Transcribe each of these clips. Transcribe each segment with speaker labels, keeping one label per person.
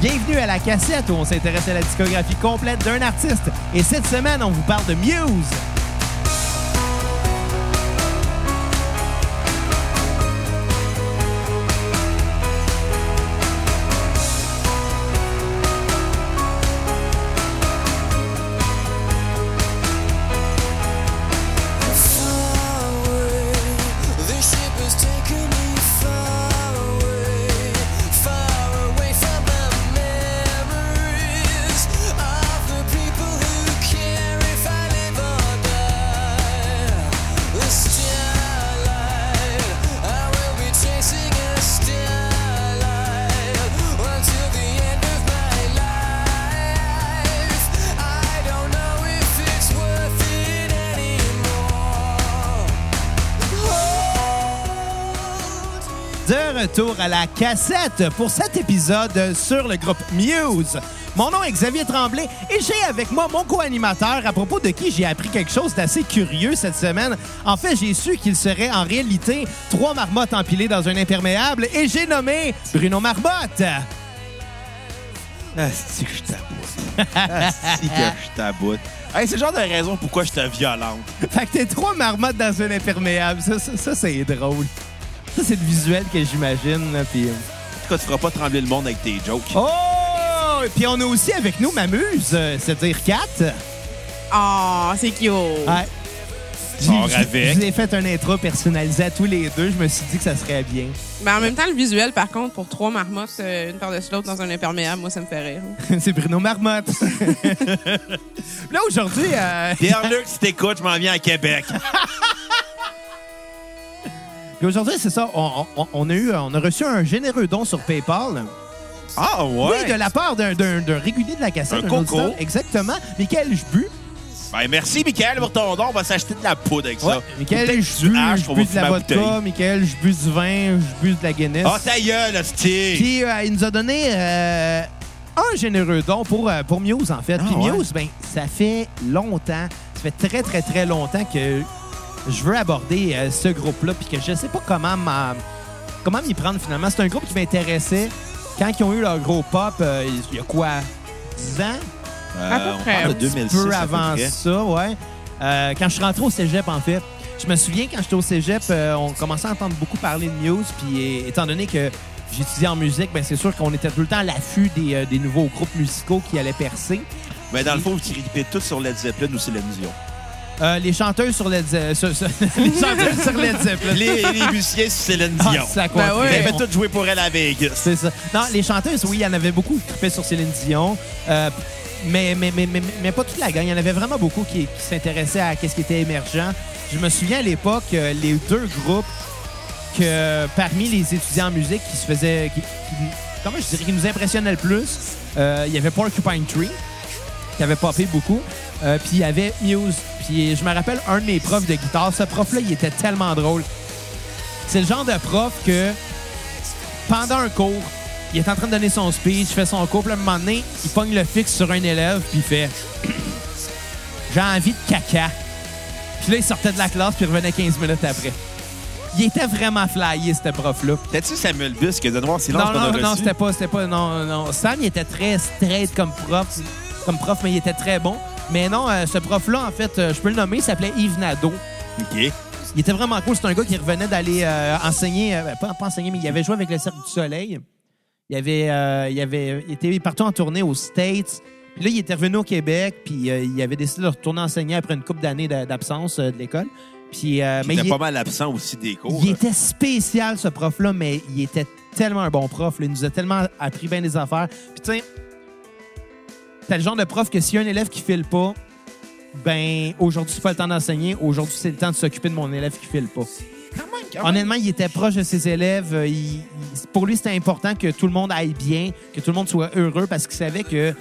Speaker 1: Bienvenue à la cassette où on s'intéresse à la discographie complète d'un artiste. Et cette semaine, on vous parle de Muse. retour à la cassette pour cet épisode sur le groupe Muse. Mon nom est Xavier Tremblay et j'ai avec moi mon co-animateur à propos de qui j'ai appris quelque chose d'assez curieux cette semaine. En fait, j'ai su qu'il serait en réalité trois marmottes empilées dans un imperméable et j'ai nommé Bruno Marmotte. Ah,
Speaker 2: Asti que je taboute. Asti que je taboute. Hey, c'est le genre de raison pourquoi je te violente.
Speaker 1: Fait que t'es trois marmottes dans un imperméable. ça, ça, ça c'est drôle. Ça, c'est le visuel que j'imagine. Puis... euh,
Speaker 2: En tout cas, tu feras pas trembler le monde avec tes jokes.
Speaker 1: Oh! Et puis on a aussi avec nous euh, Mamuse, c'est-à-dire Kat.
Speaker 3: Oh, c'est cute.
Speaker 1: Ouais.
Speaker 2: Sors avec.
Speaker 1: Je vous ai fait un intro personnalisé à tous les deux. Je me suis dit que ça serait bien.
Speaker 3: Ben, en même temps, le visuel, par contre, pour trois marmottes, euh, une par-dessus l'autre dans un imperméable, moi, ça me fait rire.
Speaker 1: c'est Bruno Marmotte. Là, aujourd'hui... Euh...
Speaker 2: Pierre Luc, si t'écoutes, je m'en viens à Québec.
Speaker 1: Puis aujourd'hui, c'est ça, on, on, on, a eu, on a reçu un généreux don sur PayPal.
Speaker 2: Ah ouais?
Speaker 1: Oui, de la part d'un régulier de la cassette.
Speaker 2: Un, coco. Auditeur,
Speaker 1: exactement. Michael Jbu.
Speaker 2: Ben, merci, Michael, pour ton don. On va s'acheter de la poudre avec ça. Ouais,
Speaker 1: Michael, je bu, hache, je bu de la vodka. Michael, je bu du vin. Je bu de la Guinness.
Speaker 2: Ah, oh, ta gueule,
Speaker 1: Steve! Puis, euh, il nous a donné euh, un généreux don pour, euh, pour Muse, en fait. Ah, Puis, ouais. Muse, ben, ça fait longtemps, ça fait très, très, très longtemps que je veux aborder euh, ce groupe-là, puis que je sais pas comment comment m'y prendre finalement. C'est un groupe qui m'intéressait quand ils ont eu leur gros pop, euh, il y a quoi, 10 ans?
Speaker 2: Euh, à peu près. On parle de 2006,
Speaker 1: peu avant ça, ouais. Euh, quand je suis rentré au cégep, en fait, je me souviens quand j'étais au cégep, euh, on commençait à entendre beaucoup parler de Muse, puis euh, étant donné que j'étudiais en musique, ben c'est sûr qu'on était tout le temps à l'affût des, des, nouveaux groupes musicaux qui allaient percer.
Speaker 2: Ben, dans le fond, vous tripez tout sur Led Zeppelin ou Céline Dion.
Speaker 1: Euh, les chanteuses sur Led Zeppelin. les chanteuses sur Led Zeppelin.
Speaker 2: les, les musiciens sur Céline Dion.
Speaker 1: Ah, ça ben
Speaker 2: oui. Ils avaient toutes joué pour elle à Vegas.
Speaker 1: C'est ça. Non, les chanteuses, oui, il y en avait beaucoup qui trippaient sur Céline Dion. Euh, mais, mais, mais, mais, pas toute la gang. Il y en avait vraiment beaucoup qui, qui s'intéressaient à qu ce qui était émergent. Je me souviens à l'époque, euh, les deux groupes que parmi les étudiants en musique qui se faisaient. Qui, qui, comment je dirais, qui nous impressionnaient le plus, euh, il y avait Porcupine Tree qui avait popé beaucoup. Euh, puis il y avait Muse. Puis je me rappelle un de mes profs de guitare. Ce prof-là, il était tellement drôle. C'est le genre de prof que pendant un cours, il est en train de donner son speech, fait son cours, puis à un moment donné, il pogne le fixe sur un élève, puis il fait J'ai envie de caca. Puis là, il sortait de la classe, puis il revenait 15 minutes après. Il était vraiment flyé, ce prof-là.
Speaker 2: T'as-tu Samuel Busque de Noir Silence
Speaker 1: Non,
Speaker 2: non,
Speaker 1: non, non c'était pas, c'était pas. Non, non. Sam, il était très straight comme prof comme prof, mais il était très bon. Mais non, euh, ce prof-là, en fait, euh, je peux le nommer, il s'appelait Yves Nadeau.
Speaker 2: OK.
Speaker 1: Il était vraiment cool. C'est un gars qui revenait d'aller euh, enseigner, pas, pas, enseigner, mais il avait joué avec le Cercle du Soleil. Il avait, euh, il avait il était partout en tournée aux States. Puis là, il était revenu au Québec, puis euh, il avait décidé de retourner enseigner après une couple d'années d'absence euh, de l'école. Puis, euh,
Speaker 2: il mais était il, pas mal absent aussi des cours.
Speaker 1: Il était spécial, ce prof-là, mais il était tellement un bon prof. Là. Il nous a tellement appris bien des affaires. Puis, tu sais, T'as le genre de prof que s'il y a un élève qui file pas, ben aujourd'hui c'est pas le temps d'enseigner, aujourd'hui c'est le temps de s'occuper de mon élève qui file pas.
Speaker 2: Quand même, quand même.
Speaker 1: Honnêtement, il était proche de ses élèves. Euh, Il, il, pour lui, c'était important que tout le monde aille bien, que tout le monde soit heureux parce qu'il savait que,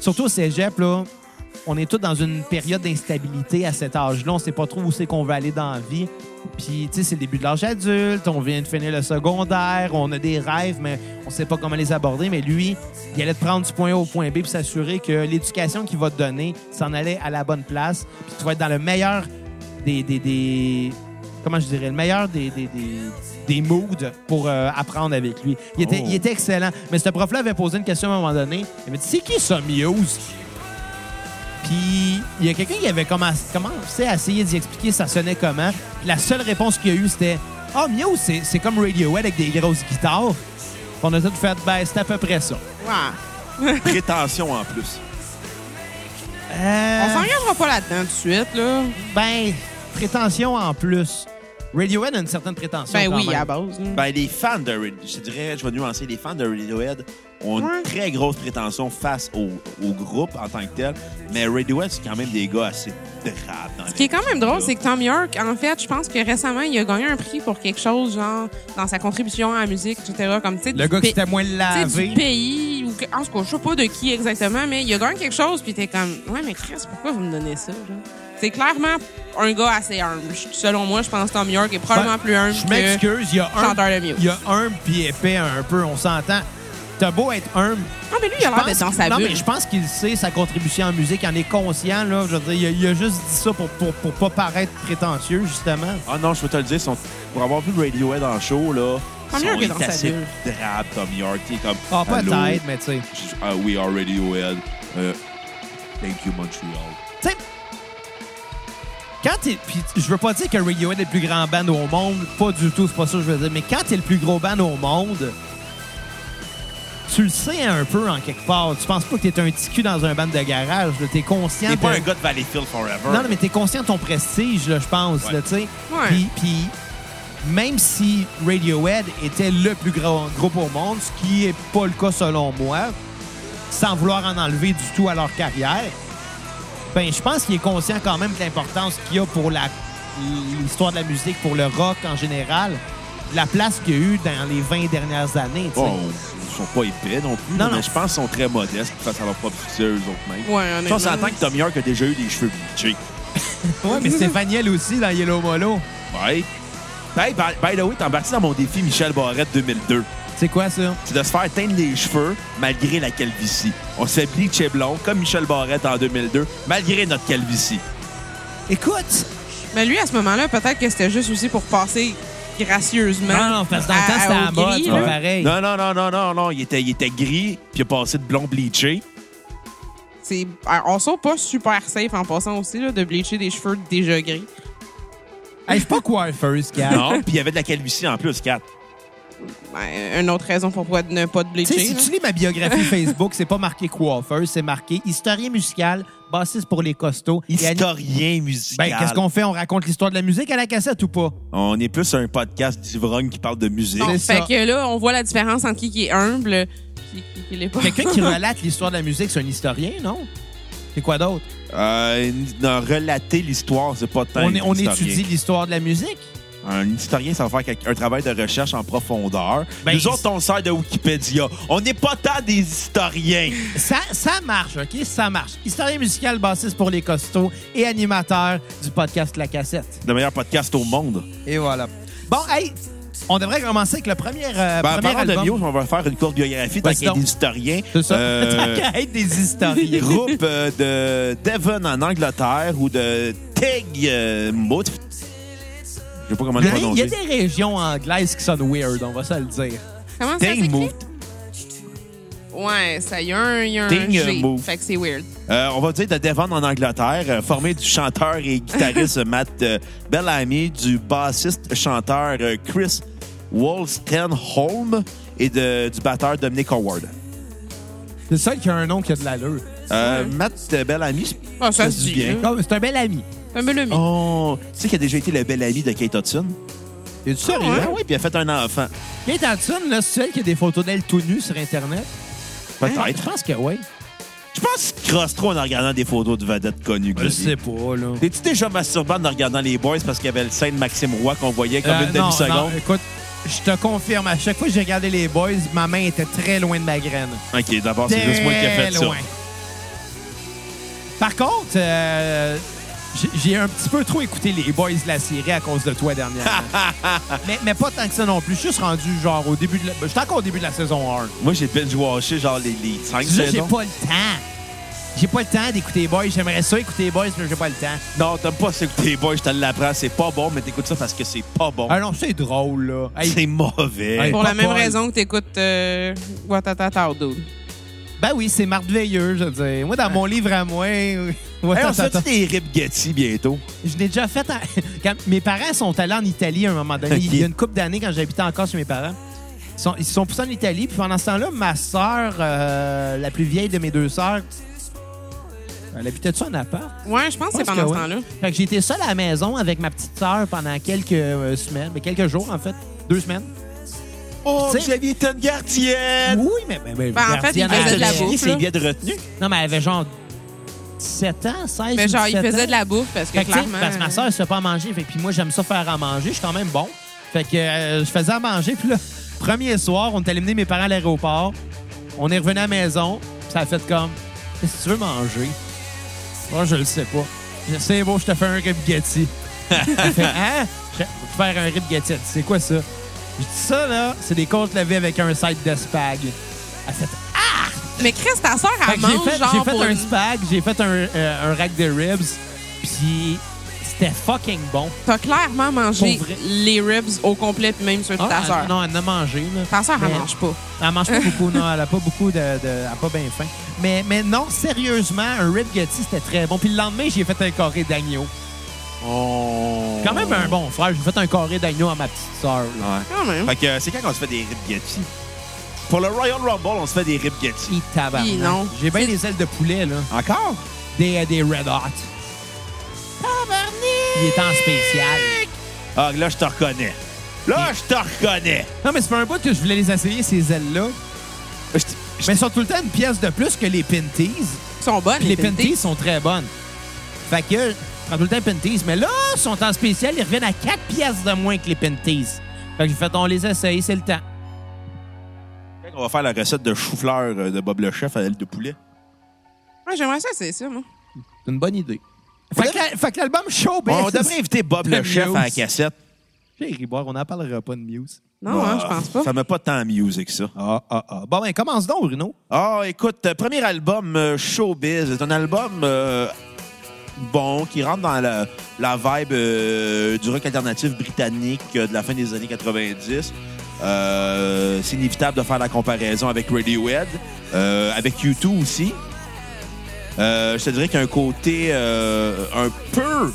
Speaker 1: surtout au cégep, là, on est tous dans une période d'instabilité à cet âge-là. On sait pas trop où c'est qu'on va aller dans la vie. Puis, tu sais, c'est le début de l'âge adulte, on vient de finir le secondaire, on a des rêves, mais on sait pas comment les aborder. Mais lui, il allait te prendre du point A au point B pour s'assurer que l'éducation qu'il va te donner s'en allait à la bonne place, puis tu vas être dans le meilleur des, des, des, comment je dirais, le meilleur des, des, des, des moods pour euh, apprendre avec lui. Il était,
Speaker 2: Oh.
Speaker 1: il était excellent. Mais ce prof-là avait posé une question à un moment donné. Il m'a dit C'est qui ça, Muse Puis il y a quelqu'un qui avait commencé, commencé à essayer d'y expliquer ça sonnait comment. Puis La seule réponse qu'il y a eu, c'était Ah, Muse, c'est- c'est comme Radiohead avec des grosses guitares. Puis On a tout fait, ben, c'est à peu près ça.
Speaker 3: Wow.
Speaker 2: Prétention en plus.
Speaker 1: Euh,
Speaker 3: On s'engagera pas là-dedans tout de suite, là.
Speaker 1: Ben, prétention en plus. Radiohead a une certaine prétention.
Speaker 3: Ben
Speaker 1: quand
Speaker 3: oui,
Speaker 1: même.
Speaker 3: à base. là.
Speaker 2: Ben, les fans de Radiohead, je dirais, je vais nuancer, les fans de Radiohead ont une
Speaker 3: Ouais.
Speaker 2: très grosse prétention face au, au groupe en tant que tel, mais Radiohead, c'est quand même des gars assez drapes dans
Speaker 3: Ce qui est quand même drôle, c'est que Tom York, en fait, je pense que récemment, il a gagné un prix pour quelque chose, genre, dans sa contribution à la musique, etc. Comme, tu sais,
Speaker 1: Le
Speaker 3: du
Speaker 1: gars qui
Speaker 3: pa-
Speaker 1: était moins
Speaker 3: tu sais,
Speaker 1: lavé.
Speaker 3: du pays, ou que- en tout cas, je sais pas de qui exactement, mais il a gagné quelque chose, puis t'es comme, ouais, mais Chris, pourquoi vous me donnez ça, genre? C'est clairement un gars assez humble. Je- Selon moi, je pense que Tom York est probablement
Speaker 1: Ben,
Speaker 3: plus humble
Speaker 1: Je
Speaker 3: que
Speaker 1: m'excuse, il y a un.
Speaker 3: chanteur de Muse.
Speaker 1: Il y a un puis épais un peu, on s'entend. T'as beau être humble.
Speaker 3: Non, Ah, mais lui, il a
Speaker 1: je
Speaker 3: l'air
Speaker 1: pense
Speaker 3: d'être dans
Speaker 1: qu'il-
Speaker 3: sa
Speaker 1: non,
Speaker 3: bulle.
Speaker 1: mais je pense qu'il sait sa contribution en musique, il en est conscient. Là. Je veux dire, il, a, il a juste dit ça pour, pour, pour pas paraître prétentieux, justement.
Speaker 2: Ah non, je peux te le dire, sont- pour avoir vu Radiohead en show, là,
Speaker 3: Tom
Speaker 2: sont-
Speaker 3: York
Speaker 2: il
Speaker 3: est dans sa
Speaker 2: assez
Speaker 3: bulle.
Speaker 2: drabe, Tom York. Il est comme,
Speaker 1: Ah,
Speaker 2: Allô?
Speaker 1: peut-être, mais tu sais.
Speaker 2: Je- Ah, we are Radiohead. Euh, thank you, Montreal.
Speaker 1: Tu sais, quand t'es. Puis je veux pas dire que Radiohead est le plus grand band au monde, pas du tout, c'est pas ça que je veux dire, mais quand t'es le plus gros band au monde, tu le sais un peu en quelque part. Tu penses pas que t'es un petit cul dans un band de garage, là. t'es conscient.
Speaker 2: T'es
Speaker 1: de-
Speaker 2: pas un gars de Valleyfield Forever.
Speaker 1: Non, non, mais t'es conscient de ton prestige, là, je pense,
Speaker 2: Ouais.
Speaker 1: là, tu sais.
Speaker 3: Ouais.
Speaker 1: Puis, puis même si Radiohead était le plus grand groupe au monde, ce qui est pas le cas selon moi, sans vouloir en enlever du tout à leur carrière, ben je pense qu'il est conscient quand même de l'importance qu'il y a pour la l'histoire de la musique, pour le rock en général, de la place qu'il y a eu dans les 20 dernières années. tu sais.
Speaker 2: Bon, ils sont pas épais non plus,
Speaker 1: Non,
Speaker 2: mais
Speaker 1: non.
Speaker 2: je pense qu'ils sont très modestes face à leur propre succès eux-mêmes.
Speaker 3: Ouais, honnêtement.
Speaker 2: on s'entend que Tom York a déjà eu des cheveux bleachés.
Speaker 1: Ouais, mais Stéphaniel aussi dans Yellow Molo.
Speaker 2: Ouais. Hey, by, by the way, t'es embarqué dans mon défi Michel Barrette 2002.
Speaker 1: C'est quoi ça?
Speaker 2: C'est de se faire teindre les cheveux malgré la calvitie. On se fait bleacher blond comme Michel Barrette en 2002, malgré notre calvitie.
Speaker 1: Écoute!
Speaker 3: Mais lui, à ce moment-là, peut-être que c'était juste aussi pour passer gracieusement.
Speaker 1: Non, non, parce que dans le temps, c'était à la
Speaker 3: au
Speaker 1: mode,
Speaker 3: gris,
Speaker 1: ouais.
Speaker 3: là.
Speaker 1: Ouais. pareil.
Speaker 2: Non, non, non, non, non, non. Il était, il était gris, puis il a passé de blond bleaché.
Speaker 3: C'est- alors, On sort pas super safe en passant aussi là, de bleacher des cheveux déjà gris.
Speaker 1: Hey, je suis pas coiffeuse, Kat.
Speaker 2: Non, puis il y avait de la calvitie en plus, 4.
Speaker 3: Ben, une autre raison pourquoi ne pas de
Speaker 1: Tu sais,
Speaker 3: bleacher.
Speaker 1: si
Speaker 3: là.
Speaker 1: tu lis ma biographie Facebook, c'est pas marqué coiffeur, c'est marqué historien musical, bassiste pour les costauds. et ani-
Speaker 2: Historien musical.
Speaker 1: Ben, qu'est-ce qu'on fait? On raconte l'histoire de la musique à la cassette ou pas?
Speaker 2: On est plus un podcast d'ivrogne qui parle de musique.
Speaker 3: Bon,
Speaker 1: c'est
Speaker 3: fait
Speaker 1: ça.
Speaker 3: que là, on voit la différence entre qui, qui est humble et qui, qui l'est pas.
Speaker 1: Quelqu'un qui relate l'histoire de la musique, c'est un historien, non? C'est quoi d'autre?
Speaker 2: Euh, n- non, relater l'histoire, c'est pas tant
Speaker 1: On, est-
Speaker 2: un
Speaker 1: on
Speaker 2: Ben, historien.
Speaker 1: étudie l'histoire de la musique?
Speaker 2: Un historien, ça va faire quelque- un travail de recherche en profondeur.
Speaker 1: Ben,
Speaker 2: Nous autres, on sert de Wikipédia. On n'est pas tant des historiens.
Speaker 1: Ça, ça marche, OK? Ça marche. Historien musical, bassiste pour les costauds et animateur du podcast La Cassette.
Speaker 2: Le meilleur podcast au monde.
Speaker 1: Et voilà. Bon, hey, on devrait commencer avec le premier, euh,
Speaker 2: Ben,
Speaker 1: premier
Speaker 2: parlant de
Speaker 1: album.
Speaker 2: Muse, on va faire une courte biographie tant
Speaker 1: Vas-y
Speaker 2: qu'il y a
Speaker 1: donc.
Speaker 2: des historiens.
Speaker 1: C'est ça?
Speaker 2: Euh,
Speaker 1: Tant qu'à être des historiens.
Speaker 2: groupe euh, de Devon en Angleterre ou de Tig euh, Mout- Je sais pas comment
Speaker 1: Il
Speaker 2: le
Speaker 1: y a- Il y a
Speaker 2: prononcer.
Speaker 1: des régions anglaises qui sonnent weird, on va se le dire.
Speaker 3: Comment ça
Speaker 2: Tig
Speaker 3: s'écrit?
Speaker 2: Mout.
Speaker 3: Ouais, ça y a un, y a un
Speaker 2: Ting, euh,
Speaker 3: G.
Speaker 2: move.
Speaker 3: Fait que c'est weird.
Speaker 2: Euh, on va dire de Devon en Angleterre, euh, formé du chanteur et guitariste Matt euh, Bellamy, du bassiste-chanteur euh, Chris Wolstenholme et de- du batteur Dominic Howard.
Speaker 1: C'est ça qui a un nom qui a de l'allure.
Speaker 2: Euh, Matt Bellamy,
Speaker 3: Ah, ça,
Speaker 2: se
Speaker 3: se
Speaker 2: dit
Speaker 3: dit.
Speaker 2: bien.
Speaker 3: là.
Speaker 1: Non, mais C'est un bel ami.
Speaker 3: Un bel ami.
Speaker 2: oh, tu sais qu'il a déjà été le bel ami de Kate Hudson?
Speaker 1: Et tu
Speaker 2: Ah
Speaker 1: sérieux?
Speaker 2: oui, puis il a fait un enfant.
Speaker 1: Kate Hudson, là, c'est celle qui a des photos d'elle tout nue sur Internet. Ah,
Speaker 2: Peut-être.
Speaker 3: Hein?
Speaker 1: Je pense que oui.
Speaker 2: Je pense qu'il crosse trop en regardant des photos de vedettes connues.
Speaker 1: Je
Speaker 2: Xavier.
Speaker 1: sais pas, là.
Speaker 2: T'es-tu déjà masturbant en regardant les boys parce qu'il y avait le sein de Maxime Roy qu'on voyait comme
Speaker 1: Euh,
Speaker 2: une
Speaker 1: non, non,
Speaker 2: demi-seconde?
Speaker 1: écoute, je te confirme, à chaque fois que j'ai regardé les boys, ma main était très loin de ma graine.
Speaker 2: OK, d'abord, Ah, c'est juste moi qui ai fait
Speaker 1: Très loin.
Speaker 2: ça.
Speaker 1: Par contre, euh, j'ai- j'ai un petit peu trop écouté les boys de la série à cause de toi dernièrement. mais, mais pas tant que ça non plus. Je suis juste rendu genre au début de la... Je suis encore au début de la saison 1.
Speaker 2: Moi, j'ai binge-watché genre les, les cinq
Speaker 1: Là, j'ai
Speaker 2: saisons.
Speaker 1: pas le temps. J'ai pas le temps d'écouter les boys. J'aimerais ça écouter les boys, mais j'ai pas le temps.
Speaker 2: Non, t'aimes pas s'écouter les boys, je te l'apprends. C'est pas bon, mais t'écoutes ça parce que c'est pas bon.
Speaker 1: Ah non, c'est drôle, là. Hey,
Speaker 2: C'est mauvais.
Speaker 1: Hey.
Speaker 3: Pour
Speaker 1: pas
Speaker 3: la même
Speaker 1: Paul.
Speaker 3: raison que t'écoutes euh, Watatata Dude.
Speaker 1: ben oui, c'est merveilleux, je veux dire. Moi, dans mon livre à moi... ouais,
Speaker 2: Hey, on
Speaker 1: attends,
Speaker 2: se
Speaker 1: attends.
Speaker 2: dit des Rip Getty bientôt.
Speaker 1: Je l'ai déjà fait. en- quand mes parents sont allés en Italie à un moment donné.
Speaker 2: Ok.
Speaker 1: Il y a une couple d'années, quand j'habitais encore chez mes parents, ils sont, ils se sont poussés en Italie. Puis pendant ce temps-là, ma sœur, euh, la plus vieille de mes deux sœurs, elle habitait-tu en appart?
Speaker 3: Ouais, je pense que c'est
Speaker 1: Je pense
Speaker 3: pendant
Speaker 1: que
Speaker 3: ce temps-là.
Speaker 1: Fait que j'ai été seul à la maison avec ma petite sœur pendant quelques euh, semaines, mais quelques jours en fait, deux semaines.
Speaker 2: Oh,
Speaker 1: Tu sais-
Speaker 2: Xavier était une gardienne!
Speaker 1: Oui, mais, mais, mais
Speaker 3: Ben, en fait, il
Speaker 1: gardienne,
Speaker 3: faisait
Speaker 1: elle
Speaker 3: de la
Speaker 1: avait-
Speaker 3: bouffe. là.
Speaker 2: c'est bien de retenue.
Speaker 1: Non, mais elle avait genre 17 ans, 16
Speaker 3: Mais
Speaker 1: ou
Speaker 3: Ben, genre, il
Speaker 1: 17
Speaker 3: faisait
Speaker 1: ans.
Speaker 3: de la bouffe parce que
Speaker 1: Fait que, tu sais,
Speaker 3: clairement. euh,
Speaker 1: parce que ma soeur, elle se fait pas à manger. Fait que, puis moi, j'aime ça faire à manger. Je suis quand même bon. Fait que euh, je faisais à manger. Puis là, premier soir, on est allé mener mes parents à l'aéroport. On est revenu à la maison. Puis ça a fait comme Qu'est-ce que tu veux manger Moi, je le sais pas. Je sais, beau, je te fais un ribagetti. Elle fait Hein Je fais, Je vais te faire un ribagetti. Elle dit, C'est quoi ça Je dis ça, là, c'est des côtes levées avec un side de spag. Elle fait
Speaker 3: Mais Chris, ta soeur,
Speaker 1: fait
Speaker 3: elle
Speaker 1: que j'ai
Speaker 3: mange
Speaker 1: fait, j'ai
Speaker 3: genre
Speaker 1: fait
Speaker 3: pour
Speaker 1: un
Speaker 3: une-
Speaker 1: spag, j'ai fait un, euh, un rack de ribs, puis c'était fucking bon.
Speaker 3: T'as clairement mangé
Speaker 1: Pour vrai.
Speaker 3: les ribs au complet, puis même ceux de ta
Speaker 1: Ah,
Speaker 3: soeur.
Speaker 1: Non, elle en a mangé. Là.
Speaker 3: Ta soeur, elle
Speaker 1: Mais-
Speaker 3: mange pas.
Speaker 1: Elle mange pas beaucoup, non. Elle a pas beaucoup de... de- elle a pas bien faim. Mais, mais non, sérieusement, un rib Getty, c'était très bon. Puis le lendemain, j'ai fait un carré d'agneau.
Speaker 2: Oh.
Speaker 1: Quand même un bon frère. J'ai fait un carré d'agneau à ma petite sœur. là.
Speaker 2: Ouais.
Speaker 3: Quand même.
Speaker 2: Fait que euh, c'est quand qu'on se fait des Rip Getty? Pour le Royal Rumble, on se fait des Rip Getty.
Speaker 1: Et tabarnak.
Speaker 3: Hi, non.
Speaker 1: J'ai bien
Speaker 3: C'est-
Speaker 1: des ailes de poulet, là.
Speaker 2: Encore?
Speaker 1: Des, euh, des Red Hot. Il est en spécial.
Speaker 2: Ah, là, je te reconnais. Là, je te reconnais.
Speaker 1: Non, mais c'est pas un bout que je voulais les essayer, ces ailes-là.
Speaker 2: Je t- je-
Speaker 1: Mais ils sont tout le temps une pièce de plus que les Pinties.
Speaker 3: Ils sont bonnes,
Speaker 1: Puis les
Speaker 3: les
Speaker 1: Pinties
Speaker 3: pentés.
Speaker 1: sont très bonnes. Fait que, je prends tout le temps Pinties. Mais là, ils sont en spécial, ils reviennent à 4 pièces de moins que les Pinties. Fait que j'ai fait, on les essaye, c'est le temps.
Speaker 2: On va faire la recette de chou-fleur euh, de Bob le Chef à l'aile de poulet.
Speaker 3: Ouais, j'aimerais ça, c'est ça, moi.
Speaker 1: C'est une bonne idée. Fait que, la- fait que l'album show,
Speaker 2: on devrait inviter Bob le
Speaker 1: Muse.
Speaker 2: Chef à la cassette.
Speaker 1: J'ai ri boire, on n'en parlera pas de Muse.
Speaker 3: Non,
Speaker 1: Bah,
Speaker 3: hein, je pense pas.
Speaker 2: Ça m'a pas tant musique, ça.
Speaker 1: Ah, ah, ah. Bon, ben, commence donc, Bruno.
Speaker 2: Ah, écoute, euh, premier album euh, Showbiz. C'est un album euh, bon qui rentre dans la, la vibe euh, du rock alternatif britannique euh, de la fin des années 90. Euh, c'est inévitable de faire la comparaison avec Radiohead, euh, avec U2 aussi. Euh, je te dirais qu'il y a un côté euh, un peu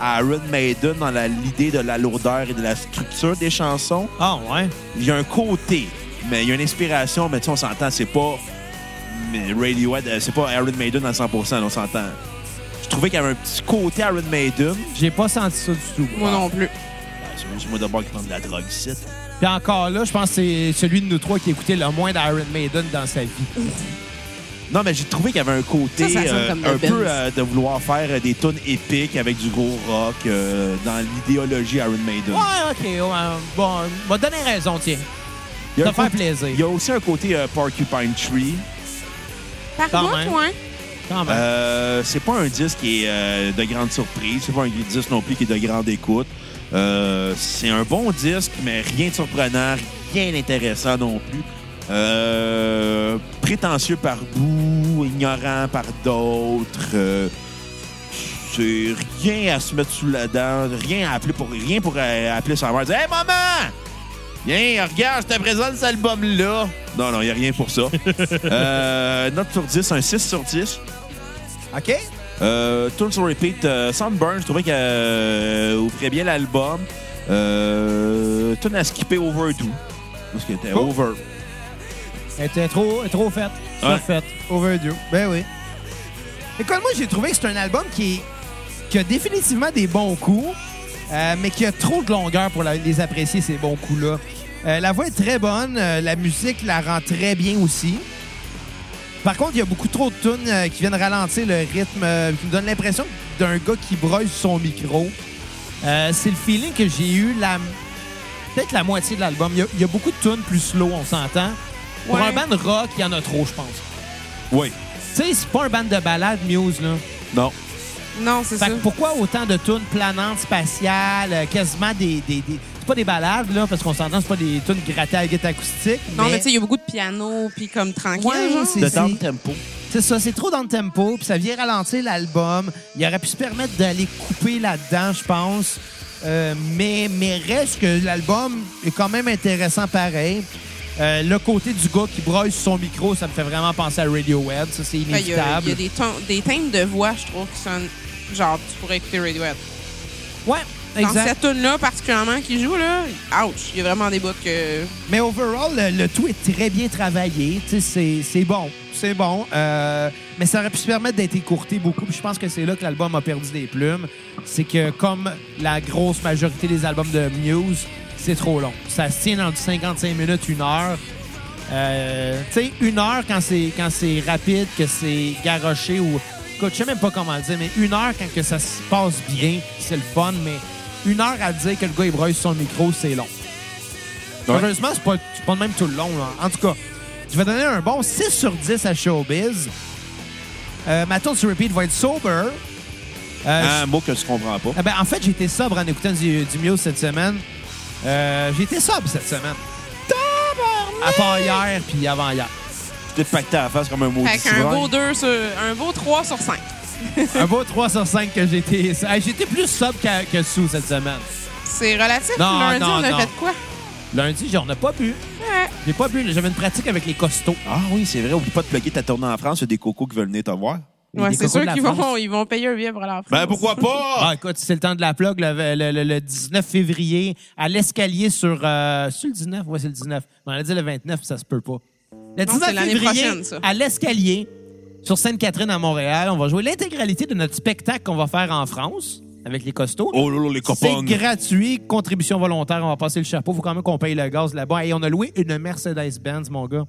Speaker 2: à Iron Maiden dans la- l'idée de la lourdeur et de la structure des chansons
Speaker 1: Ah, ouais.
Speaker 2: il y a un côté, mais il y a une inspiration, mais tu sais, on s'entend, c'est pas mais Radiohead, euh, c'est pas Iron Maiden à 100%, là, on s'entend. Je trouvais qu'il y avait un petit côté Iron Maiden.
Speaker 1: J'ai pas senti ça du tout.
Speaker 3: Moi non plus.
Speaker 2: Ah, C'est juste moi d'abord qui prends de la drogue ici.
Speaker 1: Puis encore là, je pense que c'est celui de nous trois qui écoutait le moins d'Iron Maiden dans sa vie.
Speaker 2: Non, mais j'ai trouvé qu'il y avait un côté
Speaker 3: Ça, ça sonne
Speaker 2: euh,
Speaker 3: comme
Speaker 2: un
Speaker 3: le
Speaker 2: peu
Speaker 3: Benz.
Speaker 2: euh, de vouloir faire euh, des tunes épiques avec du gros rock euh, dans l'idéologie Iron Maiden.
Speaker 1: Ouais, OK. ouais. Bon, m'a donné raison, tiens.
Speaker 2: Il y a
Speaker 1: Ça
Speaker 2: un
Speaker 1: fait
Speaker 2: côté-
Speaker 1: plaisir.
Speaker 2: Il y a aussi un côté euh, Porcupine Tree.
Speaker 3: Par
Speaker 1: Quand
Speaker 3: contre,
Speaker 1: même.
Speaker 3: ouais.
Speaker 1: Quand même.
Speaker 2: Euh, c'est pas un disque qui est euh, de grande surprise. C'est pas un disque non plus qui est de grande écoute. Euh, c'est un bon disque, mais rien de surprenant, rien d'intéressant non plus. Euh, prétentieux par bout, ignorant par d'autres. euh, c'est rien à se mettre sous la dent, rien à appeler pour rien pour euh, appeler sa mère. Dire, hey maman, viens, regarde, je te présente cet album là. Non non, y a rien pour ça. euh, note sur 10, un 6 sur 10.
Speaker 1: OK?
Speaker 2: Euh, Turn to Repeat, euh, Sunburn, je trouvais qu'elle euh, ouvrait bien l'album. Euh, Tune à skipper Overdue. Parce qu'elle était
Speaker 1: Oh.
Speaker 2: over.
Speaker 1: Elle était trop, trop faite. Trop
Speaker 2: Ouais.
Speaker 1: faite. Overdue. Ben oui. Écoute, moi, j'ai trouvé que c'est un album qui, est- qui a définitivement des bons coups, euh, mais qui a trop de longueur pour la- les apprécier, ces bons coups-là. Euh, la voix est très bonne. euh, la musique la rend très bien aussi. Par contre, il y a beaucoup trop de tunes euh, qui viennent ralentir le rythme, euh, qui me donnent l'impression d'un gars qui broye sur son micro. Euh, c'est le feeling que j'ai eu la... peut-être la moitié de l'album. Il y a- il y, a beaucoup de tunes plus slow, on s'entend. Pour
Speaker 3: Ouais.
Speaker 1: un band rock, il y en a trop, je pense.
Speaker 2: Oui.
Speaker 1: Tu sais, c'est pas un band de balade, Muse, là.
Speaker 2: Non.
Speaker 3: Non, c'est ça.
Speaker 1: Fait que pourquoi autant de tunes planantes, spatiales, euh, quasiment des... des, des- C'est pas des balades, là, parce qu'on s'entend, c'est pas des tunes grattées à la guitare acoustique.
Speaker 3: Non, mais tu sais, il y a beaucoup de piano, puis comme tranquille.
Speaker 1: Ouais,
Speaker 3: genre.
Speaker 1: c'est-
Speaker 2: De
Speaker 1: si.
Speaker 2: tempo.
Speaker 1: C'est ça, c'est trop dans le tempo, puis ça vient ralentir l'album. Il aurait pu se permettre d'aller couper là-dedans, je pense. Euh, mais, mais reste que l'album est quand même intéressant pareil. Euh, le côté du gars qui broille sur son micro, ça me fait vraiment penser à Radiohead. Ça, c'est
Speaker 3: Ben, Il y a,
Speaker 1: inévitable.
Speaker 3: il y a des, tons- des timbres de voix, je trouve, qui sonnent genre, tu pourrais écouter Radiohead.
Speaker 1: Ouais,
Speaker 3: Dans
Speaker 1: exact.
Speaker 3: cette tune-là, particulièrement, qui joue, là, ouch, il y a vraiment des bouts que.
Speaker 1: Mais overall, le, le tout est très bien travaillé. Tu sais, C'est c'est bon. C'est bon. Euh, mais ça aurait pu se permettre d'être écourté beaucoup. Puis je pense que c'est là que l'album a perdu des plumes. C'est que, comme la grosse majorité des albums de Muse, c'est trop long. Ça se tient dans du 55 minutes, une heure. Euh, tu sais, une heure quand c'est quand c'est rapide, que c'est garoché ou. Écoute, je sais même pas comment le dire, mais une heure quand que ça se passe bien, c'est le fun, mais une heure à dire que le gars il broye sur son micro, c'est long.
Speaker 2: Ouais.
Speaker 1: Heureusement, c'est pas, c'est pas de même tout le long. là. En tout cas, je vais donner un bon 6 sur 10 à Showbiz. Euh, ma tourne sur repeat va être sober. Euh,
Speaker 2: Un mot que je comprends pas.
Speaker 1: ah ben, en fait, j'étais sobre en écoutant du, du Muse cette semaine. Euh, j'étais sobre cette semaine. À part hier puis avant-hier.
Speaker 2: Tu t'es pacté à la face comme un mot
Speaker 3: Fait qu'un beau, deux sur, un beau 3 sur 5.
Speaker 1: Un beau 3 sur 5 que j'étais. Ah, J'étais plus sobre qu'à- que sous cette semaine.
Speaker 3: C'est relatif.
Speaker 1: Non,
Speaker 3: Lundi,
Speaker 1: non,
Speaker 3: on a
Speaker 1: non.
Speaker 3: fait quoi?
Speaker 1: Lundi, j'en ai pas bu.
Speaker 3: Ouais.
Speaker 1: J'ai pas bu. J'avais une pratique avec les costauds.
Speaker 2: Ah oui, c'est vrai. Oublie pas de plugger ta tournée en France. Il y a des cocos qui veulent venir te voir.
Speaker 1: Les
Speaker 3: Ouais, c'est
Speaker 1: cocos
Speaker 3: sûr
Speaker 1: de la
Speaker 3: qu'ils
Speaker 1: France.
Speaker 3: vont, ils vont payer un billet pour aller en France.
Speaker 2: Ben pourquoi pas?
Speaker 1: Ah, écoute, c'est le temps de la plug le, le- le- le 19 février à l'escalier sur. Euh, sur le 19? Ouais, c'est le 19. On allait dire le 29, ça se peut pas. Le
Speaker 3: Non,
Speaker 1: 19
Speaker 3: c'est l'année
Speaker 1: février
Speaker 3: prochaine, ça.
Speaker 1: à l'escalier sur Sainte-Catherine à Montréal. On va jouer l'intégralité de notre spectacle qu'on va faire en France avec les costauds.
Speaker 2: Oh lolo, les
Speaker 1: C'est
Speaker 2: copains.
Speaker 1: gratuit, contribution volontaire. On va passer le chapeau. Faut quand même qu'on paye le gaz là-bas. Et on a loué une Mercedes-Benz, mon gars.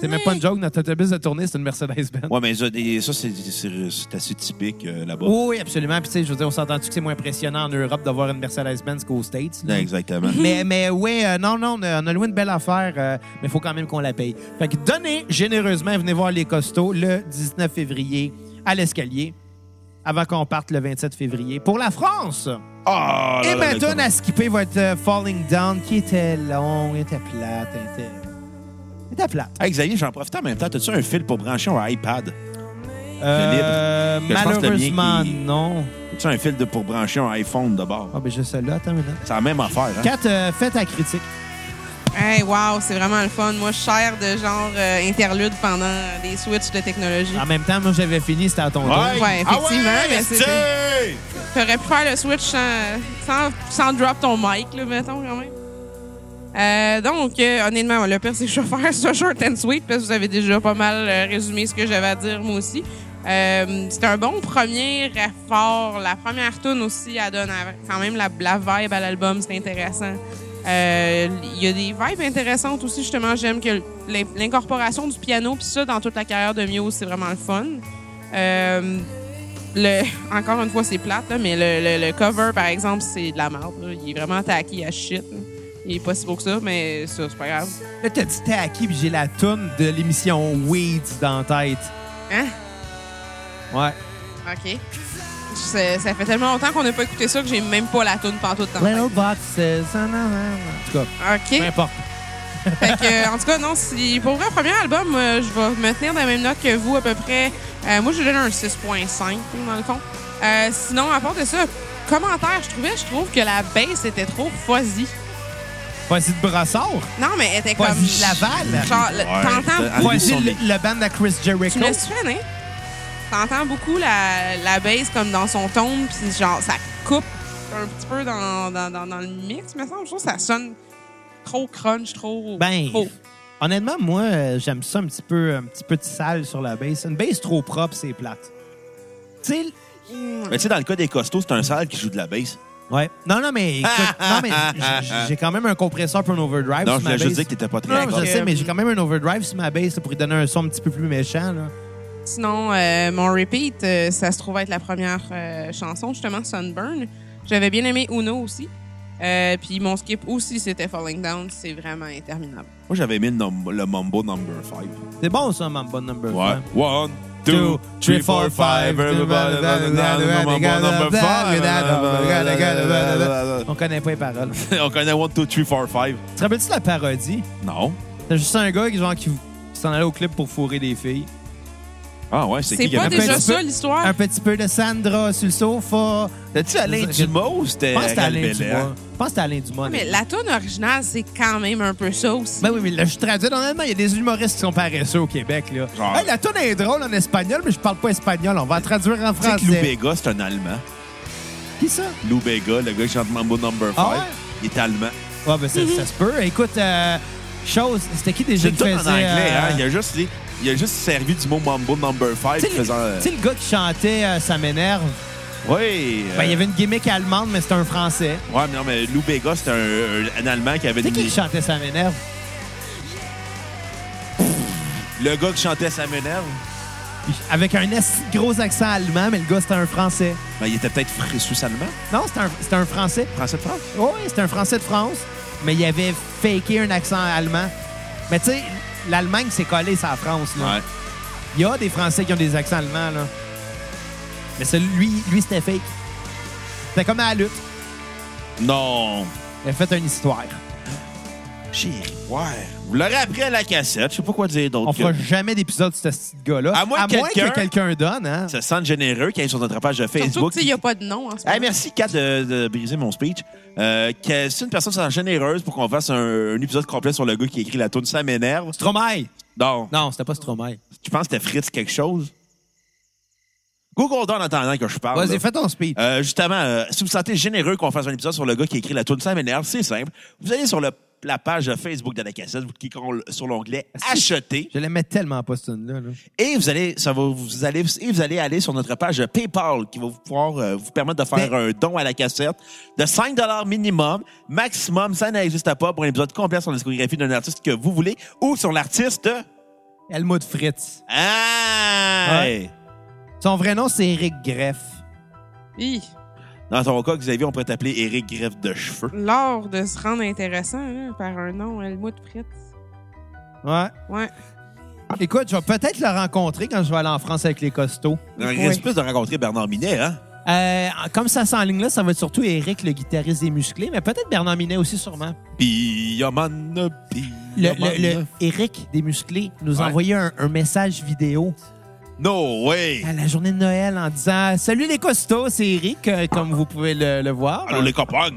Speaker 1: C'est même pas une joke. Notre autobus de tournée, c'est une Mercedes-Benz.
Speaker 2: Ouais, mais ça, des- ça, c'est c'est- c'est assez typique euh, là-bas.
Speaker 1: Oui, oui, absolument. Puis, tu sais, je veux dire, on s'entend-tu que c'est moins impressionnant en Europe d'avoir une Mercedes-Benz qu'aux States? là?
Speaker 2: Ouais, Exactement.
Speaker 1: Mais, mais oui, euh, non, non, on a, on a loué une belle affaire, euh, mais il faut quand même qu'on la paye. Fait que donnez généreusement, venez voir les costauds le 19 février à l'escalier, avant qu'on parte le 27 février pour la France.
Speaker 2: Ah, là,
Speaker 1: Et
Speaker 2: là, là,
Speaker 1: maintenant,
Speaker 2: là.
Speaker 1: à skipper votre euh, Falling Down, qui était long, était plate, était... était plate.
Speaker 2: Hey, Xavier, j'en profite en même temps. T'as-tu un fil pour brancher un iPad?
Speaker 1: Euh,
Speaker 2: libre. Je pense que le mien
Speaker 1: malheureusement,
Speaker 2: qui-
Speaker 1: non.
Speaker 2: T'as-tu un fil de, pour brancher un iPhone d'abord?
Speaker 1: Ah, ben, je sais là, attends une minute.
Speaker 2: C'est la même affaire, hein?
Speaker 1: Kat, euh, fais ta critique.
Speaker 3: Hey, wow, c'est vraiment le fun. Moi, je sers de genre euh, interlude pendant des switches de technologie.
Speaker 1: En même temps, moi, j'avais fini, c'était à ton tour.
Speaker 3: Ouais,
Speaker 2: Ah
Speaker 3: effectivement, mais c'est-
Speaker 2: c'est...
Speaker 3: T'aurais pu faire le switch sans, sans, sans drop ton mic, là, mettons, quand même. Euh, donc, euh, honnêtement, le pire, c'est que je vais faire ça short and sweet parce que vous avez déjà pas mal euh, résumé ce que j'avais à dire, moi aussi. Euh, c'est un bon premier effort. La première tune aussi, elle donne euh, quand même la, la vibe à l'album, c'est intéressant. Euh, Il y a des vibes intéressantes aussi, justement. J'aime que l'in- l'incorporation du piano, puis ça, dans toute la carrière de Mio, c'est vraiment le fun. Euh, le, encore une fois, c'est plate, là, mais le, le- le cover, par exemple, c'est de la merde. là. Il est vraiment taqué à shit. là. Il est pas si beau que ça, mais ça, c'est pas grave.
Speaker 1: Là, t'as dit Tacky, puis j'ai la toune de l'émission Weeds dans la tête.
Speaker 3: Hein?
Speaker 1: Ouais.
Speaker 3: OK. Ça, ça fait tellement longtemps qu'on n'a pas écouté ça que j'ai même pas la toune pantoute dans la tête.
Speaker 1: Little boxes. ah, non, non, non. En tout cas, peu
Speaker 3: OK.
Speaker 1: importe.
Speaker 3: Fait que, en tout cas, non, si, pour vrai, premier album, euh, je vais me tenir dans la même note que vous, à peu près. Euh, moi, je donne un 6.5, dans le fond. Euh, sinon, à part de ça, commentaire, je trouvais, je trouve que la baisse était trop fuzzy.
Speaker 1: Voici de Brossard.
Speaker 3: Non, mais elle était comme...
Speaker 1: Voici Laval.
Speaker 3: Genre, le-
Speaker 2: Ouais,
Speaker 3: t'entends
Speaker 2: c'est-
Speaker 1: Voici
Speaker 2: Allez,
Speaker 1: le,
Speaker 2: son-
Speaker 1: le band à Chris Jericho.
Speaker 3: Tu me suis hein? T'entends beaucoup la, la bass comme dans son tombe, puis genre, ça coupe un petit peu dans, dans, dans, dans le mix, me semble. Je trouve que ça sonne trop crunch, trop.
Speaker 1: Ben,
Speaker 3: trop.
Speaker 1: honnêtement, moi, euh, j'aime ça un petit peu, un petit peu de sale sur la base. Une base trop propre, c'est plate. Tu sais,
Speaker 2: Mais tu sais, dans le cas des costauds, c'est un sale qui joue de la bass.
Speaker 1: ouais. Non, non, mais écoute, non, mais j- j'ai quand même un compresseur pour un overdrive.
Speaker 2: Non,
Speaker 1: sur
Speaker 2: je
Speaker 1: ma
Speaker 2: voulais juste
Speaker 1: bass.
Speaker 2: dire que t'étais pas très
Speaker 1: Non,
Speaker 2: d'accord.
Speaker 1: je sais, mais j'ai quand même un overdrive sur ma base pour lui donner un son un petit peu plus méchant, là.
Speaker 3: Sinon, euh, mon repeat, euh, ça se trouve être la première euh, chanson, justement, Sunburn. J'avais bien aimé Uno aussi. Euh, puis mon skip aussi, c'était Falling Down. C'est vraiment interminable.
Speaker 2: Moi, j'avais mis le, nom- le Mambo Number 5.
Speaker 1: C'est bon, ça, mon bon number. five.
Speaker 2: One,
Speaker 1: two, three, four, five. Everybody, On connaît pas les paroles.
Speaker 2: On connaît one, two, three, four, five.
Speaker 1: Tu te rappelles-tu de la parodie?
Speaker 2: Non.
Speaker 1: T'as juste un gars qui, genre, qui qui s'en allait au club pour fourrer des filles.
Speaker 2: Ah ouais, c'est
Speaker 3: C'est
Speaker 2: qui qui
Speaker 3: pas
Speaker 2: avait fait
Speaker 3: déjà
Speaker 2: ça?
Speaker 1: ça?
Speaker 3: ça l'histoire?
Speaker 1: Un petit peu de Sandra sur le sofa.
Speaker 2: T'as-tu Alain
Speaker 1: Je-
Speaker 2: Dumas ou c'était
Speaker 1: Je pense que c'était Alain
Speaker 2: Ral Bellin?
Speaker 1: Dumas. Je pense que c'était Alain Dumas.
Speaker 3: Mais la tonne originale, c'est quand même un peu ça aussi.
Speaker 1: Ben oui, mais là, je traduis. Normalement, il y a des humoristes qui sont paresseux au Québec, là.
Speaker 2: Genre.
Speaker 1: Hey, la toune est drôle en espagnol, mais je parle pas espagnol. On va la traduire en
Speaker 2: Tu sais que Lou
Speaker 1: français.
Speaker 2: Béga, c'est un Allemand.
Speaker 1: Qui ça?
Speaker 2: Lou Béga, le gars qui chante Mambo Number 5,
Speaker 1: Ah ouais?
Speaker 2: il est Allemand.
Speaker 1: Ouais, ben
Speaker 3: Mhm.
Speaker 1: ça, ça se peut. Écoute, euh, chose, c'était qui déjà
Speaker 2: C'est
Speaker 1: qui
Speaker 2: tout
Speaker 1: faisait...
Speaker 2: en anglais,
Speaker 1: euh,
Speaker 2: hein? Il a, juste, dit- il a juste servi du mot Mambo Number 5
Speaker 1: Tu sais, le-
Speaker 2: faisant... euh,
Speaker 1: tu sais, le gars qui chantait euh, Ça m'énerve,
Speaker 2: Oui.
Speaker 1: ben, il y
Speaker 2: euh,
Speaker 1: avait une gimmick allemande, mais c'était un français.
Speaker 2: Ouais, mais non, mais Lou Béga, c'est un, un Allemand qui avait
Speaker 1: Tu sais
Speaker 2: une-
Speaker 1: qui chantait Ça m'énerve?
Speaker 2: Le gars qui chantait Ça m'énerve,
Speaker 1: Puis Avec un esti de gros accent allemand, mais le gars, c'était un français.
Speaker 2: ben, il était peut-être fr- sous-allemand,
Speaker 1: Non, c'était un, c'était un français. Oh,
Speaker 2: français de France.
Speaker 1: Oui, c'était un Français de France, mais il avait faké un accent allemand. Mais tu sais, l'Allemagne s'est collée sur la France. Là.
Speaker 2: Ouais.
Speaker 1: Il y a des Français qui ont des accents allemands. Là. Mais celui, lui, lui c'était fake. C'était comme à la lutte.
Speaker 2: Non.
Speaker 1: Il a fait une histoire.
Speaker 2: Chérie, ouais. Vous l'aurez appris à la cassette. Je sais pas quoi dire d'autre.
Speaker 1: On
Speaker 2: que-
Speaker 1: fera jamais d'épisode sur ce petit gars-là.
Speaker 2: À moins que quelqu'un-
Speaker 1: que quelqu'un donne. Hein?
Speaker 2: Ça sent généreux quand ils sont sur notre page de
Speaker 1: Ben,
Speaker 3: Surtout
Speaker 2: Facebook.
Speaker 3: qu'il n'y a pas de nom en ce moment.
Speaker 2: Hey, merci, Kat, de, de briser mon speech. Euh, que si une personne sent généreuse pour qu'on fasse un, un épisode complet sur le gars qui écrit la tune, ça m'énerve.
Speaker 1: Stromae.
Speaker 2: Non.
Speaker 1: Non, c'était pas Stromae.
Speaker 2: Tu penses que c'était Fritz quelque chose? Google Down en attendant que je parle. Ah, là.
Speaker 1: Vas-y, fais ton speech.
Speaker 2: Euh, justement, euh, si vous sentez généreux qu'on fasse un épisode sur le gars qui écrit la tune, ça m'énerve, c'est simple. Vous allez sur le- la page de Facebook de la cassette, vous cliquez sur l'onglet Acheter.
Speaker 1: Je l'aimais tellement pas, ce là
Speaker 2: Et vous allez, ça va, vous allez, et vous allez aller sur notre page PayPal qui va vous pouvoir euh, vous permettre de faire un don à la cassette de 5 minimum, maximum, ça n'existe pas pour un épisode complet sur la discographie d'un artiste que vous voulez ou sur l'artiste. hein?
Speaker 1: Helmut Fritz.
Speaker 2: Ah!
Speaker 1: Ouais. Son vrai nom, c'est Eric Greff.
Speaker 3: Hi,
Speaker 2: Dans ton cas, Xavier, on pourrait t'appeler Eric Greffe de cheveux.
Speaker 3: L'art de se rendre intéressant hein, par un nom, Helmut Fritz.
Speaker 1: Ouais.
Speaker 3: Ouais.
Speaker 1: Écoute, je vais peut-être le rencontrer quand je vais aller en France avec les costauds.
Speaker 2: Il
Speaker 3: Oui.
Speaker 2: risque plus de rencontrer Bernard Minet, hein?
Speaker 1: Euh, comme ça s'enligne là, ça va être surtout Eric, le guitariste des musclés, mais peut-être Bernard Minet aussi, sûrement.
Speaker 2: Piyaman,
Speaker 1: Le,
Speaker 2: Piyaman.
Speaker 1: le- le Eric des musclés nous a
Speaker 2: Ouais.
Speaker 1: envoyé un, un message vidéo
Speaker 2: No way!
Speaker 1: à la journée de Noël en disant Salut les costauds, c'est Eric, euh, comme vous pouvez le, le voir.
Speaker 2: Allô, les copains!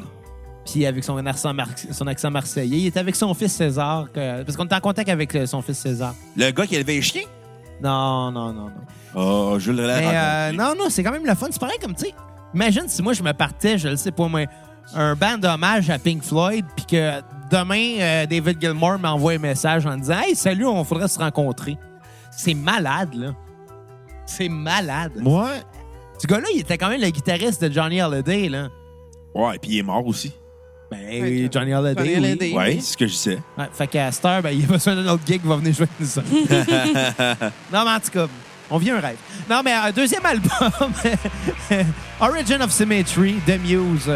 Speaker 1: Puis avec son accent, mar- son accent marseillais, il était avec son fils César, que- parce qu'on est en contact avec euh, son fils César.
Speaker 2: Le gars qui élevait les chiens?
Speaker 1: Non, non, non, non. Ah,
Speaker 2: Oh, je le
Speaker 1: Mais euh, non, non, c'est quand même le fun. C'est pareil comme, tu sais, imagine si moi je me partais, je le sais pas, moi, un band d'hommage à Pink Floyd, puis que demain, euh, David Gilmour m'envoie un message en disant Hey, salut, on faudrait se rencontrer. C'est malade, là. C'est malade.
Speaker 2: Moi?
Speaker 1: Ce gars-là, il était quand même le guitariste de Johnny Holiday, là.
Speaker 2: Ouais, puis il est mort aussi.
Speaker 1: Ben,
Speaker 3: Ouais,
Speaker 1: Johnny Holiday.
Speaker 3: Johnny
Speaker 1: oui.
Speaker 3: Hallyday. Et
Speaker 2: Ouais,
Speaker 3: oui.
Speaker 2: c'est ce que je sais.
Speaker 1: Ouais, fait qu'à cette heure, ben, il y a besoin d'un autre gig qui va venir jouer avec nous. autres. non, mais en tout cas, on vit un rêve. Non, mais un deuxième album, Origin of Symmetry de Muse.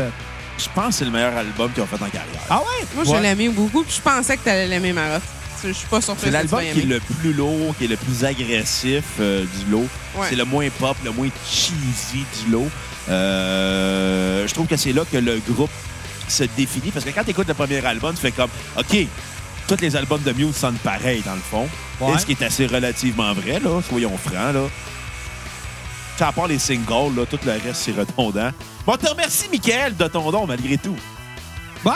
Speaker 2: Je pense que c'est le meilleur album qu'ils ont fait en carrière.
Speaker 1: Ah ouais?
Speaker 3: Moi, je l'aimais beaucoup, puis je pensais que tu allais l'aimer, Marotte. Je suis pas sûre que
Speaker 2: C'est l'album
Speaker 3: tu vas
Speaker 2: qui est
Speaker 3: aimer.
Speaker 2: le plus lourd, qui est le plus agressif euh, du lot.
Speaker 3: Ouais.
Speaker 2: C'est le moins pop, le moins cheesy du lot. Euh, je trouve que c'est là que le groupe se définit. Parce que quand tu écoutes le premier album, tu fais comme, OK, tous les albums de Muse sonnent pareil, dans le fond.
Speaker 1: Ouais.
Speaker 2: Et ce qui est assez relativement vrai, là, soyons francs. Là. Tu sais, À part les singles, là, tout le reste, c'est redondant. Bon, on te remercie, Michael, de ton don, malgré tout.
Speaker 1: Ouais.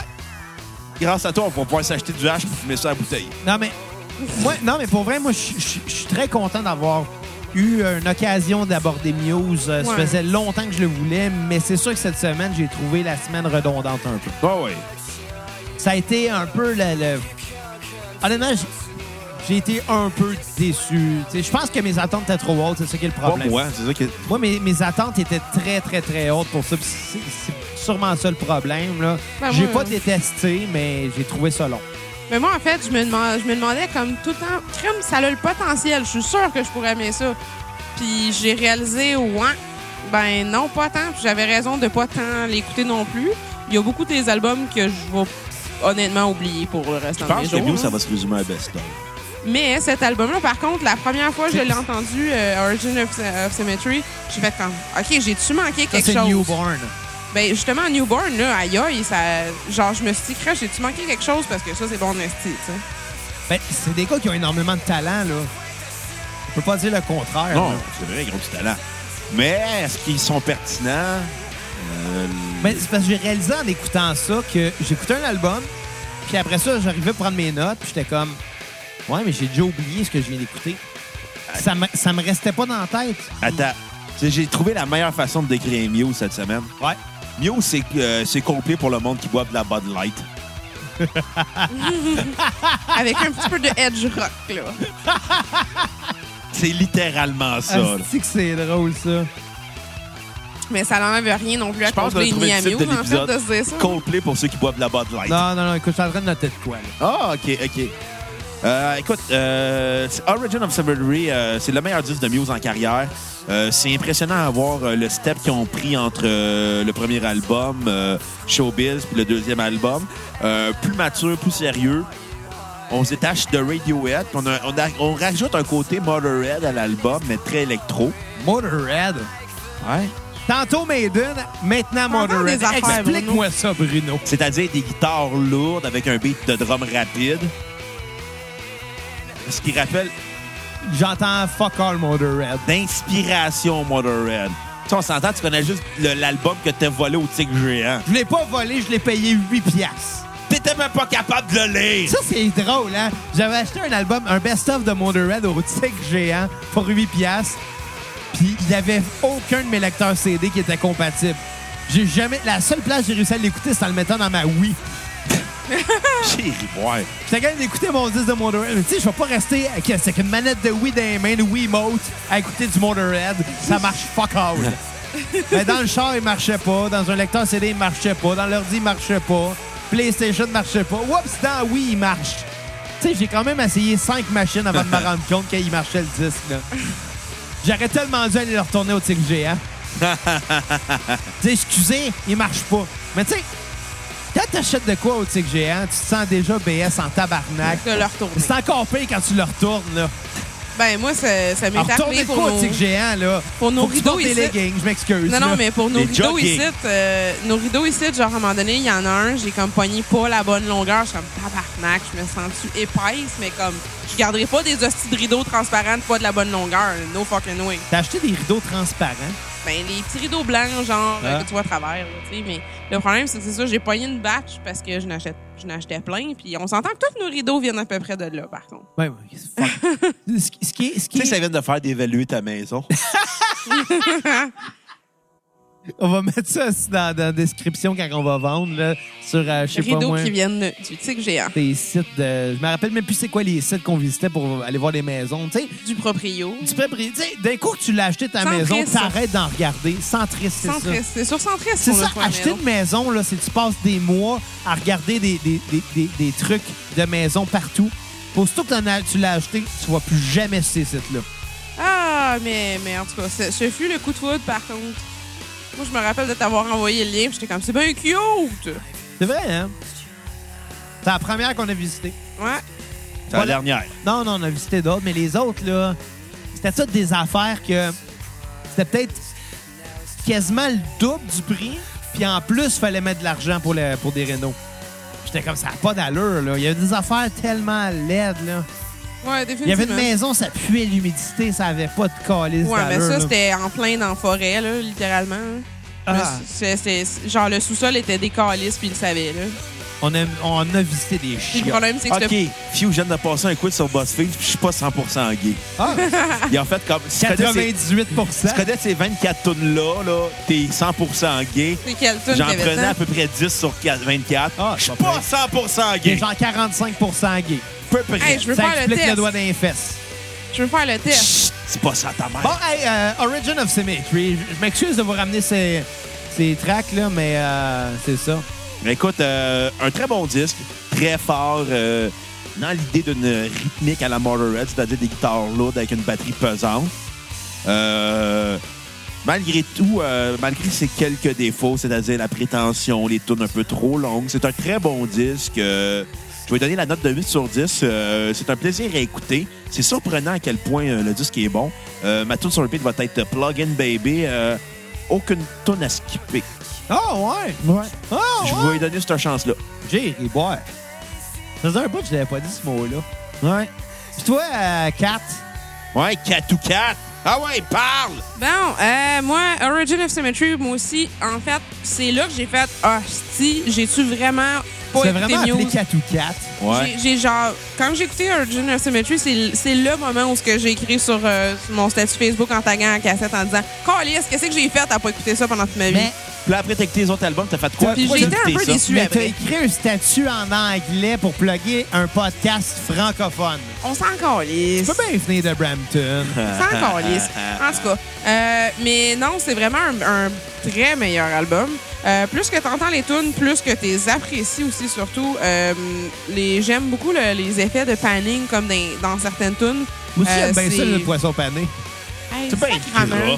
Speaker 2: Grâce à toi, on va pouvoir s'acheter du hache pour fumer ça à la bouteille.
Speaker 1: Non, mais, moi, non, mais pour vrai, moi, je je- je suis très content d'avoir eu une occasion d'aborder Muse. Euh, Ça
Speaker 3: Ouais.
Speaker 1: faisait longtemps que je le voulais, mais c'est sûr que cette semaine, j'ai trouvé la semaine redondante un peu.
Speaker 2: Bon, oui.
Speaker 1: Ça a été un peu le... le- Honnêtement, j'- j'ai été un peu déçu. Tu sais, Je pense que mes attentes étaient trop hautes, c'est ça qui est le
Speaker 2: Pas
Speaker 1: problème.
Speaker 2: moi, c'est ça qui est-
Speaker 1: Moi, mes, mes attentes étaient très, très, très hautes pour ça. puis C'est c'est sûrement ça le problème. là.
Speaker 3: Ben,
Speaker 1: j'ai
Speaker 3: moi,
Speaker 1: pas
Speaker 3: euh,
Speaker 1: détesté, mais j'ai trouvé ça long.
Speaker 3: Mais moi, en fait, je me, demandais, je me demandais comme tout le temps, crime, ça a le potentiel. Je suis sûre que je pourrais aimer ça. Puis j'ai réalisé, ouais, ben non, pas tant. Puis j'avais raison de pas tant l'écouter non plus. Il y a beaucoup des albums que je vais honnêtement oublier pour le
Speaker 2: Je
Speaker 3: restant de mes
Speaker 2: pense que
Speaker 3: jours.
Speaker 2: Muse,
Speaker 3: là.
Speaker 2: ça va se résumer à best-of.
Speaker 3: Mais cet album-là, par contre, la première fois que je l'ai entendu, euh, Origin of, of Symmetry, j'ai fait comme, OK, j'ai-tu manqué
Speaker 1: Ça,
Speaker 3: quelque
Speaker 1: c'est
Speaker 3: chose?
Speaker 1: Newborn.
Speaker 3: Ben, justement, Newborn, là, aïe, aïe, ça, genre, je me suis dit, crèche, j'ai-tu manqué quelque chose? Parce que ça, c'est bon esti, tu sais.
Speaker 1: Ben, c'est des gars qui ont énormément de talent. là. On peut pas dire le contraire.
Speaker 2: Non,
Speaker 1: là.
Speaker 2: c'est vrai, ils ont du talent. Mais est-ce qu'ils sont pertinents? Euh,
Speaker 1: Mais c'est parce que j'ai réalisé en écoutant ça que j'écoutais un album, puis après ça, j'arrivais pour prendre mes notes, puis j'étais comme, ouais, mais j'ai déjà oublié ce que je viens d'écouter. Ça me, ça me restait pas dans la tête.
Speaker 2: Attends, Tu sais, j'ai trouvé la meilleure façon de décrire Mio cette semaine.
Speaker 1: Ouais.
Speaker 2: Mio, c'est euh, c'est complet pour le monde qui boit de la Bud Light.
Speaker 3: Avec un petit peu de edge rock, là.
Speaker 2: C'est littéralement ça.
Speaker 3: Ah,
Speaker 2: là.
Speaker 1: C'est que c'est drôle, ça.
Speaker 3: Mais ça n'enlève rien non plus à
Speaker 2: Je pense
Speaker 3: cause
Speaker 2: qu'on a
Speaker 3: des
Speaker 2: trouvé le
Speaker 3: Miami,
Speaker 2: titre de
Speaker 3: en fait, de se dire ça.
Speaker 2: l'épisode. Complet pour ceux qui boivent de la Bud Light.
Speaker 1: Non, non, non, écoute, je suis en train de noter de quoi, là.
Speaker 2: Ah, OK, OK. Euh, écoute, euh, c'est Origin of Savagery, euh, c'est le meilleur disque de Muse en carrière. Euh, c'est impressionnant à voir euh, le step qu'ils ont pris entre euh, le premier album, euh, Showbiz, puis le deuxième album. Euh, plus mature, plus sérieux. On se détache de Radiohead. puis On, a- on a- on rajoute un côté Motorhead à l'album, mais très électro.
Speaker 1: Motorhead.
Speaker 2: Ouais.
Speaker 1: Tantôt Maiden, maintenant
Speaker 3: T'entends
Speaker 1: Motorhead.
Speaker 3: des affaires,
Speaker 1: Explique-moi ça, Bruno.
Speaker 2: C'est-à-dire des guitares lourdes avec un beat de drum rapide. Ce qui rappelle
Speaker 1: J'entends fuck all Motorhead.
Speaker 2: d'inspiration Motorhead. Tu sais, on s'entend, tu connais juste le- l'album que t'as volé au Tigre Géant.
Speaker 1: Je l'ai pas volé, je l'ai payé 8 piastres.
Speaker 2: T'étais même pas capable de le lire!
Speaker 1: Ça, c'est drôle, hein? J'avais acheté un album, un best-of de Motorhead au Tic Géant pour 8 piastres. Puis il n'y avait aucun de mes lecteurs CD qui était compatible. J'ai jamais... La seule place que j'ai réussi à l'écouter, c'est en le mettant dans ma Wii.
Speaker 2: Chérie, ouais.
Speaker 1: J'étais quand même d'écouter mon disque de Motorhead. Mais tu sais, je vais pas rester avec avec une manette de Wii dans les mains, une Wiimote, à écouter du Motorhead. Ça marche fuck all. Mais dans le char, il marchait pas. Dans un lecteur CD, il marchait pas. Dans l'ordi, il marchait pas. PlayStation marchait pas. Oups, dans Wii, il marche. Tu sais, j'ai quand même essayé cinq machines avant de me rendre compte qu'il marchait le disque, là. J'aurais tellement dû aller le retourner au Tic Géant. Tu sais, excusez, il marche pas. Mais tu sais, quand t'achètes de quoi au Tic Géant, tu te sens déjà BS en tabarnak.
Speaker 3: De le retourner.
Speaker 1: C'est encore pire quand tu le retournes, là.
Speaker 3: Ben, moi, ça, ça m'est
Speaker 1: Alors,
Speaker 3: arrivé
Speaker 1: retournez
Speaker 3: pour
Speaker 1: pas
Speaker 3: nos-
Speaker 1: au Tic Géant, là.
Speaker 3: pour nos
Speaker 1: Faut que tu
Speaker 3: rideaux
Speaker 1: portes des
Speaker 3: ici.
Speaker 1: leggings, je m'excuse.
Speaker 3: Non, non,
Speaker 1: là.
Speaker 3: mais pour nos
Speaker 2: Des
Speaker 3: rideaux
Speaker 2: jogging.
Speaker 3: ici, euh, nos rideaux ici, genre, à un moment donné, il y en a un, j'ai comme pogné pas la bonne longueur. Je suis comme, tabarnak, je me sens-tu épaisse, mais comme, je garderai pas des hosties de rideaux transparents de pas de la bonne longueur. No fucking way.
Speaker 1: T'as acheté des rideaux transparents.
Speaker 3: Ben, les petits rideaux blancs, genre,
Speaker 1: Ah.
Speaker 3: que tu vois à travers, là, tu sais. Mais le problème, c'est que c'est ça, j'ai pogné une batch parce que je n'achète, je n'achetais plein. Puis on s'entend que tous nos rideaux viennent à peu près de là, par contre.
Speaker 1: Ouais, ouais, c'est fuck. ce, qui- ce qui est. ce qui
Speaker 2: Tu sais,
Speaker 1: est-
Speaker 2: ça vient de faire d'évaluer ta maison.
Speaker 1: On va mettre ça aussi dans, dans la description quand on va vendre, là, sur, euh, je sais pas
Speaker 3: rideaux
Speaker 1: moi,
Speaker 3: qui viennent du tic géant,
Speaker 1: des sites de. Je me rappelle même plus c'est quoi les sites qu'on visitait pour aller voir les maisons. Tu sais,
Speaker 3: du proprio.
Speaker 1: tu peux. Tu sais, d'un coup que tu l'as acheté ta
Speaker 3: Centris.
Speaker 1: maison, t'arrêtes d'en regarder. Sans triste, c'est ça.
Speaker 3: Centris, C'est sur Centris
Speaker 1: C'est
Speaker 3: qu'on a
Speaker 1: ça,
Speaker 3: trouvé la
Speaker 1: acheter
Speaker 3: maison.
Speaker 1: une maison, là, c'est que tu passes des mois à regarder des, des, des, des, des trucs de maison partout. Pour surtout que t'en as- tu l'as acheté, tu vas plus jamais ces sites-là.
Speaker 3: Ah, mais, mais en tout cas, ce, ce fut le coup de foudre, par contre. Moi, je me rappelle de t'avoir envoyé le lien, puis j'étais comme, c'est bien cute!
Speaker 1: C'est vrai, hein? C'est la première qu'on a visitée.
Speaker 3: Ouais.
Speaker 2: C'est la
Speaker 1: Voilà.
Speaker 2: dernière.
Speaker 1: Non, non, on a visité d'autres, mais les autres, là, c'était ça des affaires que c'était peut-être quasiment le double du prix, puis en plus, fallait mettre de l'argent pour, le- pour des rénaux. J'étais comme ça, a pas d'allure, là. Il y a des affaires tellement laides, là.
Speaker 3: Ouais,
Speaker 1: Il y avait
Speaker 3: définitivement.
Speaker 1: une maison, ça puait l'humidité, ça avait pas de calice
Speaker 3: Ouais, mais
Speaker 1: d'allure,
Speaker 3: ça,
Speaker 1: là.
Speaker 3: c'était en plein dans la forêt, là, littéralement. hein.
Speaker 1: Ah.
Speaker 3: Mais c'est- c'est- c'est- genre, le sous-sol était des calices, puis il le savait, là.
Speaker 1: on, a, on a visité des
Speaker 3: Puis le
Speaker 1: chiottes.
Speaker 3: problème, c'est que
Speaker 2: OK,
Speaker 3: c'était-
Speaker 2: Few, je viens de passer un quiz sur BuzzFeed, puis je suis pas 100 gay.
Speaker 1: Ah,
Speaker 2: Et en fait, comme... Si tu connais ces-
Speaker 1: 98
Speaker 2: tu connais ces 24 tunes-là, là, t'es 100 gay.
Speaker 3: c'est quel tune qu'il y
Speaker 2: J'en
Speaker 3: avait
Speaker 2: prenais
Speaker 3: dedans?
Speaker 2: à peu près 10 sur 4 24.
Speaker 1: Ah,
Speaker 2: je suis
Speaker 1: pas
Speaker 2: pas 100
Speaker 1: Il y a
Speaker 2: gay.
Speaker 1: genre 45 gay.
Speaker 2: peu près.
Speaker 3: Hey, je veux
Speaker 1: ça
Speaker 3: faire le
Speaker 1: explique le,
Speaker 3: test.
Speaker 1: doigt d'un fesse.
Speaker 3: Je veux faire le test.
Speaker 2: Chut, c'est pas ça ta mère.
Speaker 1: Bon, hey, euh, Origin of Symmetry. Je- Je m'excuse de vous ramener ces, ces tracks, là, mais euh, c'est ça.
Speaker 2: Mais écoute, euh, un très bon disque, très fort euh, dans l'idée d'une rythmique à la Motorhead, c'est-à-dire des guitares lourdes avec une batterie pesante. Euh, malgré tout, euh, malgré ses quelques défauts, c'est-à-dire la prétention, les tunes un peu trop longues, c'est un très bon disque. euh, je vais donner la note de 8 sur 10. euh, c'est un plaisir à écouter. C'est surprenant à quel point euh, le disque est bon. Euh, ma tune sur repeat va être Plug In Baby. euh, aucune tune à skipper.
Speaker 1: Oh, ouais. Ouais. Oh,
Speaker 2: Je
Speaker 1: ouais.
Speaker 2: vais lui donner cette chance-là.
Speaker 1: J'ai ri boire. Ça faisait un bout que je l'avais pas dit, ce mot-là. Ouais. Puis toi, euh, Kat,
Speaker 2: Ouais, 4 ou 4. Ah ouais, parle!
Speaker 3: Bon, euh, moi, Origin of Symmetry, moi aussi, en fait, c'est là que j'ai fait Ah, si, j'ai-tu vraiment pas
Speaker 1: C'est
Speaker 3: écouté
Speaker 1: vraiment appelé
Speaker 3: Muse?
Speaker 1: 4 ou 4.
Speaker 2: Ouais.
Speaker 3: J'ai j'ai genre, quand j'ai écouté Origin of Symmetry, c'est c'est le moment où ce que j'ai écrit sur, euh, sur mon statut Facebook en taguant en cassette en disant Calais, qu'est-ce que j'ai fait à pas écouter ça pendant toute ma vie?
Speaker 1: Mais
Speaker 2: Puis là, après, t'as écouté les autres albums, t'as fait quoi?
Speaker 1: Puis
Speaker 2: Pourquoi
Speaker 1: j'ai
Speaker 2: t'as
Speaker 3: été un
Speaker 2: écouté
Speaker 3: peu
Speaker 2: ça?
Speaker 3: déçue. Tu
Speaker 1: mais t'as
Speaker 3: après.
Speaker 1: écrit un statut en anglais pour plugger un podcast francophone.
Speaker 3: On s'en calisse.
Speaker 1: Tu peux bien venir de Brampton.
Speaker 3: Sans câlisse. En tout cas. euh, mais non, c'est vraiment un, un très meilleur album. Euh, plus que t'entends les tunes, plus que t'es apprécies aussi, surtout. euh, les J'aime beaucoup le- les effets de panning comme dans, dans certaines tunes.
Speaker 1: Moi aussi,
Speaker 3: Euh,
Speaker 1: j'aime bien
Speaker 3: c'est-
Speaker 1: ça, le poisson pané.
Speaker 3: Hey,
Speaker 2: C'est bien
Speaker 3: sacrement.
Speaker 2: gras.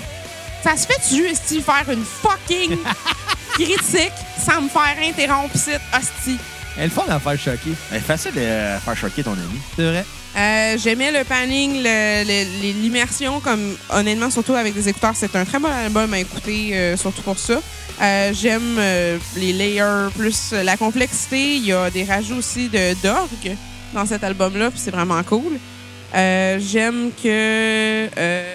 Speaker 3: Ça se fait juste y faire une fucking critique sans me faire interrompre site hostie.
Speaker 1: Elle font l'affaire choquée.
Speaker 2: Elle est facile de faire choquer ton ami.
Speaker 1: C'est vrai.
Speaker 3: Euh, J'aimais le panning, le- le- les- l'immersion, comme honnêtement, surtout avec des écouteurs, c'est un très bon album à écouter, euh, surtout pour ça. Euh, J'aime euh, les layers, plus euh, la complexité. Il y a des rajouts aussi de- d'orgue dans cet album-là, puis c'est vraiment cool. Euh, J'aime que. Euh,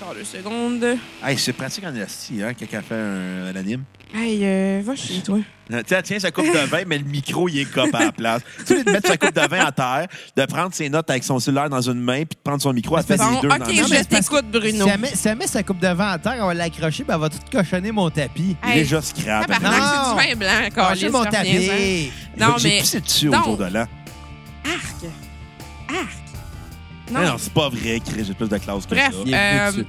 Speaker 3: attends deux secondes.
Speaker 2: Hey, c'est pratique en esti, hein, quelqu'un fait un, un anime.
Speaker 3: Hey, euh, va chez toi.
Speaker 2: Tiens, tiens, sa coupe de vin, mais le micro, il est cop à la place. Tu veux de mettre sa coupe de vin à terre, de prendre ses notes avec son cellulaire dans une main, puis de prendre son micro à
Speaker 1: Parce
Speaker 2: faire
Speaker 1: que-
Speaker 2: les
Speaker 3: Bon,
Speaker 2: deux dans
Speaker 3: ok,
Speaker 2: la main.
Speaker 1: mais
Speaker 3: je
Speaker 1: c'est parce
Speaker 3: t'écoute, Bruno.
Speaker 1: Si elle, met, si elle met sa coupe de vent à terre, on va l'accrocher, puis elle va tout cochonner mon tapis.
Speaker 2: Il est
Speaker 3: Hey,
Speaker 2: déjà scrap.
Speaker 3: Tabarnak,
Speaker 1: Non.
Speaker 3: c'est du vin blanc, encore.
Speaker 1: Cocher mon tapis.
Speaker 2: Il
Speaker 3: Non,
Speaker 2: faut que J'ai
Speaker 3: mais.
Speaker 2: pissé dessus
Speaker 3: Donc-
Speaker 2: autour de là.
Speaker 3: Arc! Arc!
Speaker 2: Non, c'est pas vrai, Chris, j'ai plus de classe que
Speaker 3: Bref,
Speaker 2: ça.
Speaker 3: euh,
Speaker 1: dessus.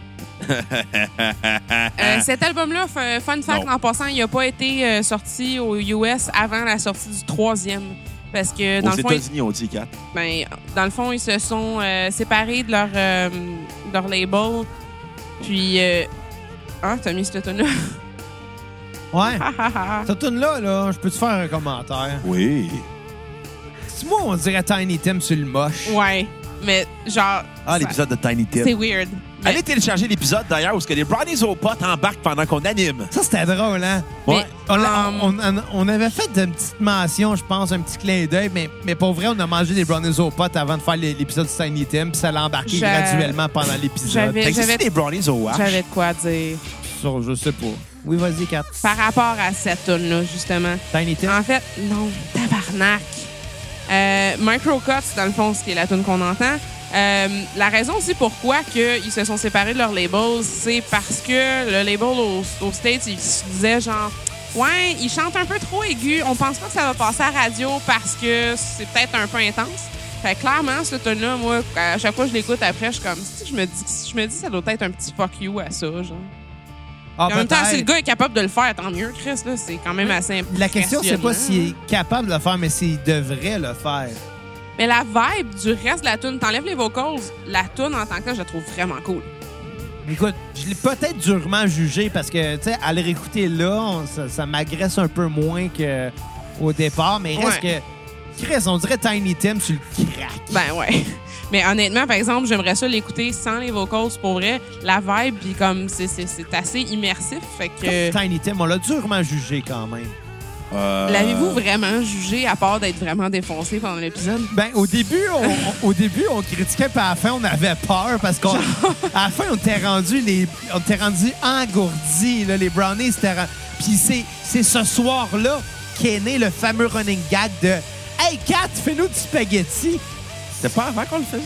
Speaker 3: euh, cet album-là, f- fun fact
Speaker 2: Non.
Speaker 3: en passant, il n'a pas été euh, sorti aux US avant la sortie du troisième. Parce que dans
Speaker 2: Aux
Speaker 3: le, fond,
Speaker 2: États-Unis, on dit 4.
Speaker 3: ils- ben, dans le fond, ils se sont euh, séparés de leur, euh, de leur label. Puis. Euh, ah, t'as mis cette tune
Speaker 1: Ouais.
Speaker 3: là
Speaker 1: Cette tune-là, là, je peux te faire un commentaire.
Speaker 2: Oui.
Speaker 1: Si moi, on dirait Tiny Tim sur le moche.
Speaker 3: Ouais. Mais genre.
Speaker 2: Ah,
Speaker 3: ça-
Speaker 2: l'épisode de Tiny Tim.
Speaker 3: C'est weird. Mais-
Speaker 2: Allez télécharger l'épisode d'ailleurs où ce que les Brownies aux potes embarquent pendant qu'on anime.
Speaker 1: Ça, c'était drôle, hein?
Speaker 3: Mais,
Speaker 1: Ouais. On, l'a-
Speaker 3: um,
Speaker 1: on- on- on avait fait une petite mention, je pense, un petit clin d'œil, mais, mais pour vrai, on a mangé des brownies aux potes avant de faire l'é- l'épisode de Tiny Tim, puis ça l'a embarqué
Speaker 3: J'a-
Speaker 1: graduellement pendant l'épisode.
Speaker 3: j'avais-
Speaker 1: Fait
Speaker 2: Existe-t-il des Brownies au Wash?
Speaker 3: J'avais de quoi dire.
Speaker 1: que sur- Je sais pas. Oui, vas-y, Kat.
Speaker 3: Par rapport à cette tune-là, justement.
Speaker 1: Tiny Tim.
Speaker 3: En fait, non, tabarnak. Euh, Microcuts, dans le fond, ce qui est la tune qu'on entend. Euh, la raison aussi pourquoi que ils se sont séparés de leur label, c'est parce que le label au, au States, ils se disaient genre, ouais, ils chantent un peu trop aigu, on pense pas que ça va passer à la radio parce que c'est peut-être un peu intense. Fait que clairement, ce tune-là, moi, à chaque fois que je l'écoute après, je suis comme, si je me dis, je me dis, ça doit être un petit fuck you à ça, genre.
Speaker 1: Ah,
Speaker 3: en même temps,
Speaker 1: peut-être.
Speaker 3: si le gars est capable de le faire, tant mieux, Chris, là, c'est quand même assez impressionnant.
Speaker 1: La question, c'est pas s'il
Speaker 3: hein?
Speaker 1: est capable de le faire, mais s'il devrait le faire.
Speaker 3: Mais la vibe du reste de la tune, t'enlèves les vocals, la tune en tant que telle, je la trouve vraiment cool.
Speaker 1: Écoute, je l'ai peut-être durement jugé parce que, tu sais, à le réécouter là, on- ça, ça m'agresse un peu moins qu'au départ, mais il reste que. Chris, on dirait Tiny Tim sur le crack.
Speaker 3: Ben ouais. Mais honnêtement, par exemple, j'aimerais ça l'écouter sans les vocals pour vrai. La vibe, puis comme c'est- c'est c'est assez immersif, fait que.
Speaker 1: Tiny Tim, on l'a durement jugé quand même.
Speaker 2: Euh,
Speaker 3: L'avez-vous vraiment jugé à part d'être vraiment défoncé pendant l'épisode?
Speaker 1: Ben, au début, on, on- au début, on critiquait, puis à la fin, on avait peur parce qu'on, à la fin, on était rendu les, on était rendu engourdis. là. les brownies, c'était, ren- puis c'est, c'est ce soir-là qu'est né le fameux running gag de, hey Kat, fais-nous du spaghetti.
Speaker 2: C'était pas avant qu'on le faisait?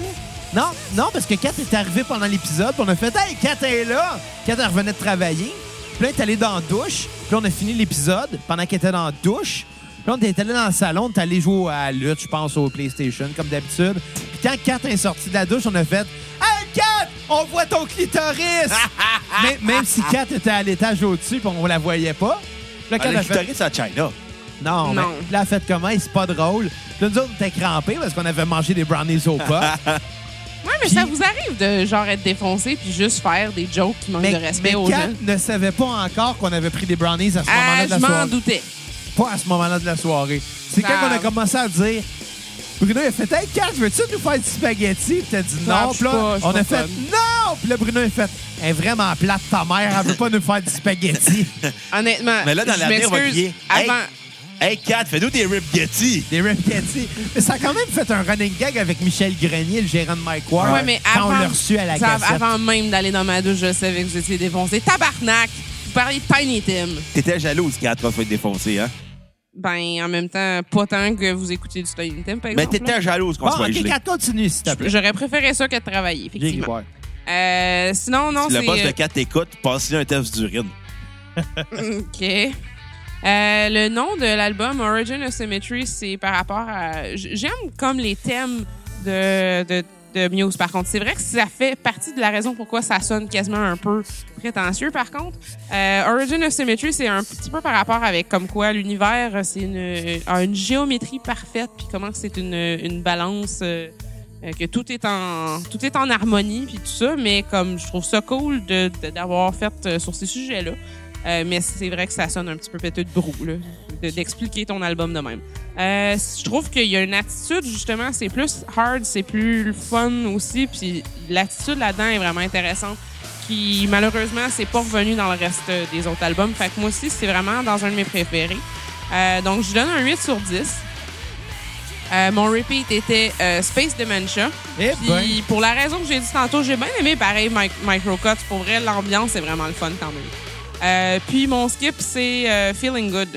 Speaker 1: Non, non, parce que Kat est arrivée pendant l'épisode, puis on a fait Hey, Kat est là! Kat elle revenait de travailler. Puis là, elle est allée dans la douche. Puis là, on a fini l'épisode pendant qu'elle était dans la douche. Puis là, on est allé dans le salon, on est allé jouer à la lutte, je pense, au PlayStation, comme d'habitude. Puis quand Kat est sortie de la douche, on a fait Hey, Kat! On voit ton clitoris! Mais- même si Kat était à l'étage au-dessus, puis on la voyait pas. Puis là, Kat
Speaker 2: Ah,
Speaker 1: a
Speaker 2: le
Speaker 1: fait
Speaker 2: guitariste à China.
Speaker 1: non,
Speaker 3: Non.
Speaker 1: mais la fête comment? C'est pas drôle. Puis là, nous autres, on était crampés parce qu'on avait mangé des brownies au pot.
Speaker 3: Ouais, mais ça
Speaker 1: Puis-
Speaker 3: vous arrive de genre être défoncé puis juste faire des jokes qui manquent
Speaker 1: Mais,
Speaker 3: de respect
Speaker 1: mais
Speaker 3: aux
Speaker 1: Kat
Speaker 3: gens?
Speaker 1: ne savait pas encore qu'on avait pris des brownies à ce
Speaker 3: Ah,
Speaker 1: moment-là de
Speaker 3: je
Speaker 1: la
Speaker 3: m'en
Speaker 1: soirée.
Speaker 3: doutais.
Speaker 1: Pas à ce moment-là de la soirée. C'est
Speaker 3: Ça-
Speaker 1: quand on a commencé à dire. Bruno il a fait Hey Kat, veux-tu nous faire du spaghetti? Puis t'as dit
Speaker 3: Ah,
Speaker 1: non.
Speaker 3: je
Speaker 1: Puis là,
Speaker 3: suis pas- je suis
Speaker 1: on
Speaker 3: pas
Speaker 1: a fait
Speaker 3: fun.
Speaker 1: non. Puis là, Bruno il a fait Elle est vraiment plate, ta mère. Elle veut pas nous faire du spaghetti.
Speaker 3: Honnêtement.
Speaker 2: Mais là, dans
Speaker 3: je
Speaker 2: l'avenir, on va
Speaker 3: m'excuse.
Speaker 2: crier, Hey,
Speaker 3: Avant,
Speaker 2: Hey, Kat, fais-nous des Rip Getty.
Speaker 1: Des Rip Getty. Mais ça a quand même fait un running gag avec Michel Grenier, le gérant de Mike Ward,
Speaker 3: Ouais, mais
Speaker 1: quand
Speaker 3: avant,
Speaker 1: on l'a reçu à la
Speaker 3: ça,
Speaker 1: cassette.
Speaker 3: avant même d'aller dans ma douche, je savais que j'étais défoncé. Tabarnak! Vous parlez de Tiny Tim.
Speaker 2: T'étais jalouse, Kat, quand tu vas te défoncer, hein?
Speaker 3: Ben, en même temps, pas tant que vous écoutez du Tiny Tim,
Speaker 2: Mais
Speaker 3: par exemple. là.
Speaker 2: Ben, t'étais jalouse qu'on
Speaker 1: Bon,
Speaker 2: se soit
Speaker 1: OK,
Speaker 2: gelé.
Speaker 1: Kat, continue, s'il te plaît.
Speaker 3: J'aurais préféré ça que de travailler, effectivement. Euh, sinon, non,
Speaker 2: Si
Speaker 3: c'est...
Speaker 2: le boss de Kat t'écoute, passe-lui un test d'urine.
Speaker 3: OK. Euh, le nom de l'album Origin of Symmetry, c'est par rapport à. j- J'aime comme les thèmes de, de, de Muse, par contre. C'est vrai que ça fait partie de la raison pourquoi ça sonne quasiment un peu prétentieux, par contre. Euh, Origin of Symmetry, c'est un petit peu par rapport avec comme quoi l'univers, euh, c'est une, a une géométrie parfaite, puis comment c'est une, une balance. euh, euh, que tout est en tout est en harmonie puis tout ça mais comme je trouve ça cool de- de- d'avoir fait euh, sur ces sujets là euh, mais c'est vrai que ça sonne un petit peu péteux de brou, là, de- d'expliquer ton album de même. Euh, je trouve qu'il y a une attitude, justement, c'est plus hard, c'est plus fun aussi, puis l'attitude là-dedans est vraiment intéressante, qui, malheureusement, c'est pas revenu dans le reste euh, des autres albums. Fait que moi aussi, c'est vraiment dans un de mes préférés. Euh, donc, je donne un 8 sur 10. Euh, mon repeat était euh, Space Dementia.
Speaker 1: Eh
Speaker 3: Puis,
Speaker 1: ben.
Speaker 3: pour la raison que j'ai dit tantôt, j'ai bien aimé pareil Mi- Microcuts. Pour vrai, l'ambiance est vraiment le fun quand même. Euh, puis mon skip, c'est euh, Feeling Good.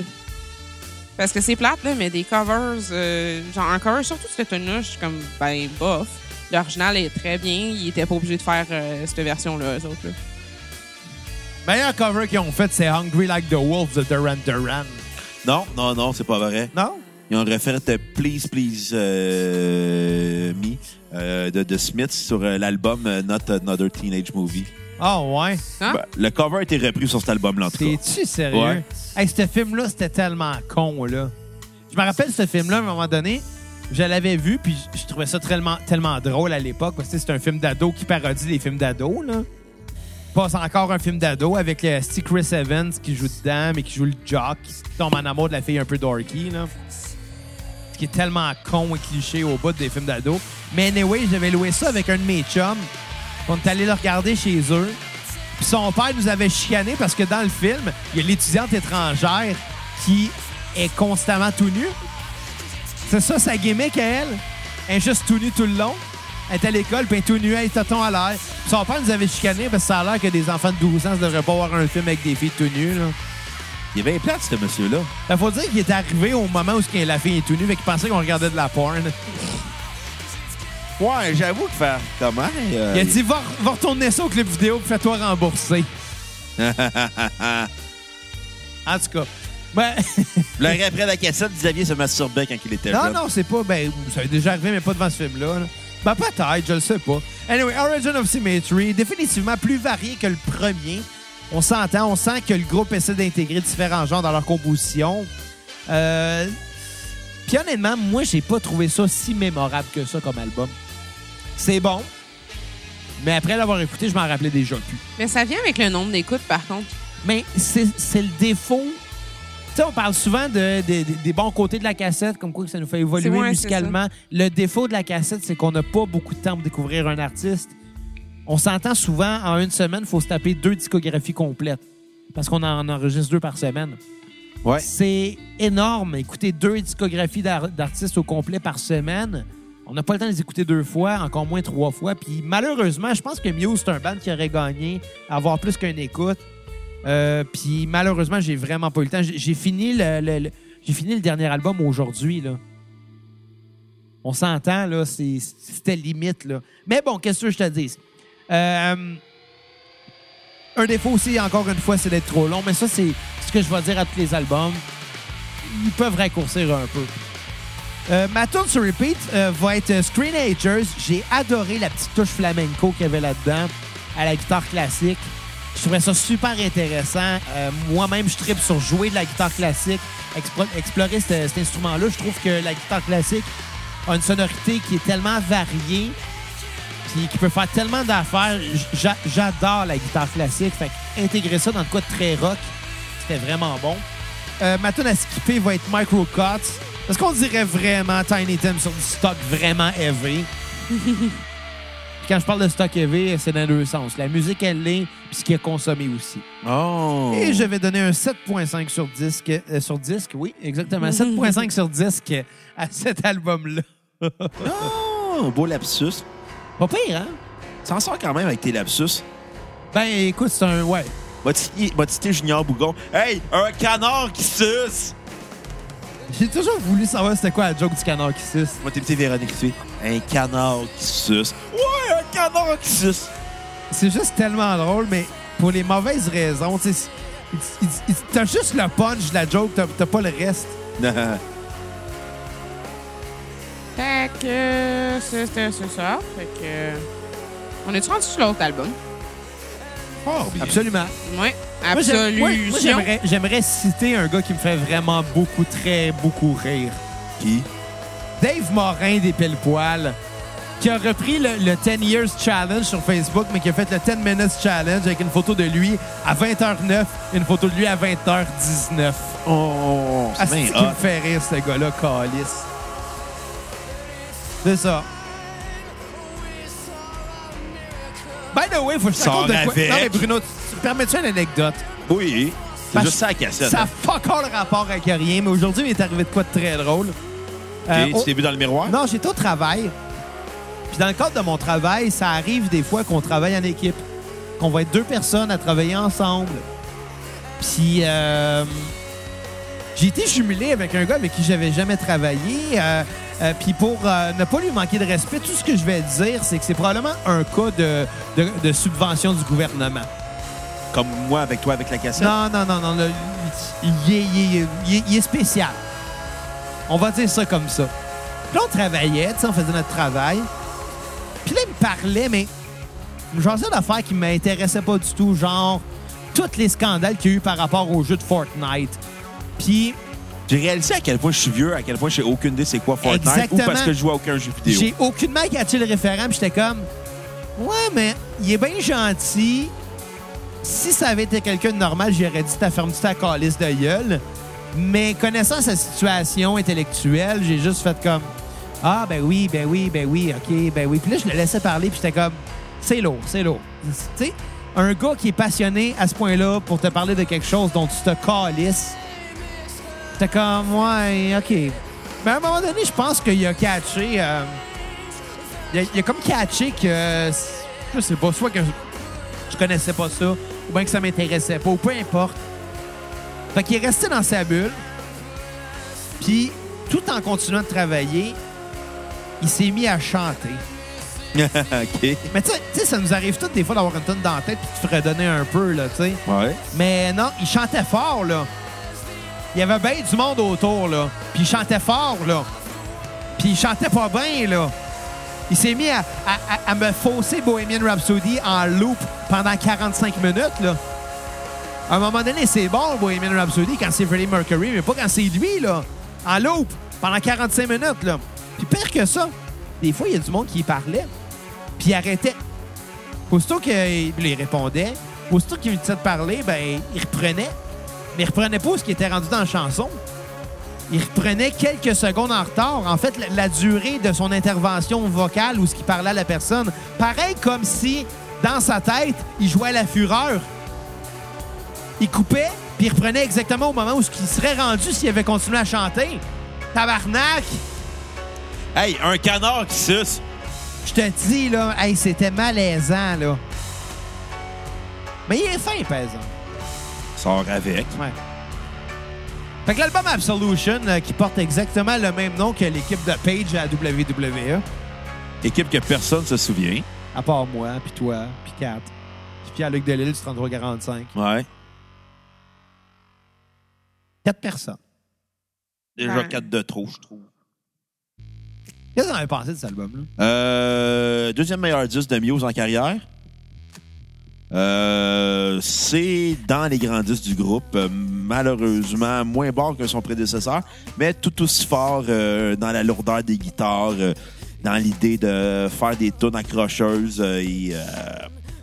Speaker 3: Parce que c'est plate, là, mais des covers, euh, genre un cover, surtout cette tune-là, je suis comme, ben, bof. L'original est très bien. Ils étaient pas obligés de faire euh, cette version-là, eux autres. là.
Speaker 1: Meilleur cover qu'ils ont fait, c'est Hungry Like the Wolves de Duran Duran.
Speaker 2: Non, non, non, c'est pas vrai.
Speaker 1: Non?
Speaker 2: Ils ont refait de Please, Please euh, Me euh, de, de Smith sur euh, l'album euh, Not Another Teenage Movie.
Speaker 1: Ah ouais.
Speaker 3: Hein?
Speaker 2: Ben, le cover a été repris sur cet album-là, en tout cas.
Speaker 1: T'es-tu sérieux?
Speaker 2: Ouais.
Speaker 1: Hey, ce film-là, c'était tellement con, là. Je me rappelle ce film-là, à un moment donné, je l'avais vu, puis je- je trouvais ça tellement, tellement drôle à l'époque. parce que C'est un film d'ado qui parodie les films d'ado, là. Passe encore un film d'ado avec le Steve Chris Evans qui joue dedans, mais qui joue le jock, qui tombe en amour de la fille un peu dorky, là. Ce qui est tellement con et cliché au bout des films d'ado. Mais anyway, j'avais loué ça avec un de mes chums. On est allé le regarder chez eux. Puis son père nous avait chicané parce que dans le film, il y a l'étudiante étrangère qui est constamment tout nue. C'est ça sa gimmick à elle. Elle est juste tout nue tout le long. Elle est à l'école, puis elle est tout nue, elle est tonton à l'air. Puis son père nous avait chicané parce que ça a l'air que des enfants de 12 ans ne devraient pas voir un film avec des filles tout nues. Là.
Speaker 2: Il est bien plate, ce monsieur-là.
Speaker 1: Ben, faut dire qu'il est arrivé au moment où ce que la fille est tout nue, fait qu'il pensait qu'on regardait de la porn.
Speaker 2: Ouais, j'avoue que faire comment? euh,
Speaker 1: Il a dit va, va retourner ça au clip vidéo, puis fais-toi rembourser. en tout cas. Ben,
Speaker 2: L'heure après la cassette, Xavier se masturbait quand il était
Speaker 1: Non,
Speaker 2: jeune.
Speaker 1: non, c'est pas. Ben, ça est déjà arrivé, mais pas devant ce film-là. là. Ben, peut-être, je le sais pas. Anyway, Origin of Symmetry, définitivement plus varié que le premier. On s'entend, on sent que le groupe essaie d'intégrer différents genres dans leur composition. Euh. Puis honnêtement, moi, j'ai pas trouvé ça si mémorable que ça comme album. C'est bon, mais après l'avoir écouté, je m'en rappelais déjà plus.
Speaker 3: Mais ça vient avec le nombre d'écoutes, par contre.
Speaker 1: Mais c'est c'est le défaut. Tu sais, on parle souvent de, de- de- des bons côtés de la cassette, comme quoi que ça nous fait évoluer
Speaker 3: C'est- ouais,
Speaker 1: musicalement. Le défaut de la cassette, c'est qu'on n'a pas beaucoup de temps pour découvrir un artiste. On s'entend souvent, en une semaine, il faut se taper deux discographies complètes. Parce qu'on en enregistre deux par semaine.
Speaker 2: Ouais.
Speaker 1: C'est énorme. Écouter deux discographies d'ar- d'artistes au complet par semaine, on n'a pas le temps de les écouter deux fois, encore moins trois fois. Puis malheureusement, je pense que Muse, c'est un band qui aurait gagné à avoir plus qu'une écoute. Euh, puis malheureusement, j'ai vraiment pas eu le temps. J'ai j'ai fini le, le- le- j'ai fini le dernier album aujourd'hui. là. On s'entend, là, c'est- c'était limite. Là. Mais bon, qu'est-ce que je te dis? un défaut aussi, encore une fois, c'est d'être trop long. Mais ça, c'est ce que je vais dire à tous les albums. Ils peuvent raccourcir un peu. Euh, ma tune sur repeat euh, va être euh, Screenagers. J'ai adoré la petite touche flamenco qu'il y avait là-dedans à la guitare classique. Je trouvais ça super intéressant. Euh, Moi-même, je tripe sur jouer de la guitare classique, explo- explorer ce- cet instrument-là. Je trouve que la guitare classique a une sonorité qui est tellement variée puis qui peut faire tellement d'affaires. J'a- J'adore la guitare classique. Fait que intégrer ça dans le quoi de très rock, c'était vraiment bon. Euh, ma tune à skipper va être Micro Cuts. Parce qu'on dirait vraiment Tiny Tim sur du stock vraiment élevé. Quand je parle de stock élevé, c'est dans les deux sens. La musique, elle l'est, puis ce qui est consommé aussi.
Speaker 2: Oh!
Speaker 1: Et je vais donner un 7.5 sur disque. euh, sur disque, oui, exactement. 7.5 sur disque à cet album-là.
Speaker 2: Oh! Beau lapsus.
Speaker 1: Pas pire, hein?
Speaker 2: T'en sors quand même avec tes lapsus.
Speaker 1: Ben, écoute, c'est un... Ouais.
Speaker 2: Va citer- va citer Junior Bougon. Hey, un canard qui suce!
Speaker 1: J'ai toujours voulu savoir c'était quoi la joke du canard qui suce.
Speaker 2: Moi, t'es petit Véronique qui fait un canard qui suce. Ouais, un canard qui suce!
Speaker 1: C'est juste tellement drôle, mais pour les mauvaises raisons. tu sais, il- il- il- T'as juste le punch de la joke, t'as t'as pas le reste.
Speaker 3: Fait que c'était c'est ça. Fait que. On est rendu sur l'autre album.
Speaker 2: Oh, bien.
Speaker 1: Absolument.
Speaker 3: Ouais.
Speaker 1: Moi, j'aime- moi- moi,
Speaker 3: Absolution.
Speaker 1: j'aimerais- J'aimerais citer un gars qui me fait vraiment beaucoup, très beaucoup rire.
Speaker 2: Qui?
Speaker 1: Dave Morin des Pelle-Poil, qui a repris le, le 10 Years Challenge sur Facebook, mais qui a fait le 10 Minutes Challenge avec une photo de lui à 20h09 et une photo de lui à 20h19.
Speaker 2: Oh,
Speaker 1: Ah,
Speaker 2: c'est
Speaker 1: c'est
Speaker 2: bien
Speaker 1: qui me
Speaker 2: hot.
Speaker 1: fait rire, ce gars-là, calice. C'est ça. By the way, faut que je te
Speaker 2: Sors
Speaker 1: raconte de quoi.
Speaker 2: avec.
Speaker 1: Non, mais Bruno, tu- tu- permets-tu une anecdote?
Speaker 2: Oui, c'est
Speaker 1: Parce-
Speaker 2: juste ça à cassette.
Speaker 1: Ça
Speaker 2: hein.
Speaker 1: n'a pas encore le rapport avec rien, mais aujourd'hui, il est arrivé de quoi de très drôle. Euh,
Speaker 2: Ok,
Speaker 1: au-
Speaker 2: Tu t'es vu dans le miroir?
Speaker 1: non, j'étais au travail. Puis dans le cadre de mon travail, ça arrive des fois qu'on travaille en équipe, qu'on va être deux personnes à travailler ensemble. Puis euh, j'ai été jumelé avec un gars avec qui j'avais jamais travaillé. euh, euh, puis pour euh, ne pas lui manquer de respect, tout ce que je vais dire, c'est que c'est probablement un cas de, de- de subvention du gouvernement.
Speaker 2: Comme moi avec toi avec la cassette?
Speaker 1: Non, non, non, non. le- il, est, il est- il est- il est spécial. On va dire ça comme ça. Puis là, on travaillait, tu sais, on faisait notre travail. Puis là, il me parlait, mais genre ça d'affaires qui m'intéressait pas du tout, genre tous les scandales qu'il y a eu par rapport au jeu de Fortnite. Puis
Speaker 2: J'ai réalisé à quel point je suis vieux, à quel point je sais aucune idée c'est quoi Fortnite
Speaker 1: Exactement.
Speaker 2: ou parce que je joue à aucun jeu vidéo.
Speaker 1: j'ai aucunement catché le référent, puis j'étais comme Ouais, mais il est bien gentil. Si ça avait été quelqu'un de normal, j'aurais dit ta ferme ta calice de gueule. Mais connaissant sa situation intellectuelle, j'ai juste fait comme Ah, ben oui, ben oui, ben oui, OK, ben oui. Puis là, je le laissais parler, puis j'étais comme C'est lourd, c'est lourd. Tu sais, un gars qui est passionné à ce point-là pour te parler de quelque chose dont tu te calisses, t'es comme Ouais, OK. Mais à un moment donné, je pense qu'il a catché. euh, il, a, il a comme catché que. euh, Je sais pas, soit que je, je connaissais pas ça, ou bien que ça m'intéressait pas, ou peu importe. Fait qu'il est resté dans sa bulle. Puis, tout en continuant de travailler, il s'est mis à chanter.
Speaker 2: OK.
Speaker 1: Mais tu sais- tu sais, ça nous arrive toutes des fois d'avoir une tonne dans la tête puis de te redonner un peu, là, tu sais.
Speaker 2: Ouais.
Speaker 1: Mais non, il chantait fort, là. Il y avait bien du monde autour, là. Puis il chantait fort, là. Puis il chantait pas bien, là. Il s'est mis à, à- à- à me fausser Bohemian Rhapsody en loop pendant 45 minutes, là. À un moment donné, c'est bon, Bohemian Rhapsody, quand c'est Freddie Mercury, mais pas quand c'est lui, là. En loop pendant 45 minutes, là. Puis pire que ça, des fois, il y a du monde qui y parlait, puis il arrêtait. Aussitôt qu'il il répondait, aussitôt qu'il me disait de parler, ben, il reprenait. Mais il reprenait pas ce qui était rendu dans la chanson. Il reprenait quelques secondes en retard. En fait, la, la durée de son intervention vocale ou ce qu'il parlait à la personne. Pareil comme si, dans sa tête, il jouait à la fureur. Il coupait, puis il reprenait exactement au moment où ce qu'il serait rendu s'il avait continué à chanter. Tabarnak!
Speaker 2: Hey, un canard qui suce!
Speaker 1: Je te dis, là, hey, c'était malaisant, là. Mais il est fin, par exemple.
Speaker 2: Sors avec.
Speaker 1: Ouais. Fait que l'album Absolution, euh, qui porte exactement le même nom que l'équipe de Page à WWE,
Speaker 2: Équipe que personne se souvient.
Speaker 1: à part moi, puis toi, puis Kat, puis Pierre-Luc Delisle du 3345.
Speaker 2: Ouais.
Speaker 1: Quatre personnes.
Speaker 2: Déjà
Speaker 3: Ouais.
Speaker 2: 4 de trop, je trouve.
Speaker 1: Qu'est-ce que t'en as pensé de cet album-là?
Speaker 2: Euh, deuxième meilleur 10 de Muse en carrière. Euh, c'est dans les grands 10 du groupe, euh, malheureusement moins bon que son prédécesseur, mais tout aussi fort euh, dans la lourdeur des guitares, euh, dans l'idée de faire des tunes accrocheuses euh, et euh,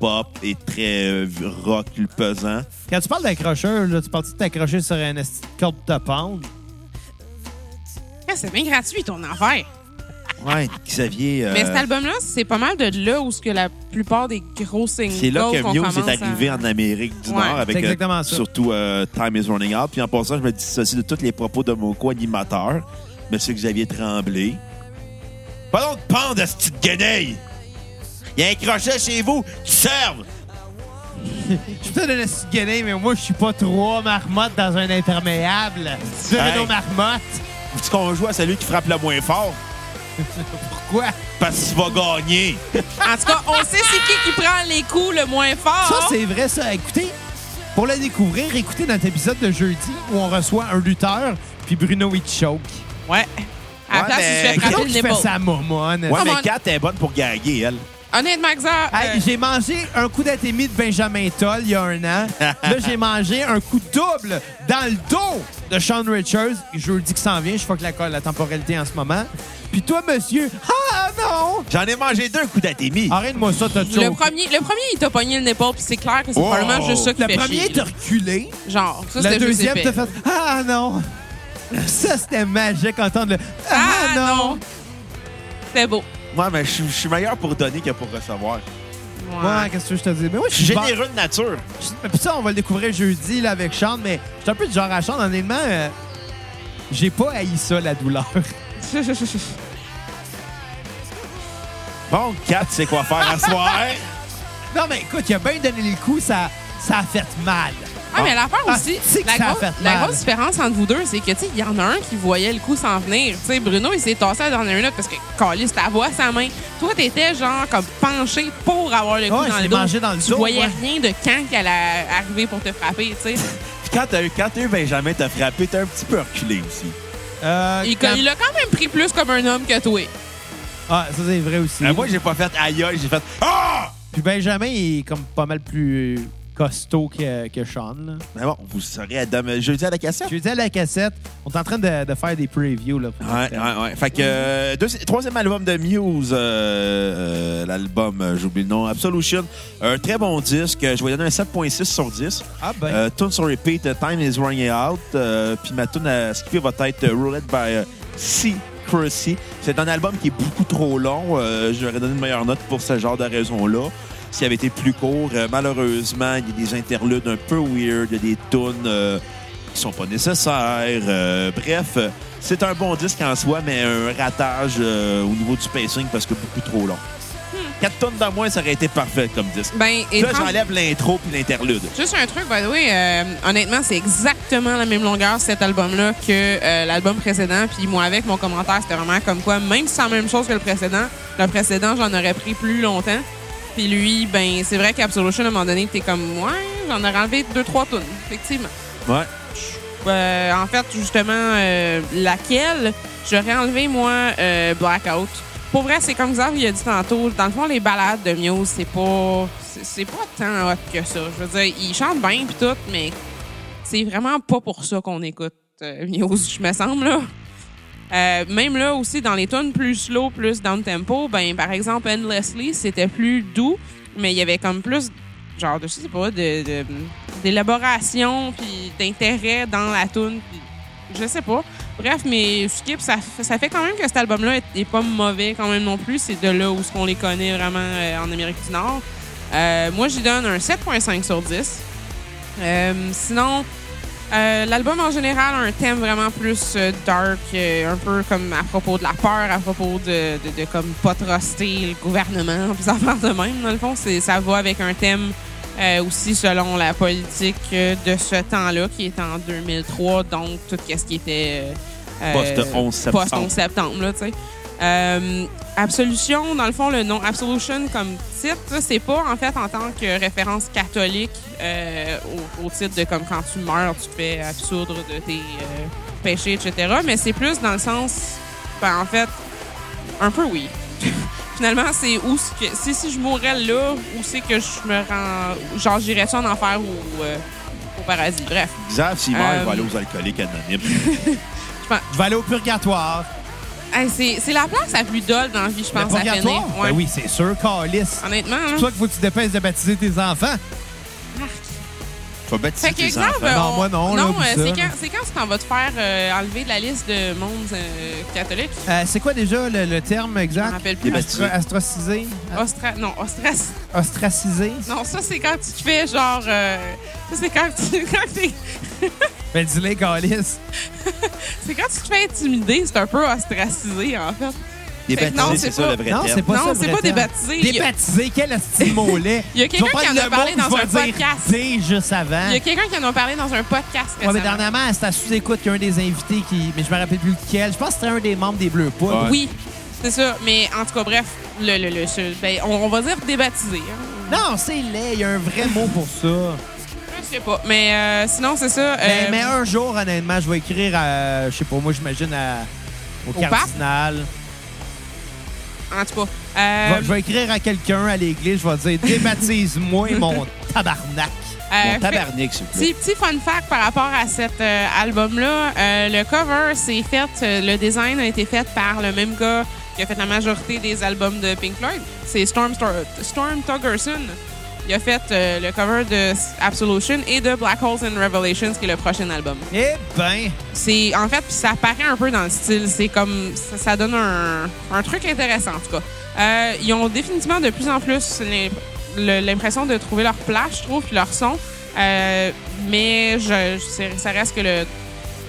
Speaker 2: pop et très euh, rock pesant.
Speaker 1: Quand tu parles d'accrocheur, là, tu parles de t'accrocher sur un esti de corde de pound.
Speaker 3: Ouais, C'est bien gratuit ton affaire.
Speaker 2: Ouais, Xavier. euh,
Speaker 3: Mais cet album-là, c'est pas mal de là où ce que la plupart des gros singles
Speaker 2: C'est là que
Speaker 3: qu'on
Speaker 2: Muse
Speaker 3: commence
Speaker 2: est
Speaker 3: à-
Speaker 2: arrivé en Amérique du
Speaker 3: hein. Ouais.
Speaker 2: Nord avec
Speaker 1: C'est
Speaker 2: euh,
Speaker 1: exactement ça.
Speaker 2: surtout euh, Time is Running Out. Puis en passant, je me dissocie de tous les propos de mon co-animateur, M. Xavier Tremblay. Pas donc de pendre à cette petite guenille! Il y a un crochet chez vous, tu serves!
Speaker 1: Je suis peut-être un esti de guenille, mais moi, je suis pas trois marmottes dans un imperméable. Tu
Speaker 2: Hey.
Speaker 1: nos marmottes.
Speaker 2: Tu qu'on joue à celui qui frappe le moins fort
Speaker 1: Pourquoi?
Speaker 2: parce qu'il va gagner.
Speaker 3: En tout cas, on sait c'est qui qui prend les coups le moins fort.
Speaker 1: Ça, c'est vrai, ça. Écoutez, pour le découvrir, écoutez notre épisode de jeudi où on reçoit un lutteur, puis Bruno, il te choke.
Speaker 3: Ouais. À la
Speaker 2: Ouais,
Speaker 3: place,
Speaker 2: mais
Speaker 3: il se
Speaker 1: Bruno
Speaker 3: fait frapper le
Speaker 1: qui fait
Speaker 3: nipple.
Speaker 1: sa momone.
Speaker 2: Ouais,
Speaker 3: Come
Speaker 2: mais
Speaker 3: on.
Speaker 2: Kat est bonne pour gagner, elle.
Speaker 3: Honnêtement, Xa, euh,
Speaker 1: Hey, j'ai mangé un coup d'atémie de Benjamin Toll il y a un an. Là, j'ai mangé un coup double dans le dos de Sean Richards. Je vous le dis que s'en vient. Je crois que la, la temporalité en ce moment. Puis toi, monsieur, ah non!
Speaker 2: J'en ai mangé deux coups d'atémie.
Speaker 1: Arrête-moi ça, t'as
Speaker 3: le,
Speaker 1: choqué.
Speaker 3: premier, le premier, il t'a pogné le nipple, puis c'est clair que c'est
Speaker 2: Oh.
Speaker 3: probablement juste ça qui
Speaker 1: Le
Speaker 3: fait
Speaker 1: premier
Speaker 3: chier,
Speaker 1: t'a
Speaker 3: là.
Speaker 1: reculé.
Speaker 3: Genre, ça,
Speaker 1: Le
Speaker 3: c'était juste
Speaker 1: deuxième
Speaker 3: épais.
Speaker 1: t'a fait Ah non! Ça, c'était magique, entendre le Ah, non!
Speaker 3: C'était beau.
Speaker 2: Ouais, mais je suis- je suis meilleur pour donner que pour recevoir.
Speaker 1: Ouais, qu'est-ce que je te dis? Mais oui,
Speaker 2: Je suis généreux de nature.
Speaker 1: Mais Puis ça, on va le découvrir jeudi là, avec Sean, mais j'étais un peu du genre à Sean, honnêtement, euh, j'ai pas haï ça, la douleur.
Speaker 2: Bon, Kat sait quoi faire à soir.
Speaker 1: non, mais écoute, il a bien donné le coup, ça, ça a fait mal.
Speaker 3: Ah, mais l'affaire
Speaker 1: Ah,
Speaker 3: aussi,
Speaker 1: c'est que
Speaker 3: la,
Speaker 1: ça a
Speaker 3: grosse,
Speaker 1: fait
Speaker 3: la
Speaker 1: mal.
Speaker 3: grosse différence entre vous deux, c'est que, tu sais, il y en a un qui voyait le coup s'en venir. Tu sais, Bruno, il s'est tassé à la dernière minute parce que, Calis, ta voix, sa main. Toi, t'étais, genre, comme penché pour avoir le coup
Speaker 1: Ouais, je
Speaker 3: dans,
Speaker 1: l'ai
Speaker 3: le dos.
Speaker 1: mangé dans le
Speaker 3: Tu
Speaker 1: dos,
Speaker 3: voyais
Speaker 1: ouais.
Speaker 3: rien de quand qu'elle allait arriver pour te frapper, tu sais.
Speaker 2: Puis quand t'as eu, quand t'as eu Benjamin t'a frappé, t'as un petit peu reculé aussi.
Speaker 1: Euh,
Speaker 3: Il,
Speaker 1: quand-
Speaker 3: il a quand même pris plus comme un homme que toi.
Speaker 1: Ah, ça, c'est vrai aussi.
Speaker 2: Euh, moi, j'ai pas fait aïe aïe, j'ai fait Ah!
Speaker 1: Puis Benjamin, il est comme pas mal plus costaud que, que Sean. là.
Speaker 2: Mais bon, vous serez à demain, jeudi à la cassette.
Speaker 1: Je lui dis à la cassette, on est en train de, de faire des previews. Là, pour-
Speaker 2: Ouais, ouais, ouais. Fait que euh, deuxi- troisième album de Muse, euh, euh, l'album, euh, j'oublie le nom, Absolution. Un très bon disque. Je vais lui donner un 7.6 sur 10.
Speaker 1: Ah ben,
Speaker 2: Euh, tune sur repeat, euh, Time is Running Out. Euh, Puis ma tune à skipper va être euh, Roulette by euh, C. Crucy. C'est un album qui est beaucoup trop long. Euh, J'aurais donné une meilleure note pour ce genre de raison-là. S'il avait été plus court, euh, malheureusement, il y a des interludes un peu weird, il y a des tunes euh, qui sont pas nécessaires. Euh, bref, euh, c'est un bon disque en soi, mais un ratage euh, au niveau du spacing parce que beaucoup trop long. 4 tonnes de moins, ça aurait été parfait comme disque.
Speaker 3: Ben,
Speaker 2: Là,
Speaker 3: étrange-
Speaker 2: j'enlève l'intro puis l'interlude.
Speaker 3: Juste un truc, by the way, euh, honnêtement, c'est exactement la même longueur cet album-là que euh, l'album précédent. Puis moi, avec mon commentaire, c'était vraiment comme quoi, même si c'est la même chose que le précédent, le précédent, j'en aurais pris plus longtemps. Puis lui, ben, c'est vrai qu'Absolution, à un moment donné, t'es comme, ouais, j'en aurais enlevé deux, trois tonnes, effectivement.
Speaker 2: Ouais.
Speaker 3: Euh, en fait, justement, euh, laquelle j'aurais enlevé, moi, euh, Blackout. Pour vrai, c'est comme Xav il a dit tantôt, dans le fond, les balades de Muse, c'est pas. c'est- C'est pas tant hot que ça. Je veux dire, ils chantent bien pis tout, mais c'est vraiment pas pour ça qu'on écoute euh, Muse, je me semble, là. Euh, même là aussi, dans les tunes plus slow, plus down tempo, ben par exemple, Endlessly, c'était plus doux, mais il y avait comme plus, genre, de, je sais pas, de- de- d'élaboration, puis d'intérêt dans la tune, puis je sais pas. Bref, mais Skip, ça, f- ça fait quand même que cet album-là est, est pas mauvais quand même non plus. C'est de là où ce qu'on les connaît vraiment euh, en Amérique du Nord. Euh, moi, j'y donne un 7.5 sur 10. Euh, sinon, euh, l'album en général a un thème vraiment plus euh, dark, euh, un peu comme à propos de la peur, à propos de, de, de comme pas truster le gouvernement, puis ça de même. Dans le fond, c'est ça va avec un thème euh, aussi selon la politique euh, de ce temps-là, qui est en 2003, donc tout ce qui était euh,
Speaker 2: Poste 11 septembre.
Speaker 3: post-11 septembre, là, tu sais. Euh, Absolution, dans le fond, le nom Absolution comme titre, là, c'est pas en fait en tant que référence catholique euh, au, au titre de comme quand tu meurs, tu te fais absoudre de tes euh, péchés, etc. Mais c'est plus dans le sens, ben, en fait, un peu oui. Finalement, c'est où ce que, si, si je mourrais là, où c'est que je me rends, genre j'irais tu en enfer ou euh, au paradis. Bref,
Speaker 2: Xav, s'il meurt, il va
Speaker 3: Euh,
Speaker 2: aller aux alcooliques anonymes.
Speaker 1: je vais aller au purgatoire.
Speaker 3: Hey, c'est c'est la place la plus dolle dans la vie, je
Speaker 1: Le
Speaker 3: pense, à finir.
Speaker 1: purgatoire?
Speaker 3: Ouais.
Speaker 1: Ben
Speaker 3: Hum.
Speaker 1: oui, c'est sûr, Calis.
Speaker 3: Honnêtement,
Speaker 1: C'est
Speaker 3: là.
Speaker 1: pour ça qu'il faut que tu te dépêches de baptiser tes enfants.
Speaker 3: Marc.
Speaker 2: Tu alphabétiser
Speaker 3: Fait que,
Speaker 2: tes
Speaker 3: exemple,
Speaker 2: enfants.
Speaker 1: Non,
Speaker 3: on-
Speaker 1: moi, non, là,
Speaker 3: non,
Speaker 1: oublie ça,
Speaker 3: euh, c'est
Speaker 1: là.
Speaker 3: quand, c'est quand tu t'en vas te faire euh, enlever de la liste de monde euh, catholique.
Speaker 1: Euh, c'est quoi déjà le, le terme
Speaker 3: Je me
Speaker 1: exact?
Speaker 3: rappelle plus. Ah,
Speaker 2: ben,
Speaker 1: Astra- Ostracisé?
Speaker 3: Ostra... Non, ostras...
Speaker 1: Ostracisé?
Speaker 3: Non, ça, c'est quand tu te fais genre... euh, Ça, c'est quand tu... quand t'es-
Speaker 1: Ben, dis-le, Calis.
Speaker 3: c'est quand tu te fais intimider. C'est un peu ostracisé, en fait. Fait que non,
Speaker 2: Débaptiser, c'est
Speaker 3: c'est
Speaker 2: ça
Speaker 3: pas-
Speaker 2: le vrai
Speaker 1: Non, c'est
Speaker 2: terme.
Speaker 1: pas ça.
Speaker 3: non,
Speaker 1: le
Speaker 3: c'est
Speaker 1: vrai
Speaker 3: pas
Speaker 1: terme.
Speaker 3: débaptisé. Il y a-
Speaker 1: Débaptisé, quel petit mot-là.
Speaker 3: Il y a quelqu'un qui en a parlé dans un podcast.
Speaker 1: Dès juste avant.
Speaker 3: Il y a quelqu'un qui en a parlé dans un podcast
Speaker 1: Ah. Ouais, mais
Speaker 3: récemment.
Speaker 1: dernièrement, c'était à sous-écoute qu'il y a un des invités qui. Mais je me rappelle plus lequel. Je pense que c'était un des membres des Bleus Poules.
Speaker 2: Ouais.
Speaker 3: Oui, c'est ça. Mais en tout cas, bref, le, le, le, ce- ben, on, on va dire débaptisé. hein.
Speaker 1: Non, c'est laid. Il y a un vrai mot pour ça.
Speaker 3: Je sais pas. Mais euh, sinon, c'est ça.
Speaker 1: Mais,
Speaker 3: euh,
Speaker 1: Ben, mais un jour, honnêtement, je vais écrire à. Je sais pas, moi, j'imagine à- Au,
Speaker 3: pape?
Speaker 1: cardinal.
Speaker 3: En tout cas.
Speaker 1: Je
Speaker 3: euh,
Speaker 1: vais- je vais écrire à quelqu'un à l'église, je vais dire débaptise-moi mon tabarnak.
Speaker 3: euh,
Speaker 2: Mon tabarnak, s'il vous plaît.
Speaker 3: Petit, petit fun fact par rapport à cet euh, album-là. Euh, le cover, c'est fait, euh, le design a été fait par le même gars qui a fait la majorité des albums de Pink Floyd. C'est Storm, Stor- Storm Thorgerson. Il a fait euh, le cover de Absolution et de Black Holes and Revelations, qui est le prochain album.
Speaker 1: Eh ben,
Speaker 3: C'est en fait, puis ça paraît un peu dans le style. C'est comme ça, ça donne un, un truc intéressant en tout cas. Euh, ils ont définitivement de plus en plus l'im- le- l'impression de trouver leur place, je trouve, puis leur son. Euh, mais je, je- c'est- ça reste que le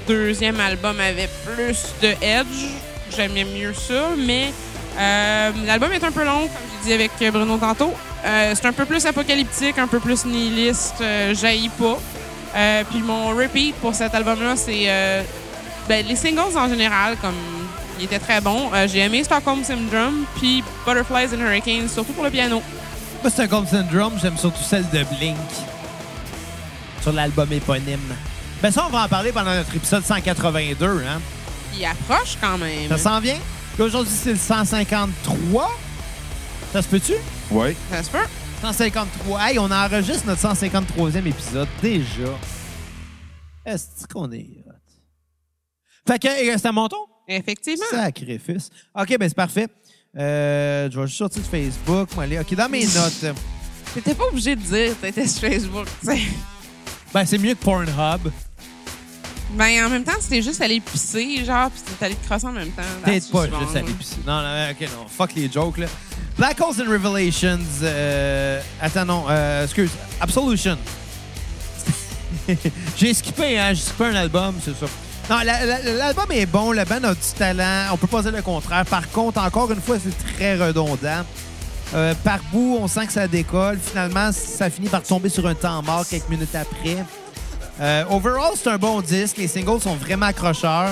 Speaker 3: deuxième album avait plus de edge. J'aimais mieux ça, mais euh, l'album est un peu long, comme j'ai dit avec Bruno tantôt. Euh, c'est un peu plus apocalyptique, un peu plus nihiliste. Euh, jaillit pas. Euh, puis mon repeat pour cet album-là, c'est euh, ben, les singles en général, comme il était très bon. j'ai aimé Stockholm Syndrome, puis Butterflies and Hurricanes, surtout pour le piano.
Speaker 1: moi, c'est un Gold Syndrome, j'aime surtout celle de Blink. Sur l'album éponyme. Ben, ça, on va en parler pendant notre épisode 182, hein.
Speaker 3: Il approche quand même.
Speaker 1: Ça s'en vient? Puis Aujourd'hui, c'est le 153. Ça se peut-tu?
Speaker 2: Ouais.
Speaker 3: Ça se peut.
Speaker 1: 153. Hey, on enregistre notre 153e épisode déjà. Est-ce qu'on est hot? Fait que, euh, c'est à mon tour?
Speaker 3: Effectivement.
Speaker 1: Sacrifice. OK, ben c'est parfait. Euh, je vais juste sortir de Facebook. moi, aller- OK, dans mes notes. euh,
Speaker 3: T'étais pas obligé de dire que t'étais sur Facebook, tu sais.
Speaker 1: Ben, c'est mieux que Pornhub.
Speaker 3: Ben, en même temps, c'était juste allé pisser, genre, puis t'es allé te crosser en même temps.
Speaker 1: Peut-être pas,
Speaker 3: Souvent,
Speaker 1: juste à
Speaker 3: là.
Speaker 1: l'épicerie. Non, non, OK, non. Fuck les jokes, là. Black Holes and Revelations. euh, Attends, non. euh, excuse. Absolution. J'ai skippé, hein. J'ai skippé un album, c'est ça. Non, la- la- l'album est bon. La band a du talent. On peut pas dire le contraire. Par contre, encore une fois, c'est très redondant. Euh, par bout, on sent que ça décolle. Finalement, ça finit par tomber sur un temps mort quelques minutes après. Euh, overall, c'est un bon disque. Les singles sont vraiment accrocheurs.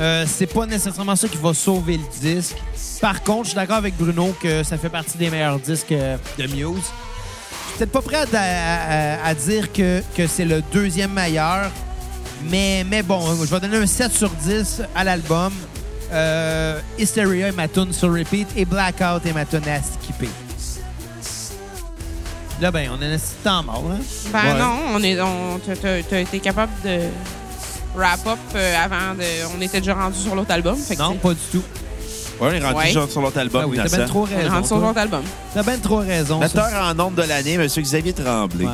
Speaker 1: Euh, c'est pas nécessairement ça qui va sauver le disque. Par contre, je suis d'accord avec Bruno que ça fait partie des meilleurs disques euh, de Muse. Je suis peut-être pas prêt à, à- à- à dire que, que c'est le deuxième meilleur, mais, mais bon, je vais donner un 7 sur 10 à l'album. Euh, Hysteria est ma tune sur repeat et Blackout est ma tune à skipper. Là, ben, on a un petit temps mort, hein?
Speaker 3: Ben
Speaker 2: Ouais.
Speaker 3: non, on est, on, t'as- t'as t'as été capable de wrap up euh, avant de. On était déjà rendu sur l'autre album. Fait que
Speaker 1: Non,
Speaker 3: c'est-
Speaker 1: pas du tout.
Speaker 2: Ouais, on est rendu
Speaker 3: Ouais.
Speaker 2: genre sur l'autre album,
Speaker 1: Ah oui, t'as
Speaker 2: innocent.
Speaker 1: bien trop
Speaker 3: on est rendu sur
Speaker 1: raison.
Speaker 3: l'autre
Speaker 1: toi.
Speaker 3: album.
Speaker 1: T'as bien trop raison. ça.
Speaker 2: Metteur en nombre de l'année, M. Xavier Tremblay.
Speaker 1: Ouais.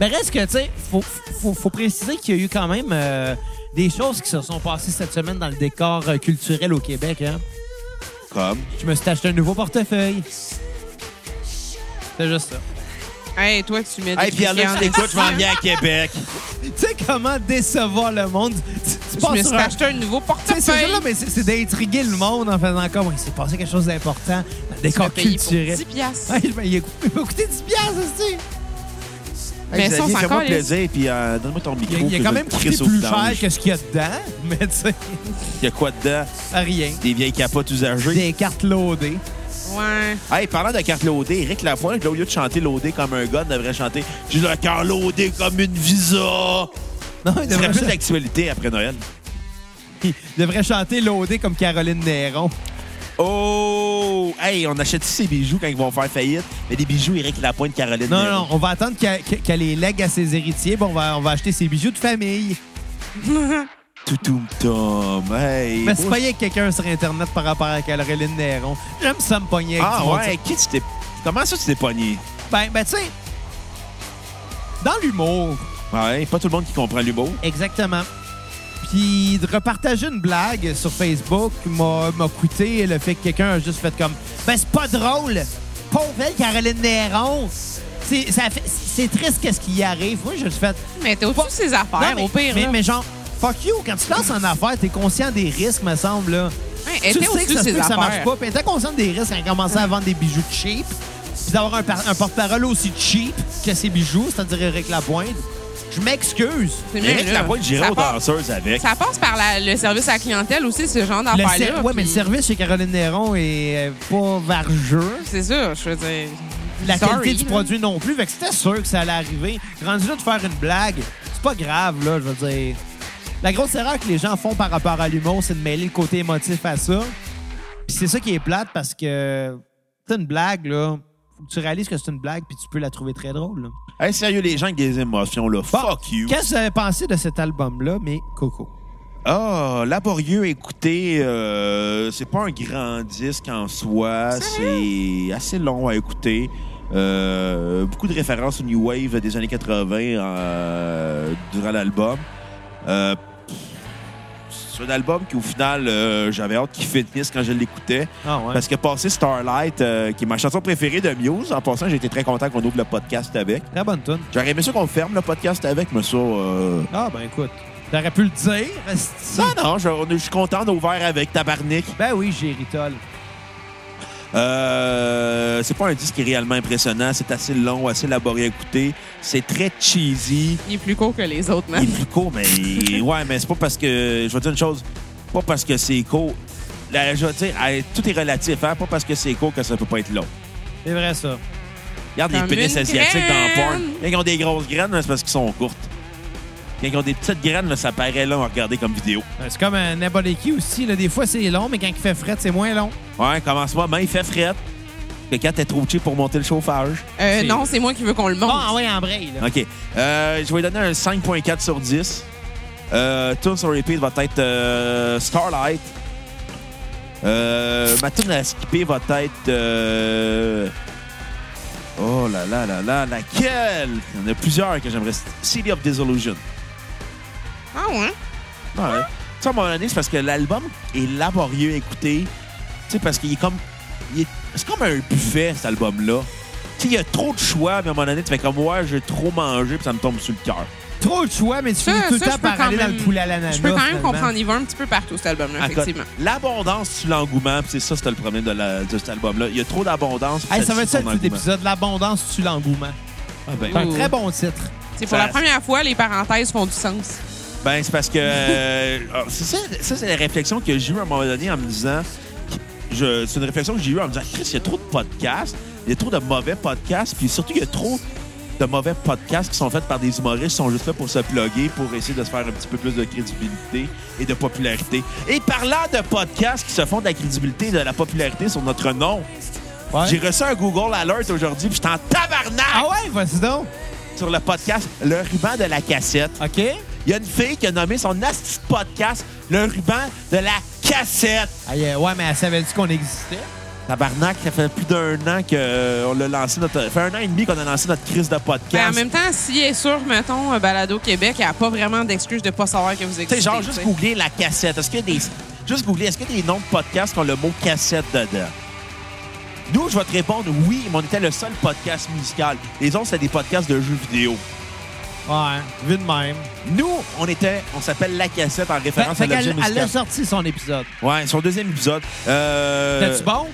Speaker 1: Mais reste que, tu sais, faut, faut, faut préciser qu'il y a eu quand même euh, des choses qui se sont passées cette semaine dans le décor euh, culturel au Québec. Hein.
Speaker 2: Comme.
Speaker 1: Je me suis acheté un nouveau portefeuille. C'est juste ça.
Speaker 3: Hey, toi, tu mets des
Speaker 2: Hey, Pierre-Luc,
Speaker 3: Christian-
Speaker 2: si t'écoutes, je m'en viens à Québec.
Speaker 1: Tu sais comment décevoir le monde? Tu, tu
Speaker 3: Je
Speaker 1: passes
Speaker 3: me
Speaker 1: sur
Speaker 3: suis
Speaker 1: un-
Speaker 3: acheté un nouveau
Speaker 1: Tu sais, C'est
Speaker 3: portefeuille.
Speaker 1: ça, là, mais c'est c'est d'intriguer le monde en faisant comme Ouais, il s'est passé quelque chose d'important dans le décor
Speaker 3: payé pour
Speaker 1: culturel.
Speaker 3: 10 piastres.
Speaker 1: Ouais, ben, il a cou- il m'a coûté 10 piastres, aussi.
Speaker 3: Mais ça, on
Speaker 2: Xavier,
Speaker 3: s'en
Speaker 2: fais-moi
Speaker 3: calisse.
Speaker 2: plaisir, puis euh, donne-moi ton micro.
Speaker 1: Il a, il a
Speaker 2: que
Speaker 1: quand
Speaker 2: je
Speaker 1: même
Speaker 2: le
Speaker 1: coûté
Speaker 2: crisse au
Speaker 1: plus cher
Speaker 2: vidange.
Speaker 1: que ce qu'il y a dedans, mais tu sais,
Speaker 2: Il y a quoi dedans?
Speaker 1: rien.
Speaker 2: Des vieilles capotes usagées.
Speaker 1: Des cartes loadées.
Speaker 3: Ouais.
Speaker 2: Hey, parlant de carte loadée, Eric Lapointe, là, au lieu de chanter loadé comme un gars, devrait chanter J'ai le cœur loadé comme une visa.
Speaker 1: Non, il
Speaker 2: Ce serait
Speaker 1: devrait,
Speaker 2: plus
Speaker 1: cha-
Speaker 2: d'actualité après Noël.
Speaker 1: il devrait chanter Laudé comme Caroline Néron.
Speaker 2: Oh! Hey, on achète ici ces bijoux quand ils vont faire faillite? Mais des bijoux, Eric Lapointe, Caroline.
Speaker 1: Non,
Speaker 2: Néron.
Speaker 1: non, on va attendre qu'elle qu'elle- qu'elle les lègue à ses héritiers. Bon, on va, on va acheter ses bijoux de famille.
Speaker 2: Toutoum Tom. Hey. oh.
Speaker 1: Mais se
Speaker 2: beau-
Speaker 1: payer avec quelqu'un sur Internet par rapport à Caroline Néron. J'aime ça me pogner avec
Speaker 2: Ah
Speaker 1: du monde.
Speaker 2: ouais, qui tu t'es. Comment ça tu t'es pogné?
Speaker 1: Ben, ben tu sais, dans l'humour,
Speaker 2: Ouais, pas tout le monde qui comprend l'humour.
Speaker 1: Exactement. Puis de repartager une blague sur Facebook m'a m'a coûté le fait que quelqu'un a juste fait comme Ben, c'est pas drôle! Pauvre elle, Caroline Néron! C'est ça fait- c'est triste qu'est-ce qui y arrive. Moi, je le fais.
Speaker 3: Mais t'es au-dessus de ses affaires,
Speaker 1: mais,
Speaker 3: au pire.
Speaker 1: Mais,
Speaker 3: là.
Speaker 1: mais genre, fuck you! Quand tu te lances en affaires, t'es conscient des risques, me semble. Là.
Speaker 3: Ouais,
Speaker 1: tu
Speaker 3: elle
Speaker 1: le
Speaker 3: était
Speaker 1: sais
Speaker 3: au-dessus
Speaker 1: que
Speaker 3: de
Speaker 1: ça se
Speaker 3: ses
Speaker 1: peut que ça marche
Speaker 3: affaires.
Speaker 1: pas. Mais t'es conscient des risques quand commencer à vendre des bijoux cheap, puis d'avoir un, par- un porte-parole aussi cheap que ses bijoux, c'est-à-dire Eric Lapointe. Je m'excuse.
Speaker 3: C'est mieux,
Speaker 2: Eric
Speaker 3: là.
Speaker 2: Lapointe, j'irai
Speaker 3: Ça
Speaker 2: aux
Speaker 3: part-
Speaker 2: danseuses avec.
Speaker 3: Ça passe par la- le service à la clientèle aussi, ce genre
Speaker 1: Le
Speaker 3: d'affaires-là.
Speaker 1: ser- ouais, mais le
Speaker 3: Ah, ben puis-
Speaker 1: service chez Caroline Néron est euh, pas vargeux.
Speaker 3: C'est ça, je veux dire.
Speaker 1: La
Speaker 3: sorry,
Speaker 1: qualité du
Speaker 3: là.
Speaker 1: produit non plus. Fait que c'était sûr que ça allait arriver. Rendu là de faire une blague, c'est pas grave, là, je veux dire. La grosse erreur que les gens font par rapport à l'humour, c'est de mêler le côté émotif à ça. Puis c'est ça qui est plate parce que c'est une blague, là. Faut que tu réalises que c'est une blague puis tu peux la trouver très drôle. là.
Speaker 2: Hey, sérieux, les gens avec des émotions, là.
Speaker 1: Bon,
Speaker 2: Fuck you.
Speaker 1: Qu'est-ce que vous avez pensé de cet album-là, mais Coco?
Speaker 2: Ah, laborieux, écoutez, euh, c'est pas un grand disque en soi, c'est assez long à écouter. Euh, beaucoup de références au New Wave des années 80 euh, durant l'album. Euh, pff, c'est un album qui, au final, euh, j'avais hâte qu'il finisse quand je l'écoutais.
Speaker 1: Ah ouais.
Speaker 2: Parce que passer Starlight, euh, qui est ma chanson préférée de Muse, en passant, j'ai été très content qu'on ouvre le podcast avec.
Speaker 1: Très bonne tune.
Speaker 2: J'aurais aimé ça qu'on ferme le podcast avec, mais ça... euh,
Speaker 1: Ah ben écoute, t'aurais pu le dire. esti.
Speaker 2: Non, non, je, on est- je suis content d'ouvrir avec Tabarnik.
Speaker 1: Ben oui, j'ai ritol.
Speaker 2: Euh, c'est pas un disque qui est réellement impressionnant. C'est assez long, assez laborieux à écouter. C'est très cheesy.
Speaker 3: Il est plus court que les autres,
Speaker 2: Il
Speaker 3: man.
Speaker 2: est plus court, mais ouais, mais c'est pas parce que je vais dire une chose. Pas parce que c'est court. Là, je veux dire, euh, tout est relatif. Hein? Pas parce que c'est court que ça peut pas être long.
Speaker 1: C'est vrai ça.
Speaker 2: Regarde les
Speaker 3: Comme
Speaker 2: pénis
Speaker 3: une
Speaker 2: asiatiques dans porn.
Speaker 3: graine.
Speaker 2: Quand ils ont des grosses graines, là, c'est parce qu'ils sont courtes. Quand ils ont des petites graines, là, ça paraît long à regarder comme vidéo.
Speaker 1: Ouais, Euh, C'est comme un Aboleki aussi. Là. Des fois, c'est long, mais quand il fait fret, c'est moins long.
Speaker 2: Ouais, commence-moi, mais il fait frette. Le quand t'es trop cheap pour monter le chauffage.
Speaker 3: Euh,
Speaker 1: C'est-
Speaker 3: non, c'est moi qui veux qu'on le monte.
Speaker 1: Ah, ouais, en braille. là.
Speaker 2: OK. Euh, je vais donner un 5.4 sur 10. Euh, tune sur repeat va être euh, Starlight. Euh, ma tune à skipper va être... euh, Oh là là là là, laquelle? Il y en a plusieurs que j'aimerais... City of Disillusion.
Speaker 3: Ah ouais?
Speaker 2: Ouais. Tu sais, à un moment donné, c'est parce que l'album est laborieux à écouter. Tu sais, parce qu'il est comme... il est- C'est comme un buffet, cet album-là. Tu sais, il y a trop de choix, mais à un moment donné, tu fais comme, ouais, j'ai trop mangé, puis ça me tombe sur le cœur.
Speaker 1: Trop de choix, mais tu
Speaker 3: Ça,
Speaker 1: finis tout le
Speaker 3: ça,
Speaker 1: temps
Speaker 3: je peux
Speaker 1: par
Speaker 3: quand
Speaker 1: aller dans
Speaker 3: même-
Speaker 1: le poulet à l'ananas.
Speaker 3: Je peux quand même
Speaker 1: finalement.
Speaker 3: comprendre. Il va un petit peu partout, cet
Speaker 1: Ah,
Speaker 3: album-là,
Speaker 2: Encore-
Speaker 3: effectivement.
Speaker 2: Ah, L'abondance tue l'engouement, puis c'est ça, c'était le problème de, la- de cet album-là. Il y a trop d'abondance. puis
Speaker 1: Hey, ça va
Speaker 2: tue
Speaker 1: être ça
Speaker 2: son
Speaker 1: le titre
Speaker 2: engouement.
Speaker 1: d'épisode. L'abondance tue l'engouement.
Speaker 2: Ah ben,
Speaker 1: C'est un
Speaker 3: Ouh.
Speaker 1: très bon titre.
Speaker 3: C'est pour
Speaker 2: Ça-
Speaker 3: la première fois, les parenthèses font du sens.
Speaker 2: ben, c'est parce que. euh, ah, c'est ça, ça, c'est la réflexion que j'ai eue à un moment donné en me disant. je- c'est une réflexion que j'ai eue en me disant Chris, il y a trop de podcasts, il y a trop de mauvais podcasts, puis surtout, il y a trop de mauvais podcasts qui sont faits par des humoristes qui sont juste là pour se plugger, pour essayer de se faire un petit peu plus de crédibilité et de popularité. Et parlant de podcasts qui se font de la crédibilité et de la popularité sur notre nom,
Speaker 1: Ouais.
Speaker 2: J'ai reçu un Google Alert aujourd'hui, puis j'étais en tabarnak
Speaker 1: Ah ouais, vas-y donc.
Speaker 2: sur le podcast Le ruban de la cassette.
Speaker 1: OK.
Speaker 2: Il y a une fille qui a nommé son asti de podcast Le ruban de la cassette.
Speaker 1: Aïe, euh, ouais, mais elle savait-tu qu'on existait?
Speaker 2: Tabarnak, ça fait plus d'un an qu'on l'a lancé notre. Ça fait un an et demi qu'on a lancé notre crise de
Speaker 3: Mais Ben, en
Speaker 2: podcast.
Speaker 3: même temps, si elle est sûr, mettons, euh, Balado Québec, il n'y a pas vraiment d'excuse de ne pas savoir que vous
Speaker 2: Tu
Speaker 3: existez.
Speaker 2: sais, genre, juste
Speaker 3: t'sais.
Speaker 2: googler la cassette. Est-ce qu'il y a des. Juste googler, est-ce qu'il y a des noms de podcasts qui ont le mot cassette dedans? Nous, je vais te répondre oui, mais on était le seul podcast musical. Les autres, c'était des podcasts de jeux vidéo.
Speaker 1: Ouais, hein. vu de même.
Speaker 2: Nous, on était, on s'appelle La Cassette en
Speaker 1: Fait,
Speaker 2: référence
Speaker 1: fait
Speaker 2: à l'objet
Speaker 1: qu'elle elle a
Speaker 2: musical.
Speaker 1: sorti son épisode.
Speaker 2: Ouais, son deuxième épisode. Euh,
Speaker 1: T'as-tu bon?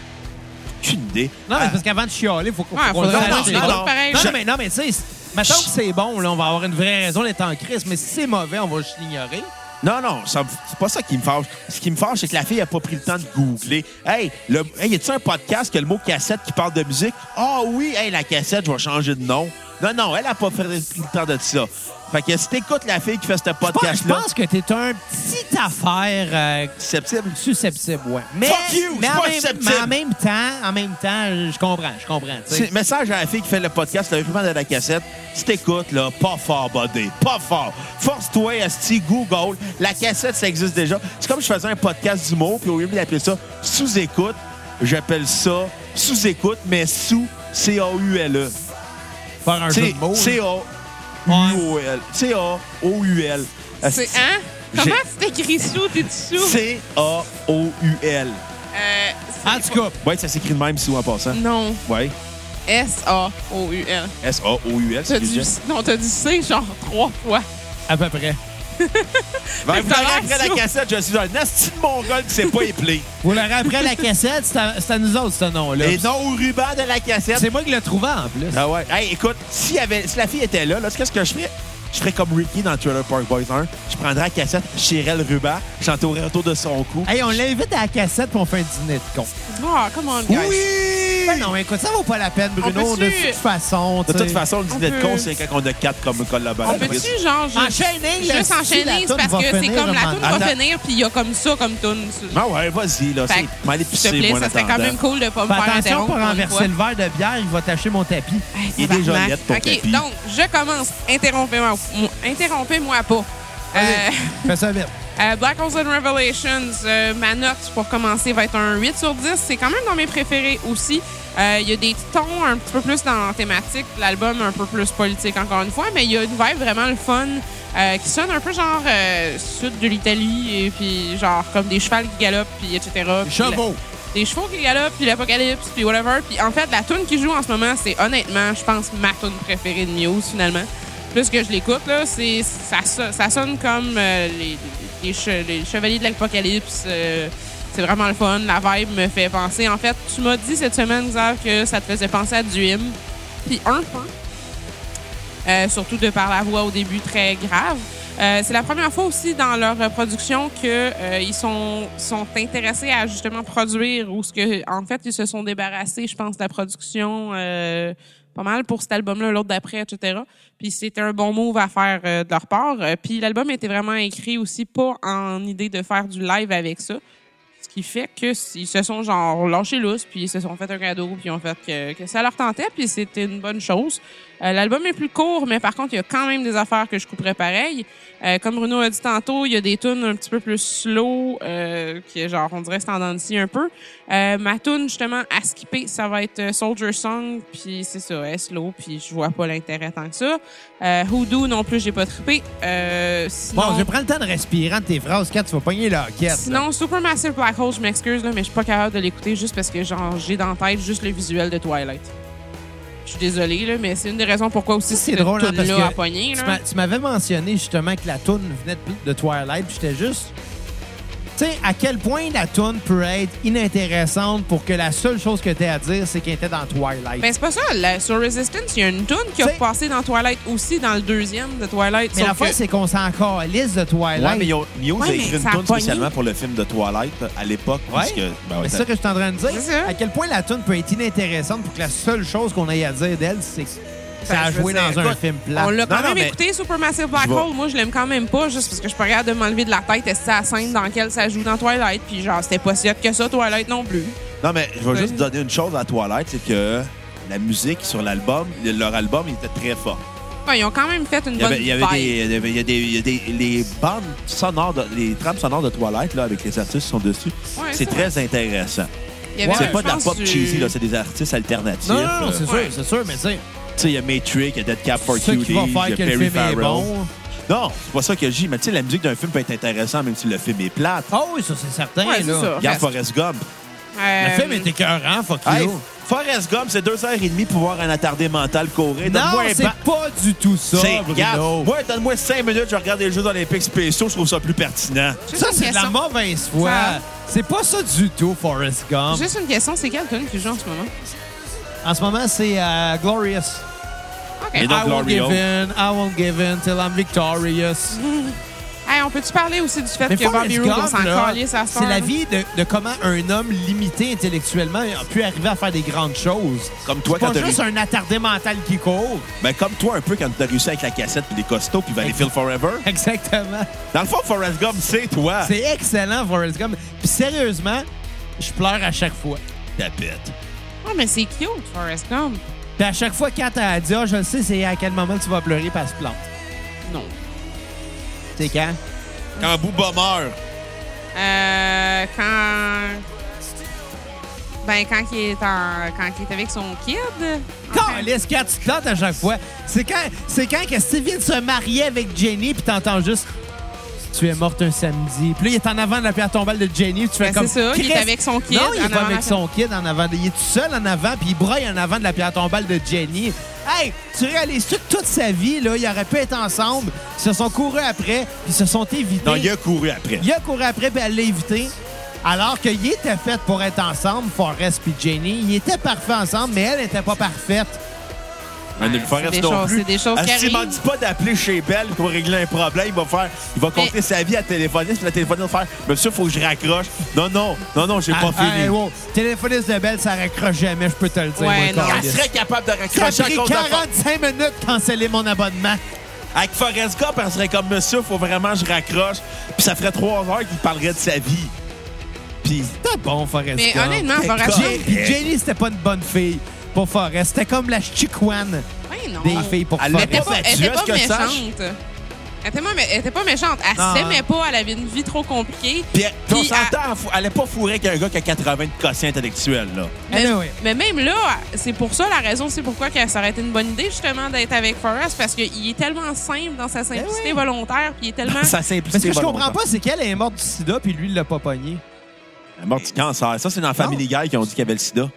Speaker 2: Aucune idée.
Speaker 1: Non, mais
Speaker 2: Ah,
Speaker 1: parce qu'avant de chialer, faut qu'on
Speaker 3: Ouais,
Speaker 1: faut qu'on
Speaker 3: faut
Speaker 1: le
Speaker 3: dire,
Speaker 1: sache.
Speaker 3: non, non, non.
Speaker 1: non,
Speaker 3: Pareil.
Speaker 1: non, mais, non, mais tu sais, c'est- mettons que c'est bon, là, on va avoir une vraie raison d'être en crise, mais si c'est mauvais, on va juste l'ignorer.
Speaker 2: Non, non, ça me- c'est pas ça qui me fâche. Ce qui me fâche, c'est que la fille a pas pris le temps de googler. Hey, le, hey, y a-tu un podcast qui a le mot cassette qui parle de musique? Ah oui, hey, la cassette, je vais changer de nom. Non, non, elle a pas fait- pris le temps de ça. Fait que si t'écoutes la fille qui fait ce
Speaker 1: Je pense- Je
Speaker 2: podcast-là,
Speaker 1: pense que t'es un petit affaire euh,
Speaker 2: susceptible.
Speaker 1: susceptible, ouais. Mais,
Speaker 2: Fuck you,
Speaker 1: mais,
Speaker 2: je suis
Speaker 1: en
Speaker 2: pas
Speaker 1: même,
Speaker 2: susceptible.
Speaker 1: mais en même temps, en même temps, je comprends, je comprends. tu sais.
Speaker 2: C'est- Message à la fille qui fait le podcast, le document de la cassette. Si t'écoutes, là, pas fort, buddy. Pas fort. Force-toi, Asti, Google. La cassette, ça existe déjà. C'est comme je faisais un podcast d'humour, puis au lieu d'appeler ça sous-écoute, j'appelle ça sous-écoute, mais sous C-A-U-L-E.
Speaker 1: Faire un jeu
Speaker 2: C'est
Speaker 1: de mots. là.
Speaker 2: C-A. C-A-O-U-L. C-A-O-U-l.
Speaker 1: Ah,
Speaker 3: C'est hein?
Speaker 2: J'ai-
Speaker 3: Comment c'est écrit sous? T'es dessous?
Speaker 2: C-A-O-U-l.
Speaker 3: Euh, c'est-
Speaker 1: En tout cas,
Speaker 2: Ouais, ça s'écrit de même, sous en passant.
Speaker 3: Non.
Speaker 2: Ouais.
Speaker 3: S-A-O-U-L.
Speaker 2: S-A-O-U-l.
Speaker 3: T'as
Speaker 2: c'est
Speaker 3: dit,
Speaker 2: déjà-
Speaker 3: non, t'as dit C genre trois fois.
Speaker 1: à peu près.
Speaker 2: Ben, Vous
Speaker 3: Ça va,
Speaker 2: l'aurez après la
Speaker 3: sous.
Speaker 2: cassette, je suis un asti de mongol qui s'est pas éplé.
Speaker 1: Vous l'aurez après la cassette, c'est à, c'est à nous autres, ce nom-là.
Speaker 2: Les noms au ruban de la cassette.
Speaker 1: C'est moi qui l'ai trouvé, en plus.
Speaker 2: Ah ouais. Hey, écoute, si, y avait, si la fille était là, là qu'est-ce que je ferais? Je ferais comme Ricky dans Trailer Park Boys 1. Je prendrais la cassette, je tirerais le ruban, j'entourerais autour de son cou.
Speaker 1: Hey, on l'invite à la cassette pour on fait un dîner de con.
Speaker 3: Oh, come on, guys.
Speaker 1: Ben non, écoute, ça vaut pas la peine, Bruno,
Speaker 3: peut-tu-
Speaker 1: de toute façon. tu
Speaker 2: De
Speaker 1: sais.
Speaker 2: toute façon, le dîner de
Speaker 3: peut-
Speaker 2: con, c'est quand on a quatre comme
Speaker 3: On
Speaker 2: collaboratrices.
Speaker 3: peut-tu, genre, juste
Speaker 1: Enchaîner, là,
Speaker 3: juste
Speaker 1: si la toune
Speaker 3: enchaîner, c'est parce
Speaker 1: va
Speaker 3: que c'est
Speaker 1: finir,
Speaker 3: comme la
Speaker 1: man.
Speaker 3: toune va
Speaker 2: Attends.
Speaker 3: finir, puis il y a comme ça, comme toune.
Speaker 2: Ah ouais, vas-y, là.
Speaker 3: Fait
Speaker 2: c'est-
Speaker 3: que,
Speaker 2: M'aller
Speaker 3: S'il te
Speaker 2: pisser,
Speaker 3: plaît,
Speaker 2: moi, en
Speaker 3: ça serait quand
Speaker 2: attendant.
Speaker 3: même cool de pas me
Speaker 1: Fais
Speaker 3: faire
Speaker 1: attention
Speaker 3: interrompre.
Speaker 1: pour
Speaker 3: pour une fois.
Speaker 1: renverser le verre de bière, il va tâcher mon tapis.
Speaker 3: Hey,
Speaker 2: Il est déjà
Speaker 3: tabarnak.
Speaker 2: laid, ton
Speaker 3: OK,
Speaker 2: tapis.
Speaker 3: donc, je commence. Interrompez-moi interrompez-moi pas. Euh,
Speaker 1: Fais ça vite.
Speaker 3: euh, Black Ops and Revelations, euh, ma note pour commencer va être un 8 sur 10. C'est quand même dans mes préférés aussi. Euh, Il y a des tons un petit peu plus dans la thématique, l'album un peu plus politique encore une fois, mais il y a une vibe vraiment le fun euh, qui sonne un peu genre euh, sud de l'Italie et puis genre comme des chevals qui galopent puis etc. Puis la- des chevaux qui galopent, puis l'apocalypse, puis whatever. Puis en fait, la tune qui joue en ce moment, c'est honnêtement, je pense, ma tune préférée de Muse, finalement. Plus que je l'écoute, là, c'est, ça, so- ça sonne comme euh, les, les che- les Chevaliers de l'Apocalypse. euh, c'est vraiment le fun. La vibe me fait penser. En fait, tu m'as dit cette semaine, Xav, que ça te faisait penser à du hymne. Puis un peu. Euh, surtout de par la voix au début très grave. Euh, c'est la première fois aussi dans leur euh, production que euh, ils sont sont intéressés à justement produire ou ce que en fait ils se sont débarrassés, je pense, de la production euh, pas mal pour cet album-là, l'autre d'après, etc. Puis c'était un bon move à faire euh, de leur part. Euh, puis l'album était vraiment écrit aussi pas en idée de faire du live avec ça. Ce qui fait que ils se sont genre lâchés lousse, puis ils se sont fait un cadeau, puis ils ont fait que, que ça leur tentait, puis c'était une bonne chose. Euh, L'album est plus court, mais par contre, il y a quand même des affaires que je couperais pareil. Euh, comme Bruno a dit tantôt, il y a des tunes un petit peu plus slow, euh, qui est genre, on dirait standardie un peu. Euh, ma tune justement à skipper, ça va être euh, Soldier Song, puis c'est ça, elle est slow, puis je vois pas l'intérêt tant que ça. Euh, Hoodoo non plus, j'ai pas trippé. Euh, sinon...
Speaker 1: Bon, je prends le temps de respirer entre tes phrases, Kat, tu vas pogner la quête.
Speaker 3: Sinon, Supermassive Black Hole, je m'excuse, là, mais je suis pas capable de l'écouter juste parce que genre j'ai dans la tête juste le visuel de Twilight. Je suis désolée, là, mais c'est une des raisons pourquoi
Speaker 1: Ça,
Speaker 3: aussi
Speaker 1: c'est
Speaker 3: cette
Speaker 1: drôle, hein, parce
Speaker 3: toune-là
Speaker 1: que
Speaker 3: a pogné.
Speaker 1: Tu
Speaker 3: là.
Speaker 1: m'a- Tu m'avais mentionné justement que la toune venait de, de Twilight, puis j'étais juste. Tu sais, à quel point la toune peut être inintéressante pour que la seule chose que t'aies à dire, c'est qu'elle était dans Twilight.
Speaker 3: Ben, c'est pas ça. là. sur Resistance, il y a une toune qui a
Speaker 1: T'sais-
Speaker 3: passé dans Twilight aussi, dans le deuxième de Twilight.
Speaker 1: Mais
Speaker 3: sauf
Speaker 1: la fois,
Speaker 3: que-
Speaker 1: c'est qu'on s'en calisse de Twilight.
Speaker 2: Ouais, mais ils ont- Muse
Speaker 3: Ouais,
Speaker 2: a
Speaker 3: mais
Speaker 2: écrit
Speaker 3: ça
Speaker 2: une
Speaker 3: a
Speaker 2: tune
Speaker 3: pogné.
Speaker 2: spécialement pour le film de Twilight à l'époque. parce que- ben ouais,
Speaker 1: Mais c'est
Speaker 2: t'as-
Speaker 1: ça que je suis en train de dire.
Speaker 3: C'est ça.
Speaker 1: À quel point la toune peut être inintéressante pour que la seule chose qu'on ait à dire d'elle, c'est que ça a
Speaker 3: Ben, je veux
Speaker 1: joué dans
Speaker 3: dire,
Speaker 1: un
Speaker 2: écoute,
Speaker 1: film plat.
Speaker 3: on l'a quand
Speaker 2: non,
Speaker 3: même
Speaker 2: mais-
Speaker 3: écouté, Supermassive Black
Speaker 2: Je vais-
Speaker 3: Hole. Moi, je l'aime quand même pas, juste parce que je suis pas capable de m'enlever de la tête est-ce que c'est la scène dans laquelle ça joue dans Twilight. Puis genre, c'était pas si hot que ça, Twilight non plus.
Speaker 2: Non, mais je vais
Speaker 3: Oui.
Speaker 2: juste donner une chose à Twilight, c'est que la musique sur l'album, leur album, il était très fort.
Speaker 3: Ouais, ils ont quand même fait une
Speaker 2: Il y avait,
Speaker 3: bonne
Speaker 2: il y avait des,
Speaker 3: vibe.
Speaker 2: il y avait- il y a des, il y a des- les bandes sonores, de- les trames sonores de Twilight, là, avec les artistes qui sont dessus,
Speaker 3: Ouais,
Speaker 2: c'est
Speaker 3: ça.
Speaker 2: très intéressant.
Speaker 3: Il y avait,
Speaker 2: C'est pas de la pop
Speaker 3: je pense, du-
Speaker 2: cheesy, là, c'est des artistes alternatifs.
Speaker 1: Non, non, non,
Speaker 2: euh,
Speaker 1: c'est
Speaker 3: Ouais.
Speaker 1: sûr, c'est sûr, mais tu sais,
Speaker 2: Tu sais, il y a Matrix, il y a Dead Cap for
Speaker 1: ce
Speaker 2: Cutie,
Speaker 1: qui va
Speaker 2: il y
Speaker 1: faire
Speaker 2: a
Speaker 1: que le
Speaker 2: Perry
Speaker 1: film est
Speaker 2: Farrell.
Speaker 1: bon.
Speaker 2: Non, c'est pas ça que je dis, mais tu sais, la musique d'un film peut être intéressante, même si le film est plate.
Speaker 1: Ah oui, ça, c'est certain.
Speaker 3: Ouais, c'est
Speaker 1: là.
Speaker 3: ça.
Speaker 2: Regarde
Speaker 3: Reste.
Speaker 2: Forrest Gump.
Speaker 1: Le
Speaker 3: Euh,
Speaker 1: film est écœurant, fuck you.
Speaker 2: Hey, Forrest Gump, c'est deux heures et demie pour voir un attardé mental courir.
Speaker 1: non,
Speaker 2: Donne-moi un
Speaker 1: c'est
Speaker 2: ban-
Speaker 1: pas du tout ça,
Speaker 2: C'est regarde,
Speaker 1: Bruno.
Speaker 2: Moi, donne-moi 5 minutes, je vais regarder les Jeux olympiques spéciaux, je trouve ça plus pertinent.
Speaker 3: juste
Speaker 1: Ça,
Speaker 3: une
Speaker 1: c'est de la
Speaker 3: question.
Speaker 1: mauvaise foi.
Speaker 3: Ça-
Speaker 1: C'est pas ça du tout, Forrest Gump.
Speaker 3: Juste une question, c'est quelle tune qui joue en ce moment?
Speaker 1: En ce moment, c'est euh, Glorious.
Speaker 3: OK.
Speaker 2: Et donc-
Speaker 1: I won't
Speaker 2: Glorio.
Speaker 1: give in, I won't give in till I'm victorious.
Speaker 3: Ah, Hey, on peut-tu parler aussi du fait
Speaker 1: Mais
Speaker 3: Mhm. que Bobby
Speaker 1: Forrest
Speaker 3: Roode, on
Speaker 1: Gump,
Speaker 3: s'en
Speaker 1: là,
Speaker 3: calisse à
Speaker 1: c'est la vie de, de comment un homme limité intellectuellement a pu arriver à faire des grandes choses.
Speaker 2: Comme toi,
Speaker 1: C'est
Speaker 2: quand
Speaker 1: pas
Speaker 2: t'as
Speaker 1: juste
Speaker 2: réussi-
Speaker 1: un attardé mental qui court.
Speaker 2: Ben, comme toi, un peu, quand t'as réussi avec la cassette puis les costauds puis Valley Field Forever.
Speaker 1: Exactement.
Speaker 2: Dans le fond, Forrest Gump, c'est toi.
Speaker 1: C'est excellent, Forrest Gump. Puis sérieusement, je pleure à chaque fois.
Speaker 2: Ta pète.
Speaker 3: Oh, mais c'est cute, Forrest Gump.
Speaker 1: Puis à chaque fois, Kat a dit, ah, je le sais, c'est à quel moment tu vas pleurer, parce plante.
Speaker 3: Non.
Speaker 1: C'est quand?
Speaker 2: Quand Booba meurt.
Speaker 3: Euh, quand... Ben, quand il est, en- quand il est avec son kid. en fait.
Speaker 1: Calisse, quand tu te plantes à chaque fois. C'est quand, c'est quand que Steve vient de se marier avec Jenny, puis t'entends juste Tu es morte un samedi. Puis là, il est en avant de la pierre tombale de Jenny, puis tu fais
Speaker 3: Ben,
Speaker 1: comme.
Speaker 3: c'est ça, il est
Speaker 1: Christ-
Speaker 3: avec son kid
Speaker 1: Non, il
Speaker 3: en
Speaker 1: est pas
Speaker 3: avant de la
Speaker 1: avec son kid en avant. de- Il est tout seul en avant, puis il broye en avant de la pierre tombale de Jenny. Hey, tu réalises que toute sa vie, là, ils auraient pu être ensemble, ils se sont courus après, puis ils se sont évités.
Speaker 2: Non, il a couru après.
Speaker 1: Il a couru après, puis elle l'a évité. Alors qu'il était fait pour être ensemble, Forrest puis Jenny. Ils étaient parfaits ensemble, mais elle n'était pas parfaite.
Speaker 2: On ne
Speaker 3: Ouais,
Speaker 2: lui fera
Speaker 3: c'est des
Speaker 2: non
Speaker 3: choses-
Speaker 2: plus.
Speaker 3: c'est des choses
Speaker 2: Ah,
Speaker 3: qui
Speaker 2: s'il m'en
Speaker 3: arrivent.
Speaker 2: dit pas d'appeler chez Belle pour régler un problème, il va faire, il va compter
Speaker 3: Mais-
Speaker 2: sa vie à téléphoner, puis la téléphoniste va faire, Monsieur, faut que je raccroche. Non, non, non, non, j'ai
Speaker 1: Ah,
Speaker 2: pas
Speaker 1: ah, hey,
Speaker 2: fini.
Speaker 1: wow. Téléphoniste de Belle, ça raccroche jamais, je peux te le dire.
Speaker 3: Ouais,
Speaker 1: moi,
Speaker 3: non.
Speaker 1: Carlis.
Speaker 2: Elle serait capable de
Speaker 1: Ça a
Speaker 2: raccrocher à
Speaker 1: pris
Speaker 2: cause de la fa-
Speaker 1: 45 minutes de canceller mon abonnement.
Speaker 2: Avec Forrest Gump, elle serait comme Monsieur, faut vraiment que je raccroche. Puis ça ferait trois heures qu'il parlerait de sa vie. Puis
Speaker 1: C'était bon, Forrest.
Speaker 3: Mais
Speaker 1: Gump.
Speaker 3: honnêtement,
Speaker 2: Hey,
Speaker 3: Forrest
Speaker 2: Jay-
Speaker 1: Jen- puis Jenny, c'était pas une bonne fille pour Forrest. C'était comme la chicoine
Speaker 3: Ouais, ben, non.
Speaker 1: des filles pour
Speaker 2: Elle
Speaker 1: Forrest.
Speaker 2: l'était
Speaker 3: Elle était pas-
Speaker 2: Pas
Speaker 3: elle était
Speaker 2: fatueuse,
Speaker 3: pas
Speaker 2: que je sache.
Speaker 3: méchante. Elle était, pas, mé- elle était pas méchante. Elle
Speaker 1: Non.
Speaker 3: s'aimait pas. Elle avait une vie trop compliquée.
Speaker 2: Puis, elle- puis on
Speaker 3: Puis elle-
Speaker 2: s'entend, elle fou- elle n'est pas fourrée qu'un gars qui a 80 de quotient intellectuel, là.
Speaker 3: Mais,
Speaker 1: Anyway.
Speaker 3: mais même là, c'est pour ça la raison, c'est pourquoi que ça aurait été une bonne idée justement d'être avec Forrest parce qu'il est tellement simple dans sa simplicité
Speaker 1: Ben oui.
Speaker 3: volontaire, puis il est tellement.
Speaker 2: Ça
Speaker 1: Mais
Speaker 2: simplifie.
Speaker 1: ce Hein? que je comprends pas, c'est qu'elle est morte du sida, puis lui, il l'a pas pogné.
Speaker 2: Elle est morte du cancer. Ça, c'est dans Family Guy qui ont dit qu'il y avait le sida.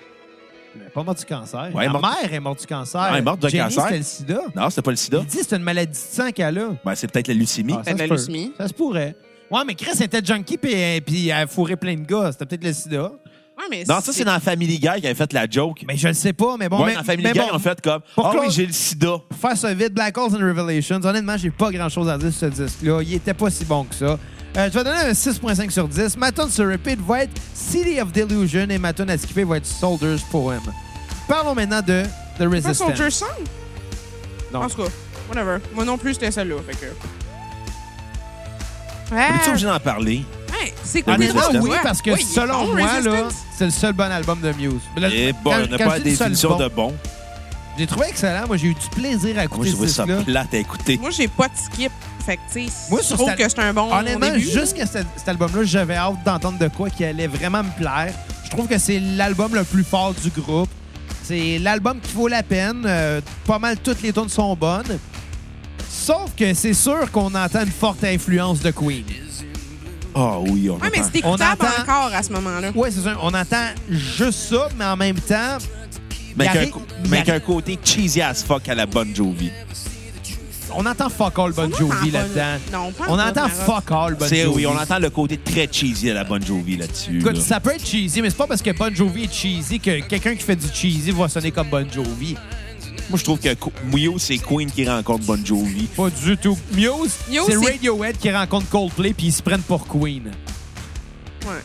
Speaker 1: Elle est pas morte du cancer.
Speaker 2: Ouais,
Speaker 1: Ma
Speaker 2: morte-
Speaker 1: mère est morte du cancer.
Speaker 2: Ouais, elle est morte de
Speaker 1: Jenny,
Speaker 2: cancer.
Speaker 1: c'était le sida.
Speaker 2: Non, c'était pas le sida.
Speaker 1: Il dit c'est une maladie de sang qu'elle a.
Speaker 2: Ben, c'est peut-être la leucémie.
Speaker 1: Ah,
Speaker 3: Fait de
Speaker 1: se
Speaker 3: la
Speaker 1: peut.
Speaker 3: leucémie.
Speaker 1: Ça se pourrait. Ouais, mais Chris était junkie puis euh, puis elle a fourré plein de gars. C'était peut-être le sida.
Speaker 3: Ouais, mais
Speaker 2: non, ça, c'est dans Family Guy qui avait fait la joke.
Speaker 1: Mais je le sais pas, mais bon.
Speaker 2: ouais,
Speaker 1: mais,
Speaker 2: dans Family
Speaker 1: mais
Speaker 2: Guy,
Speaker 1: bon,
Speaker 2: ils ont fait comme
Speaker 1: Pour
Speaker 2: Ah oui,
Speaker 1: clore-
Speaker 2: j'ai le sida.
Speaker 1: pour faire ça vite, Black Holes and Revelations, honnêtement, j'ai pas grand-chose à dire sur ce disque-là. Il était pas si bon que ça. Euh, je vais donner un 6.5 sur 10. Ma tune sur repeat va être City of Delusion et ma tune à skipper va être Soldier's Poem. Parlons maintenant de The
Speaker 3: Pas
Speaker 1: Resistance.
Speaker 3: Soldier Son?
Speaker 1: Non.
Speaker 3: En tout cas, whatever. Moi non plus, c'était celle-là. Fait que.
Speaker 2: On est obligé
Speaker 3: Ouais,
Speaker 2: d'en parler.
Speaker 3: ouais, c'est
Speaker 1: Ah,
Speaker 3: quoi
Speaker 1: mais
Speaker 2: Resistance.
Speaker 1: non, oui, parce que
Speaker 3: Ouais, il est
Speaker 1: selon
Speaker 3: bon,
Speaker 1: moi, là,
Speaker 3: Resistance.
Speaker 1: c'est le seul bon album de Muse. Mais là,
Speaker 2: Et bon,
Speaker 1: Euh, quand-
Speaker 2: Eh on n'a
Speaker 1: quand
Speaker 2: pas la
Speaker 1: je dis le seul
Speaker 2: définition
Speaker 1: bon,
Speaker 2: de bon.
Speaker 1: J'ai trouvé excellent. Moi, j'ai eu du plaisir à
Speaker 2: Moi,
Speaker 1: écouter
Speaker 2: je
Speaker 1: ce
Speaker 2: trouvais ça
Speaker 1: disque-là.
Speaker 2: plate à écouter.
Speaker 3: Moi, j'ai pas de skip. Fait que, tu sais,
Speaker 1: Moi,
Speaker 3: je
Speaker 1: sur
Speaker 3: trouve
Speaker 1: cet-
Speaker 3: que c'est un bon.
Speaker 1: Honnêtement,
Speaker 3: début.
Speaker 1: jusqu'à cet, cet album-là, j'avais hâte d'entendre de quoi qui allait vraiment me plaire. Je trouve que c'est l'album le plus fort du groupe. C'est l'album qui vaut la peine. Euh, pas mal toutes les tunes sont bonnes. Sauf que c'est sûr qu'on entend une forte influence de Queen.
Speaker 2: Ah oui, on
Speaker 3: Ouais, mais
Speaker 2: entend.
Speaker 3: c'est
Speaker 1: On
Speaker 3: écoutable
Speaker 1: entend-
Speaker 3: encore à ce moment-là.
Speaker 1: Ouais, c'est sûr. On entend juste ça, mais en même temps,
Speaker 2: Mais
Speaker 1: il
Speaker 2: avec
Speaker 1: arrive-
Speaker 2: un co-
Speaker 1: il
Speaker 2: mais avec un
Speaker 1: arrive-
Speaker 2: côté cheesy as fuck à la bonne Jovi.
Speaker 1: on entend fuck all Bon
Speaker 3: On
Speaker 1: Jovi
Speaker 3: entend pas-
Speaker 1: là-dedans.
Speaker 3: Non, pas
Speaker 1: On
Speaker 3: encore,
Speaker 1: entend
Speaker 3: Maroc.
Speaker 1: fuck all Bon
Speaker 2: C'est
Speaker 1: Jovi.
Speaker 2: oui, on entend le côté très cheesy à la bonne Jovi là-dessus.
Speaker 1: Écoute,
Speaker 2: là.
Speaker 1: ça peut être cheesy, mais c'est pas parce que Bon Jovi est cheesy que quelqu'un qui fait du cheesy va sonner comme Bon Jovi.
Speaker 2: Moi, je trouve que Co- Mio, c'est Queen qui rencontre Bon Jovi.
Speaker 1: Pas du tout. Muse,
Speaker 3: Muse,
Speaker 1: c'est
Speaker 3: c'est-
Speaker 1: Radiohead qui rencontre Coldplay puis ils se prennent pour Queen.
Speaker 3: Ouais.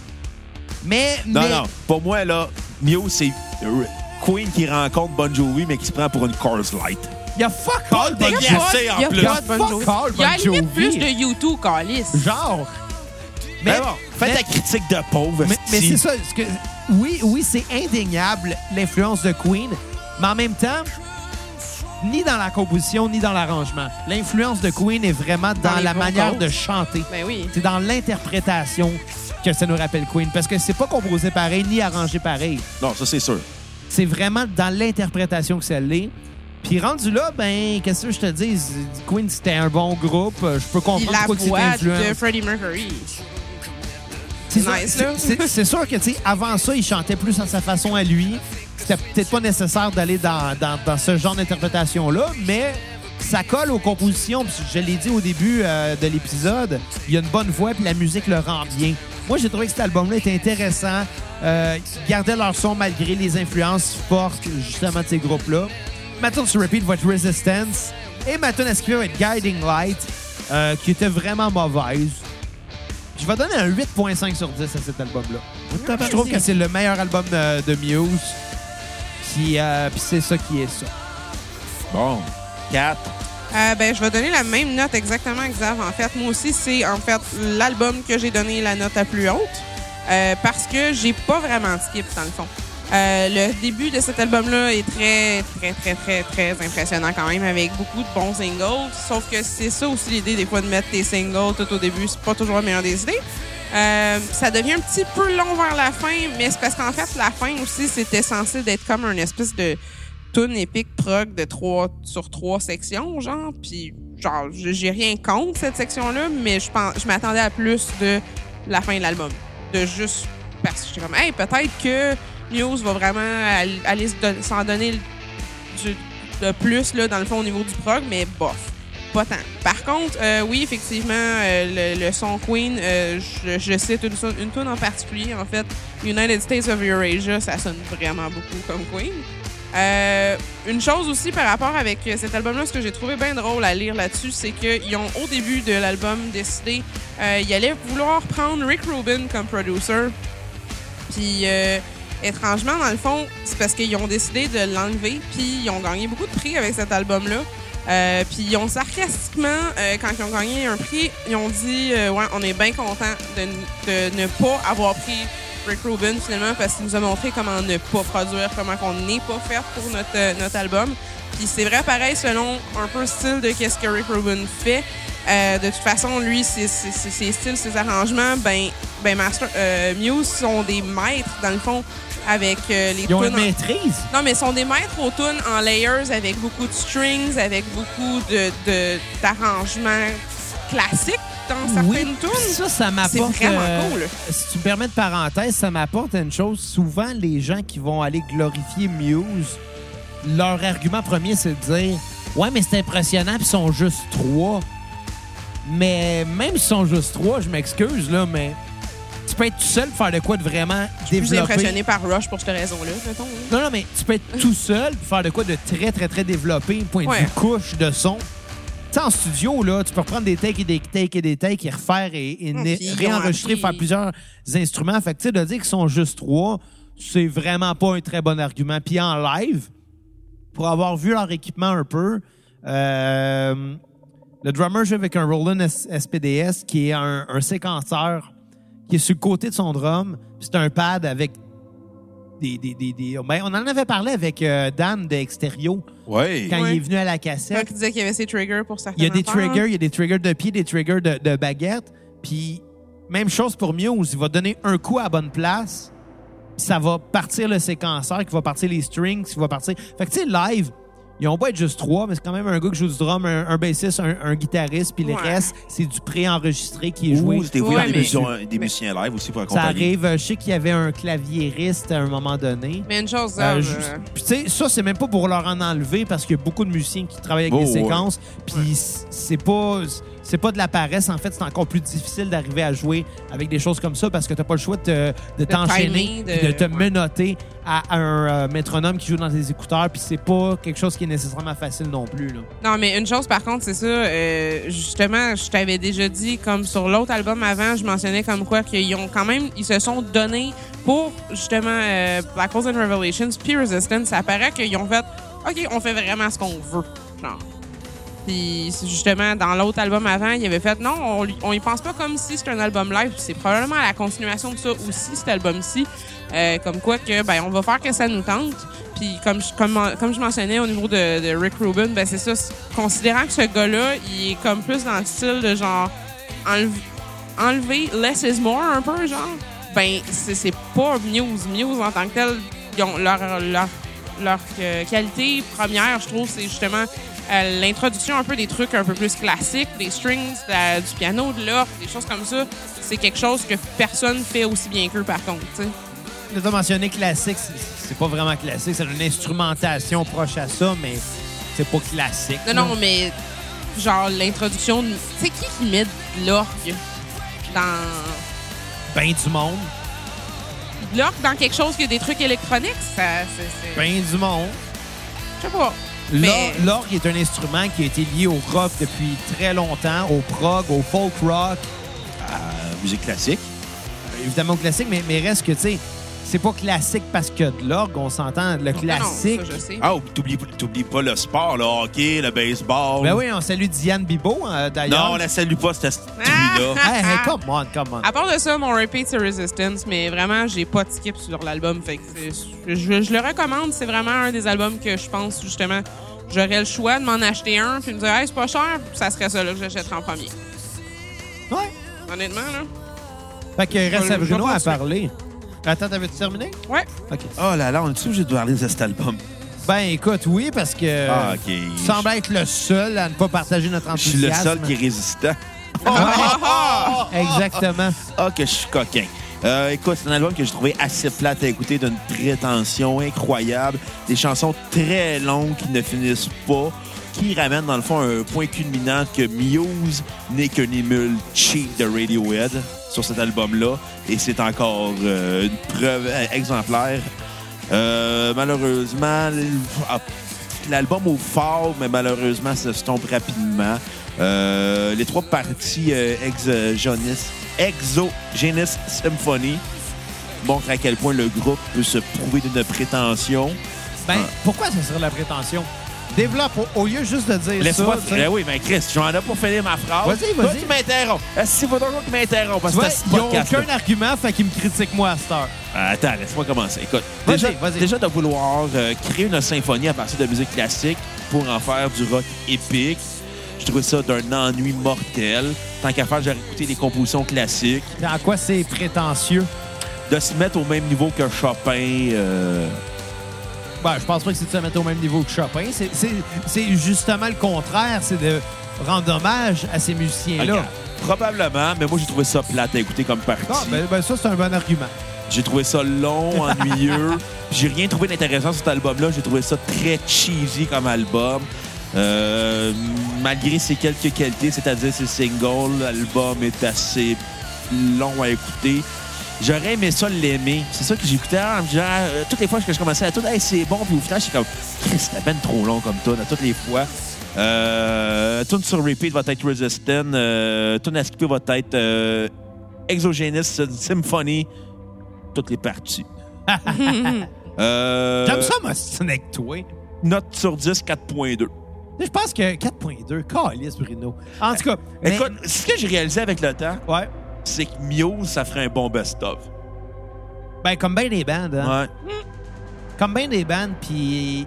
Speaker 1: Mais,
Speaker 2: Non,
Speaker 1: mais-
Speaker 2: non. Pour moi, là, Mio, c'est euh, Queen qui rencontre Bon Jovi, mais qui se prend pour une Cars Light.
Speaker 1: Il y a fuck all Bon
Speaker 2: Pas de
Speaker 1: Jovi.
Speaker 2: Yes, c'est en
Speaker 3: il y a
Speaker 2: plus.
Speaker 3: pas de
Speaker 1: Fuck
Speaker 3: Bon Jovi.
Speaker 1: all
Speaker 3: Il y a
Speaker 1: Bon
Speaker 3: à la limite
Speaker 1: Jovi.
Speaker 3: plus de YouTube Calis.
Speaker 1: Genre.
Speaker 2: Mais Ben bon, faites
Speaker 1: mais-
Speaker 2: la critique de pauvre.
Speaker 1: mais, mais
Speaker 2: si.
Speaker 1: c'est ça. ce que- oui, oui, c'est indéniable l'influence de Queen, mais en même temps, ni dans la composition ni dans l'arrangement. L'influence de Queen est vraiment dans,
Speaker 3: les
Speaker 1: la
Speaker 3: vocals.
Speaker 1: manière de chanter.
Speaker 3: Ben oui.
Speaker 1: C'est dans l'interprétation que ça nous rappelle Queen, parce que c'est pas composé pareil ni arrangé pareil.
Speaker 2: Non, ça, c'est sûr.
Speaker 1: c'est vraiment dans l'interprétation que ça l'est. Puis rendu là, ben, qu'est-ce que je te dis? Queen, c'était un bon groupe. Euh, Je peux
Speaker 3: Puis
Speaker 1: comprendre
Speaker 3: la
Speaker 1: pourquoi que c'était
Speaker 3: voix
Speaker 1: influent.
Speaker 3: de Freddie Mercury.
Speaker 1: C'est sûr-
Speaker 3: nice,
Speaker 1: c'est-
Speaker 3: là.
Speaker 1: c'est- C'est sûr que, tu sais, avant ça, il chantait plus à sa façon à lui. C'était peut-être pas nécessaire d'aller dans, dans- dans ce genre d'interprétation-là, mais ça colle aux compositions. Puis je l'ai dit au début euh, de l'épisode, il y a une bonne voix, puis la musique le rend bien. Moi, j'ai trouvé que cet album-là était intéressant. Euh, ils gardaient leur son malgré les influences fortes, justement, de ces groupes-là. Ma tune sur repeat va être Resistance. Et ma tune à skipper va être Guiding Light, euh, qui était vraiment mauvaise. Je vais donner un 8.5 sur 10 à cet album-là. Je trouve que c'est le meilleur album de, de Muse. Puis, euh, puis c'est ça qui est ça.
Speaker 2: Bon. 4.
Speaker 3: Euh, ben, je vais donner la même note exactement que Xav. En fait, moi aussi, c'est en fait l'album que j'ai donné la note la plus haute euh, parce que j'ai pas vraiment de skip dans le fond. Euh, le début de cet album-là est très, très, très, très, très impressionnant quand même, avec beaucoup de bons singles. Sauf que c'est ça aussi l'idée des fois de mettre tes singles tout au début. C'est pas toujours la meilleure des idées. Euh, ça devient un petit peu long vers la fin, mais c'est parce qu'en fait, la fin aussi, c'était censé d'être comme une espèce de tune épique prog de trois sur trois sections, genre. Puis, genre, j'ai j'ai rien contre cette section-là, mais je pense, je m'attendais à plus de la fin de l'album. De juste parce que j'étais comme, hey, peut-être que News va vraiment all- aller se don- s'en donner le- du- de plus, là, dans le fond, au niveau du prog, mais bof pas tant. Par contre, euh, oui, effectivement, euh, le, le son Queen, euh, je, je cite une, son- une tune en particulier, en fait, United States of Eurasia, ça sonne vraiment beaucoup comme Queen. Euh, une chose aussi par rapport avec euh, cet album-là, ce que j'ai trouvé bien drôle à lire là-dessus, c'est qu'ils ont, au début de l'album, décidé, euh, ils allaient vouloir prendre Rick Rubin comme producer. Puis, euh, étrangement, dans le fond, c'est parce qu'ils ont décidé de l'enlever, puis ils ont gagné beaucoup de prix avec cet album-là. Euh, puis ils ont sarcastiquement, euh, quand ils ont gagné un prix, ils ont dit euh, Ouais, on est bien content de, n- de ne pas avoir pris Rick Rubin finalement parce qu'il nous a montré comment ne pas produire, comment qu'on n'est pas fait pour notre, euh, notre album. Puis c'est vrai, pareil, selon un peu le style de qu'est-ce que Rick Rubin fait. euh, de toute façon, lui, ses, ses- ses- ses styles, ses arrangements, ben, ben Master, euh, Muse sont des maîtres, dans le fond, avec euh, les
Speaker 1: Ils ont une
Speaker 3: tunes en-
Speaker 1: maîtrise.
Speaker 3: non, mais ils sont des maîtres au tunes en layers avec beaucoup de strings, avec beaucoup de- de- d'arrangements classiques dans certaines
Speaker 1: Oui. Puis
Speaker 3: tunes.
Speaker 1: Ça, ça
Speaker 3: C'est
Speaker 1: m'apporte.
Speaker 3: vraiment
Speaker 1: euh,
Speaker 3: cool.
Speaker 1: Si tu me permets de parenthèse, ça m'apporte une chose. Souvent, les gens qui vont aller glorifier Muse, leur argument premier, c'est de dire Ouais, mais c'est impressionnant, puis ils sont juste trois. Mais même s'ils sont juste trois, je m'excuse, là, mais tu peux être tout seul pour faire de quoi de vraiment
Speaker 3: Je suis
Speaker 1: développer.
Speaker 3: impressionné par Rush pour cette raison-là, mettons.
Speaker 1: Non, non, mais tu peux être tout seul pour faire de quoi de très, très, très développé, point de
Speaker 3: Ouais.
Speaker 1: vue couche de son. Tu sais, en studio, là, tu peux reprendre des takes et des takes et des takes et refaire et, et
Speaker 3: Non,
Speaker 1: né-
Speaker 3: Ah, puis ils ont
Speaker 1: réenregistrer,
Speaker 3: appris.
Speaker 1: faire plusieurs instruments. Fait que, tu sais, de dire qu'ils sont juste trois, c'est vraiment pas un très bon argument. Puis en live, pour avoir vu leur équipement un peu, euh, le drummer joue avec un Roland S- SPDS qui est un, un séquenceur qui est sur le côté de son drum. Puis C'est un pad avec des... des, des, des- ben, on en avait parlé avec euh, Dan de Exterio
Speaker 2: Ouais.
Speaker 1: quand
Speaker 3: Ouais.
Speaker 1: il est venu à la
Speaker 3: C'est toi
Speaker 1: cassette.
Speaker 3: qui disais qu'il y avait ses triggers pour certaines
Speaker 1: Il y a des
Speaker 3: affaires.
Speaker 1: triggers, il y a des triggers de pied, des triggers de, de baguette. Puis même chose pour Muse, il va donner un coup à la bonne place. puis Ça va partir le séquenceur, qui va partir les strings, qui va partir. Fait que tu sais, live, ils ont beau être juste trois, mais c'est quand même un gars qui joue du drum, un, un bassiste, un, un guitariste, puis le
Speaker 3: Ouais.
Speaker 1: reste, c'est du pré-enregistré qui est joué.
Speaker 2: Ou c'était ouvert
Speaker 3: Ouais,
Speaker 2: des,
Speaker 3: mais-
Speaker 2: musiciens, des musiciens live aussi pour
Speaker 1: Ça
Speaker 2: accompagner.
Speaker 1: arrive, euh, je sais qu'il y avait un claviériste à un moment donné.
Speaker 3: Mais une chose,
Speaker 1: Euh,
Speaker 3: euh,
Speaker 1: je- Puis, tu sais, ça, c'est même pas pour leur en enlever parce qu'il y a beaucoup de musiciens qui travaillent avec
Speaker 2: Oh,
Speaker 1: des
Speaker 2: ouais.
Speaker 1: séquences. Puis, c- c'est pas, c'est pas de la paresse. En fait, c'est encore plus difficile d'arriver à jouer avec des choses comme ça parce que t'as pas le choix de, te- de t'enchaîner,
Speaker 3: timing, de-
Speaker 1: puis de te
Speaker 3: ouais.
Speaker 1: menoter à, à un euh, métronome qui joue dans des écouteurs. Puis, c'est pas quelque chose qui est nécessairement facile non plus. Là.
Speaker 3: Non, mais une chose, par contre, c'est ça. euh, justement, je t'avais déjà dit, comme sur l'autre album avant, je mentionnais comme quoi qu'ils ont quand même, ils se sont donnés pour, justement, euh, Black Holes and Revelations, puis Resistance. Ça paraît qu'ils ont fait, OK, on fait vraiment ce qu'on veut. Genre. Puis, c'est justement, dans l'autre album avant, il avait fait, non, on, lui- on y pense pas comme si c'était un album live. Puis C'est probablement la continuation de ça aussi, cet album-ci. Euh, comme quoi que, ben, on va faire que ça nous tente. Puis, comme je, comme, comme je mentionnais au niveau de, de Rick Rubin, ben, c'est ça. c'est- Considérant que ce gars-là, il est comme plus dans le style de genre, enleve- enlever less is more un peu, genre, ben, c'est c'est pas Muse. Muse, en tant que tel, ils ont leur, leur, leur, euh, qualité première, je trouve, c'est justement euh, l'introduction un peu des trucs un peu plus classiques, des strings, de la- du piano, de l'orgue, des choses comme ça. C'est quelque chose que personne fait aussi bien qu'eux, par contre, tu sais.
Speaker 1: Là, t'as mentionné classique. c'est- C'est pas vraiment classique. C'est une instrumentation proche à ça, mais c'est pas classique.
Speaker 3: Non,
Speaker 1: là.
Speaker 3: non, mais genre l'introduction. de- C'est qui qui met de l'orgue dans.
Speaker 1: Ben du monde.
Speaker 3: de l'orgue dans quelque chose qui a des trucs électroniques? Ça, c'est. c'est-
Speaker 1: Ben du monde.
Speaker 3: Je sais pas.
Speaker 1: L'or-
Speaker 3: Mais-
Speaker 1: L'orgue est un instrument qui a été lié au rock depuis très longtemps, au prog, au folk rock,
Speaker 2: Euh, musique classique.
Speaker 1: évidemment au classique, mais, mais reste que, tu sais, c'est pas classique parce que de l'orgue, on s'entend, le
Speaker 3: Non, non,
Speaker 1: classique.
Speaker 3: ça, je sais.
Speaker 2: Ah, ou t'oublies t'oublies pas le sport, le hockey, le baseball.
Speaker 1: ben oui, on salue Diane Bibot, euh, d'ailleurs.
Speaker 2: Non, la salue pas, cette là
Speaker 3: Ah!
Speaker 1: Hey, hey, come on, come on.
Speaker 3: À part de ça, mon repeat, c'est Resistance, mais vraiment, j'ai pas de skip sur l'album. Fait que c'est- je, je le recommande. C'est vraiment un des albums que je pense, justement, j'aurais le choix de m'en acheter un, puis me dire, hey, c'est pas cher, ça serait ça là, que j'achèterais en premier.
Speaker 1: Ouais.
Speaker 3: Honnêtement, là.
Speaker 1: Fait que reste à
Speaker 3: Ah. je vais
Speaker 1: Bruno à
Speaker 3: continuer.
Speaker 1: parler. Attends, t'avais-tu terminé?
Speaker 3: Ouais.
Speaker 1: OK.
Speaker 2: Oh là là, on est-tu obligé de parler de cet album?
Speaker 1: Ben, écoute, oui, parce que
Speaker 2: Ah, OK.
Speaker 1: tu sembles être le seul à ne pas partager notre
Speaker 2: Je suis
Speaker 1: enthousiasme.
Speaker 2: le seul qui est résistant.
Speaker 1: Exactement.
Speaker 2: Ah, que je suis coquin. Euh, écoute, c'est un album que j'ai trouvé assez plate à écouter, d'une prétention incroyable, des chansons très longues qui ne finissent pas, qui ramènent dans le fond un point culminant que Muse n'est qu'un émule cheap de Radiohead sur cet album-là, et c'est encore euh, une preuve euh, exemplaire. Euh, malheureusement, l- ah, l'album au fort, mais malheureusement, ça se tombe rapidement. Euh, les trois parties euh, exogénis- Exogenis Symphony montrent à quel point le groupe peut se prouver d'une prétention.
Speaker 1: Ben,
Speaker 2: Ah.
Speaker 1: pourquoi ça serait la prétention? Développe, au, au lieu juste de dire
Speaker 2: Laisse-moi.
Speaker 1: ça... tu sais.
Speaker 2: Eh oui, mais Chris, j'en ai pour finir ma phrase.
Speaker 1: Vas-y,
Speaker 2: Toi,
Speaker 1: vas-y.
Speaker 2: tu m'interromps. C'est pas toi qui m'interromps parce
Speaker 1: Tu
Speaker 2: que
Speaker 1: vois,
Speaker 2: c'est ce
Speaker 1: ils n'ont
Speaker 2: podcast.
Speaker 1: aucun argument, fait qu'ils me critiquent moi à cette heure.
Speaker 2: Euh, Attends, laisse-moi commencer. Écoute,
Speaker 1: Vas-y,
Speaker 2: déjà,
Speaker 1: vas-y.
Speaker 2: déjà de vouloir euh, créer une symphonie à partir de musique classique pour en faire du rock épique, je trouvais ça d'un ennui mortel. Tant qu'à faire, j'aurais écouté des compositions classiques,
Speaker 1: En quoi c'est prétentieux?
Speaker 2: de se mettre au même niveau que Chopin. euh,
Speaker 1: Ben, je pense pas que c'est de se mettre au même niveau que Chopin. C'est- C'est c'est justement le contraire. C'est de rendre hommage à ces musiciens-là.
Speaker 2: regarde. Probablement, mais moi, j'ai trouvé ça plate à écouter comme partie.
Speaker 1: Ah, ben, ben, ça, c'est un bon argument.
Speaker 2: J'ai trouvé ça long, ennuyeux. J'ai rien trouvé d'intéressant sur cet album-là. J'ai trouvé ça très cheesy comme album. Euh, malgré ses quelques qualités, c'est-à-dire ses singles, l'album est assez long à écouter. J'aurais aimé ça l'aimer. C'est ça que j'écoutais en me disant, euh, toutes les fois que je commençais à tout, hey, c'est bon, puis au final, je suis comme, Christ, c'est à peine trop long comme tune, à toutes les fois. Euh, tune sur repeat va être Resistant. Euh, tune à skipper va être euh, Exogenis Symphony toutes les parties. Euh,
Speaker 1: J'aime ça, moi, c'est avec toi.
Speaker 2: Note sur 10, 4.2.
Speaker 1: Je pense que 4.2, calice, Bruno. En tout cas, mais-
Speaker 2: Ben, Écoute, ce que j'ai réalisé avec le temps,
Speaker 1: ouais.
Speaker 2: c'est que Muse, ça ferait un bon best-of.
Speaker 1: Ben, comme bien des bandes. hein.
Speaker 2: Ouais.
Speaker 1: Comme bien des bandes, puis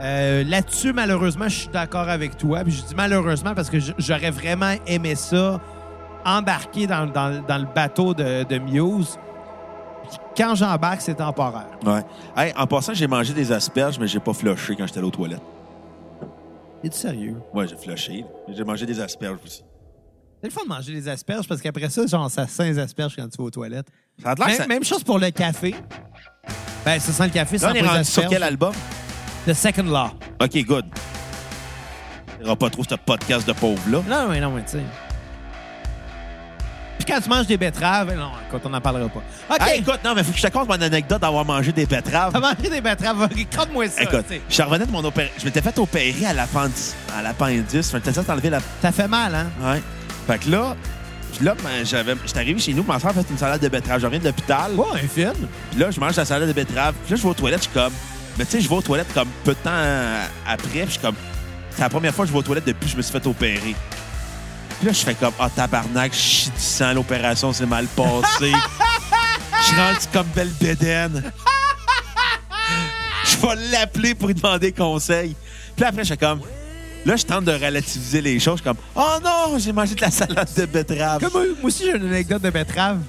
Speaker 1: euh, là-dessus, malheureusement, je suis d'accord avec toi. Puis je dis malheureusement parce que j- j'aurais vraiment aimé ça embarquer dans, dans- dans le bateau de, de Muse. Puis Quand j'embarque, c'est temporaire.
Speaker 2: ouais. Hey, en passant, j'ai mangé des asperges, mais j'ai pas flushé quand j'étais allé aux toilettes.
Speaker 1: Es tu sérieux?
Speaker 2: Ouais, j'ai flushé. là. Mais J'ai mangé des asperges aussi.
Speaker 1: C'est le fun de manger des asperges parce qu'après ça, genre, ça sent les asperges quand tu vas aux toilettes.
Speaker 2: Ça a l'air que
Speaker 1: Même,
Speaker 2: ça...
Speaker 1: même chose pour le café. Ben, ça sent le café,
Speaker 2: Là,
Speaker 1: ça
Speaker 2: on
Speaker 1: sent
Speaker 2: est
Speaker 1: pas les
Speaker 2: rendu sur
Speaker 1: asperges.
Speaker 2: quel album?
Speaker 1: The Second Law.
Speaker 2: OK, good. Il n'y aura pas trop ce podcast de pauvre-là.
Speaker 1: Non, mais non, mais tu sais. Puis quand tu manges des betteraves, non, quand on n'en parlera pas. OK,
Speaker 2: Hey, écoute, non, mais faut que je te conte mon anecdote d'avoir mangé des betteraves.
Speaker 1: t'as mangé des betteraves, ok, croque-moi ça.
Speaker 2: Écoute,
Speaker 1: tu sais.
Speaker 2: je revenais de mon opéra... Je m'étais fait opérer à l'appendice. À l'appendice. Je m'étais fait enlever la
Speaker 1: Ça fait mal, hein?
Speaker 2: Ouais. Fait que là, puis là, ben, j'avais, j'étais arrivé chez nous, ma soeur a fait une salade de betterave. Je reviens de l'hôpital,
Speaker 1: Oh, un film.
Speaker 2: puis là, je mange la salade de betterave. Puis là, je vais aux toilettes, je suis comme. Mais tu sais, je vais aux toilettes comme peu de temps euh, après, puis je suis comme. C'est la première fois que je vais aux toilettes depuis que je me suis fait opérer. Puis là, je fais comme, ah, tabarnak, je chie du sang, l'opération s'est mal passée. Je suis rendu comme belle bédaine. Je vais l'appeler pour lui demander conseil. Puis là, après, je fais comme, là, je tente de relativiser les choses. Je suis comme, oh non, j'ai mangé de la salade de betterave.
Speaker 1: Comme moi, moi aussi, j'ai une anecdote de betterave.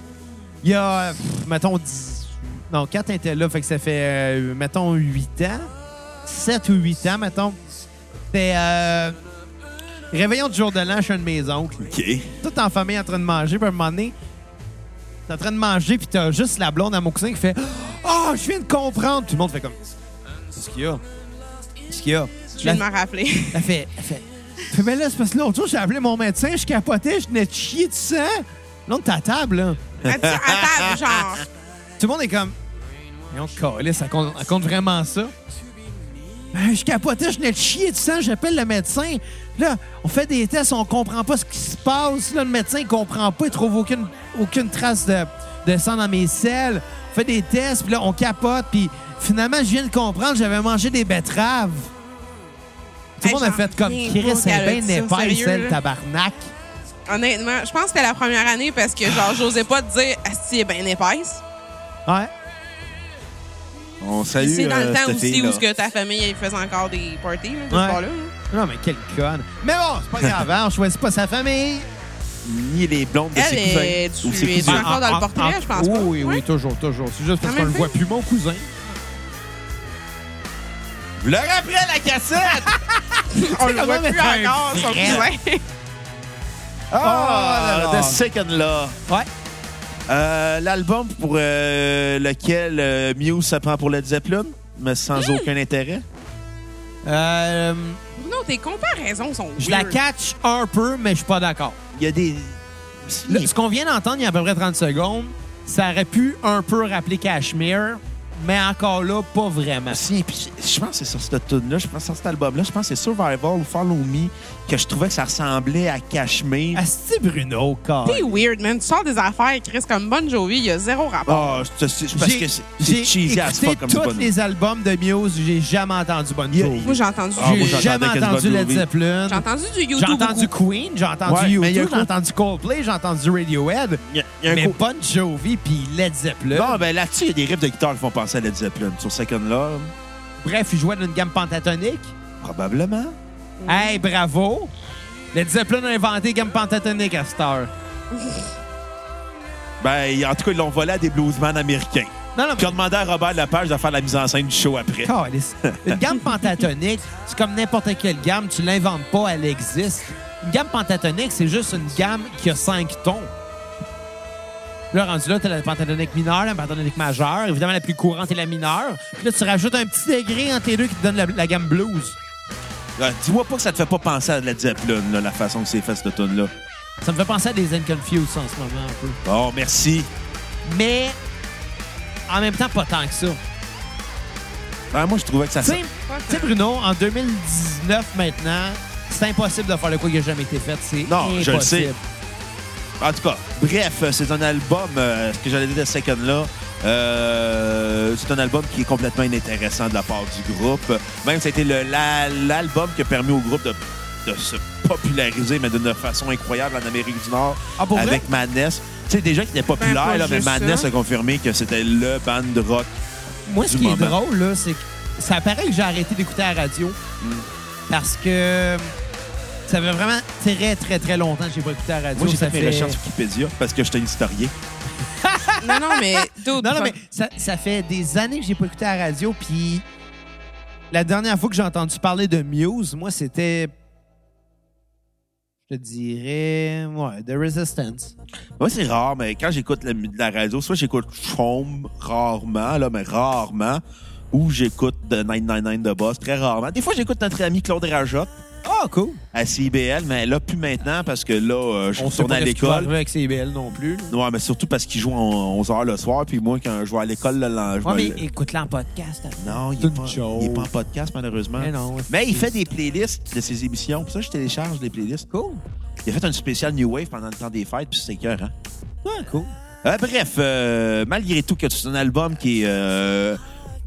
Speaker 1: Il y a, euh, pff, mettons, 10... Non, quand t'étais là, fait que ça fait, euh, mettons, 8 ans. 7 ou 8 ans, mettons. C'était... Euh... Réveillon du jour de l'an chez un de mes oncles.
Speaker 2: OK.
Speaker 1: tout en famille en train de manger, puis à un moment donné, t'es en train de manger, puis t'as juste la blonde à mon cousin qui fait Ah, je viens de comprendre! Tout le monde fait comme Qu'est-ce qu'il y a? Qu'est-ce qu'il y a?
Speaker 3: Je
Speaker 1: La-
Speaker 3: viens de m'en rappeler.
Speaker 1: elle fait, elle fait, elle fait, mais là, c'est parce que l'autre jour, j'ai appelé mon médecin, je capotais, je venais de chier du sang. L'autre, t'es à table, là.
Speaker 3: Elle dit, attends, genre.
Speaker 1: Tout le monde est comme, mais on calisse, elle compte, elle compte vraiment ça. Ben, je capotais, je venais de chier du sang, j'appelle le médecin. Là, on fait des tests, on comprend pas ce qui se passe. Là, le médecin, il comprend pas, il trouve aucune, aucune trace de, de sang dans mes selles. On fait des tests, puis là, on capote, puis finalement, je viens de comprendre, j'avais mangé des betteraves. Tout le
Speaker 3: Hey,
Speaker 1: monde a
Speaker 3: j'en
Speaker 1: fait comme
Speaker 3: reviens
Speaker 1: Chris,
Speaker 3: pas
Speaker 1: c'est
Speaker 3: qu'elle a
Speaker 1: bien
Speaker 3: dit ça,
Speaker 1: épaisse,
Speaker 3: sérieux,
Speaker 1: elle,
Speaker 3: là.
Speaker 1: tabarnak.
Speaker 3: Honnêtement, je pense que c'était la première année parce que, genre, j'osais pas te dire, ah, si, ben épaisse.
Speaker 1: Ouais.
Speaker 2: On
Speaker 3: Puis
Speaker 2: salue.
Speaker 3: c'est dans le
Speaker 2: euh,
Speaker 3: temps
Speaker 2: cette
Speaker 3: aussi
Speaker 2: fille-là.
Speaker 3: où ce que ta famille elle faisait encore des parties, là, de ce
Speaker 1: Ouais.
Speaker 3: soir-là, là.
Speaker 1: Non, mais quelle conne. Mais bon, c'est pas grave, hein, on choisit pas sa famille.
Speaker 2: ni les blondes de ses
Speaker 3: Elle
Speaker 2: cousins
Speaker 3: est- tu
Speaker 2: ou ses
Speaker 3: es-
Speaker 2: cousines.
Speaker 3: tu- encore dans le portrait, je pense
Speaker 1: Oui,
Speaker 3: pas.
Speaker 1: oui, oui,
Speaker 3: Ouais.
Speaker 1: toujours, toujours. C'est juste parce
Speaker 3: Ah,
Speaker 1: qu'on
Speaker 3: mais
Speaker 1: le
Speaker 3: oui.
Speaker 1: voit plus, mon cousin.
Speaker 2: Vous l'aurez après la cassette!
Speaker 3: On le
Speaker 1: comment
Speaker 3: voit plus
Speaker 1: mettre un
Speaker 3: encore, son
Speaker 1: vrai?
Speaker 3: cousin.
Speaker 1: Ah,
Speaker 2: Ah,
Speaker 1: là, là.
Speaker 2: Oh, The Second Law.
Speaker 1: Ouais.
Speaker 2: Euh, L'album pour euh, lequel euh, Muse s'apprend pour Led Zeppelin, mais sans aucun intérêt.
Speaker 1: Euh,
Speaker 3: Bruno, tes comparaisons sont
Speaker 1: je la
Speaker 3: weird.
Speaker 1: catch un peu, mais je suis pas d'accord.
Speaker 2: Il y a des...
Speaker 1: Là, ce qu'on vient d'entendre il y a à peu près 30 secondes, ça aurait pu un peu rappeler Cashmere, mais encore là, pas vraiment.
Speaker 2: Si, puis je je pense que c'est sur cette tune-là, je pense que c'est sur cet album-là, je pense que c'est Survival ou Follow Me que je trouvais que ça ressemblait à Cachemire.
Speaker 1: Asti Bruno, car.
Speaker 3: T'es weird, man. Tu sors des affaires, Chris, comme Bon Jovi, il y a zéro rapport.
Speaker 2: Ah, c'est- c'est- c'est parce
Speaker 1: J'ai-
Speaker 2: que c'est
Speaker 1: j'ai
Speaker 2: c'est cheesy as
Speaker 1: écouté
Speaker 2: fuck comme
Speaker 1: tous
Speaker 2: bonhomme.
Speaker 1: les albums de Muse, j'ai jamais entendu Bon
Speaker 2: Yeah.
Speaker 1: Jovi.
Speaker 3: Moi, j'ai entendu
Speaker 2: Ah, moi,
Speaker 3: du...
Speaker 1: J'ai
Speaker 2: j'entendais
Speaker 1: jamais
Speaker 2: que du
Speaker 1: entendu
Speaker 2: Bon
Speaker 1: Led
Speaker 2: Jovi.
Speaker 1: Zeppelin.
Speaker 3: J'ai entendu du YouTube.
Speaker 1: J'ai entendu Queen, j'ai entendu
Speaker 2: Ouais, mais il y
Speaker 1: U2,
Speaker 2: a
Speaker 1: j'ai
Speaker 2: quoi-
Speaker 1: entendu Coldplay, j'ai entendu Radiohead.
Speaker 2: Il y a- il y a un
Speaker 1: Mais
Speaker 2: coup-
Speaker 1: Bon Jovi puis Led Zeppelin.
Speaker 2: Non, ben là-dessus, il y a des riffs de guitare qui font penser à Led Zeppelin. Sur Second Law,
Speaker 1: Bref, ils jouaient d'une gamme pentatonique.
Speaker 2: probablement.
Speaker 1: Hey, bravo! Led Zeppelin a inventé gamme pentatonique à cette heure.
Speaker 2: Ben, en tout cas, ils l'ont volé à des bluesmen américains.
Speaker 1: Non, non,
Speaker 2: Puis ils ont demandé à Robert Lapage de faire la mise en scène du show après.
Speaker 1: Calice. Une gamme pentatonique, c'est comme n'importe quelle gamme, tu l'inventes pas, elle existe. Une gamme pentatonique, c'est juste une gamme qui a cinq tons. Là, rendu là, t'as la pentatonique mineure, la pentatonique majeure. Évidemment, la plus courante est la mineure. Puis là, tu rajoutes un petit degré entre les deux qui te donne la, la gamme blues.
Speaker 2: Euh, Dis-moi pas que ça te fait pas penser à Led Zeppelin, là, la façon que c'est fait, cette tune là
Speaker 1: Ça me fait penser à des Unconfused en ce moment, un peu.
Speaker 2: Bon, merci.
Speaker 1: Mais, en même temps, pas tant que ça.
Speaker 2: Ben, moi, je trouvais que ça...
Speaker 1: Tu sais, tu sais, Bruno, en 2019 maintenant, c'est impossible de faire le quoi qui a jamais été fait. C'est
Speaker 2: Non,
Speaker 1: impossible.
Speaker 2: je le sais. En tout cas, bref, euh, c'est un album, euh, ce que j'allais dire de Second là, c'est un album qui est complètement inintéressant de la part du groupe. Même, ça a été le- la- l'album qui a permis au groupe de, de se populariser, mais d'une façon incroyable en Amérique du Nord,
Speaker 1: Ah, pour vrai?
Speaker 2: avec Madness. Tu sais, déjà qu'il était populaire,
Speaker 3: Ben, pas
Speaker 2: là, mais
Speaker 3: juste
Speaker 2: Madness
Speaker 3: ça.
Speaker 2: a confirmé que c'était le band de rock.
Speaker 1: Moi, ce
Speaker 2: du
Speaker 1: qui est
Speaker 2: moment.
Speaker 1: drôle, là, c'est que ça paraît que j'ai arrêté d'écouter la radio
Speaker 2: Mm.
Speaker 1: parce que ça fait vraiment très, très, très longtemps que j'ai pas écouté la radio.
Speaker 2: Moi, j'ai
Speaker 1: ça
Speaker 2: fait mes recherches sur Wikipédia parce que j'étais un historien.
Speaker 3: Non, non, mais... dude,
Speaker 1: Non, non, mais ça, ça fait des années que j'ai pas écouté la radio, puis la dernière fois que j'ai entendu parler de Muse, moi, c'était. Je te dirais. Ouais, The Resistance.
Speaker 2: Moi, c'est rare, mais quand j'écoute la, mu- de la radio, soit j'écoute Chom rarement, là, mais rarement, ou j'écoute de 999 de Boss très rarement. Des fois, j'écoute notre ami Claude Rajotte
Speaker 1: Oh, cool!
Speaker 2: à CIBL, mais là, plus maintenant, parce que là, euh, je
Speaker 1: On se
Speaker 2: retourne à l'école.
Speaker 1: avec CBL non plus. là.
Speaker 2: Ouais, mais surtout parce qu'il joue en 11h le soir, puis moi, quand je vais à l'école le lendemain. je
Speaker 1: Ouais,
Speaker 2: me
Speaker 1: mais
Speaker 2: lève.
Speaker 1: écoute-la en podcast.
Speaker 2: Non, il
Speaker 1: C'est
Speaker 2: n'est
Speaker 1: une
Speaker 2: pas,
Speaker 1: joke.
Speaker 2: il est pas en podcast, malheureusement.
Speaker 1: Mais non, c'est-
Speaker 2: Mais il fait des playlists de ses émissions. Pour ça, je télécharge les playlists.
Speaker 1: Cool!
Speaker 2: Il a fait un spécial New Wave pendant le temps des fêtes, puis c'est cœur, hein?
Speaker 1: Ouais, cool.
Speaker 2: Euh, bref, euh, malgré tout que c'est un album qui est... euh,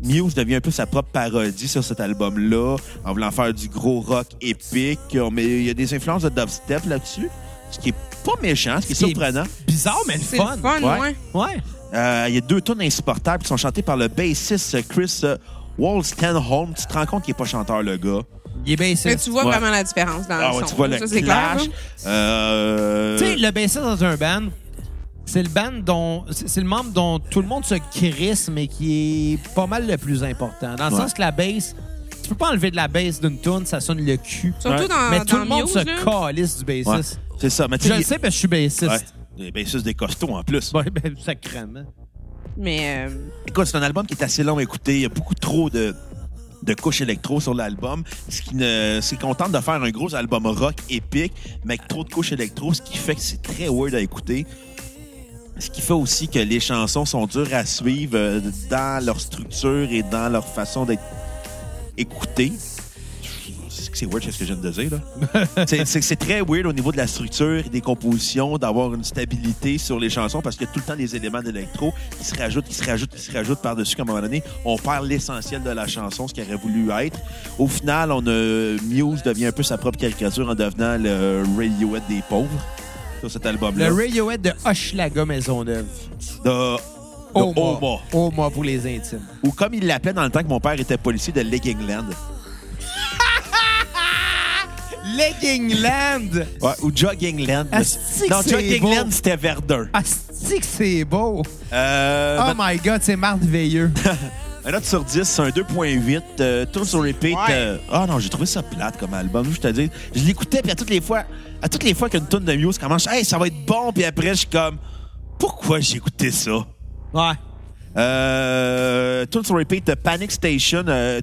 Speaker 2: Muse devient un peu sa propre parodie sur cet album-là, en voulant faire du gros rock épique. On met- Il y a des influences de dubstep là-dessus, ce qui est pas méchant, ce qui est
Speaker 1: Ce qui est-
Speaker 2: surprenant.
Speaker 1: Bizarre, mais le
Speaker 3: C'est le
Speaker 1: fun.
Speaker 3: fun,
Speaker 2: Ouais.
Speaker 3: ouais.
Speaker 1: Ouais.
Speaker 2: Euh, il y a deux tunes insupportables qui sont chantées par le bassiste euh, Chris euh, Wolstenholme. Tu te rends compte qu'il est pas chanteur, le gars.
Speaker 1: Il est bien
Speaker 3: Mais
Speaker 1: c'est.
Speaker 3: tu vois
Speaker 2: Ouais.
Speaker 3: vraiment la différence dans
Speaker 2: Ah,
Speaker 3: le
Speaker 2: ouais,
Speaker 3: son.
Speaker 2: tu vois le
Speaker 3: Ça, c'est clair. hein.
Speaker 2: clash.
Speaker 3: là.
Speaker 2: Euh,
Speaker 1: hein? Tu sais, le bassiste dans un band, c'est le band dont. C'est c'est le membre dont tout le monde se crisse, mais qui est pas mal le plus important. Dans le
Speaker 2: Ouais.
Speaker 1: sens que la bass, tu peux pas enlever de la bass d'une tune, ça sonne le cul.
Speaker 3: Surtout
Speaker 2: Ouais.
Speaker 3: dans,
Speaker 1: mais tout
Speaker 3: dans
Speaker 1: le monde
Speaker 3: Muse, là.
Speaker 1: se calisse du
Speaker 2: ouais,
Speaker 1: bassiste.
Speaker 2: c'est ça. Mais tu
Speaker 1: Je le
Speaker 2: il-
Speaker 1: sais parce que je suis bassiste.
Speaker 2: Ouais, les bassistes des costauds en plus.
Speaker 1: Bon, ben, sacrément.
Speaker 3: Mais euh,
Speaker 2: Écoute, c'est un album qui est assez long à écouter. Il y a beaucoup trop de, de couches électro sur l'album. Ce qui ne, c'est qu'on tente de faire un gros album rock épique, mais avec trop de couches électro, ce qui fait que c'est très weird à écouter. Ce qui fait aussi que les chansons sont dures à suivre euh, dans leur structure et dans leur façon d'être écoutées. C'est c'est weird, c'est ce que je viens de dire, là. c'est, c'est- c'est très weird au niveau de la structure et des compositions, d'avoir une stabilité sur les chansons parce qu'il y a tout le temps des éléments d'électro qui se rajoutent, qui se rajoutent, qui se rajoutent par-dessus. Comme à un moment donné, on perd l'essentiel de la chanson, ce qu'elle aurait voulu être. Au final, on a Muse devient un peu sa propre caricature en devenant le Radiohead des pauvres sur cet album-là.
Speaker 1: Le Radiohead de Hochelaga Maisonneuve.
Speaker 2: de, de Oma.
Speaker 1: Oma pour les intimes.
Speaker 2: Ou comme il l'appelait dans le temps que mon père était policier, de Leggingland.
Speaker 1: Leggingland!
Speaker 2: Ouais, ou Joggingland.
Speaker 1: Asti que
Speaker 2: Non,
Speaker 1: Ah, c'est
Speaker 2: Joggingland,
Speaker 1: beau.
Speaker 2: c'était Verdun.
Speaker 1: Asti que c'est beau!
Speaker 2: Euh,
Speaker 1: Oh my God, c'est merveilleux.
Speaker 2: Un note sur 10, c'est un 2.8. Euh, Tourne sur repeat.
Speaker 3: Ouais.
Speaker 2: euh, Ah non, j'ai trouvé ça plate comme album. Je te dis, je l'écoutais, puis à toutes les fois, à toutes les fois qu'une tune de Muse commence, hey, ça va être bon, puis après, je suis comme, pourquoi j'ai écouté ça?
Speaker 1: Ouais.
Speaker 2: Euh, Tourne sur repeat, euh, Panic Station, euh,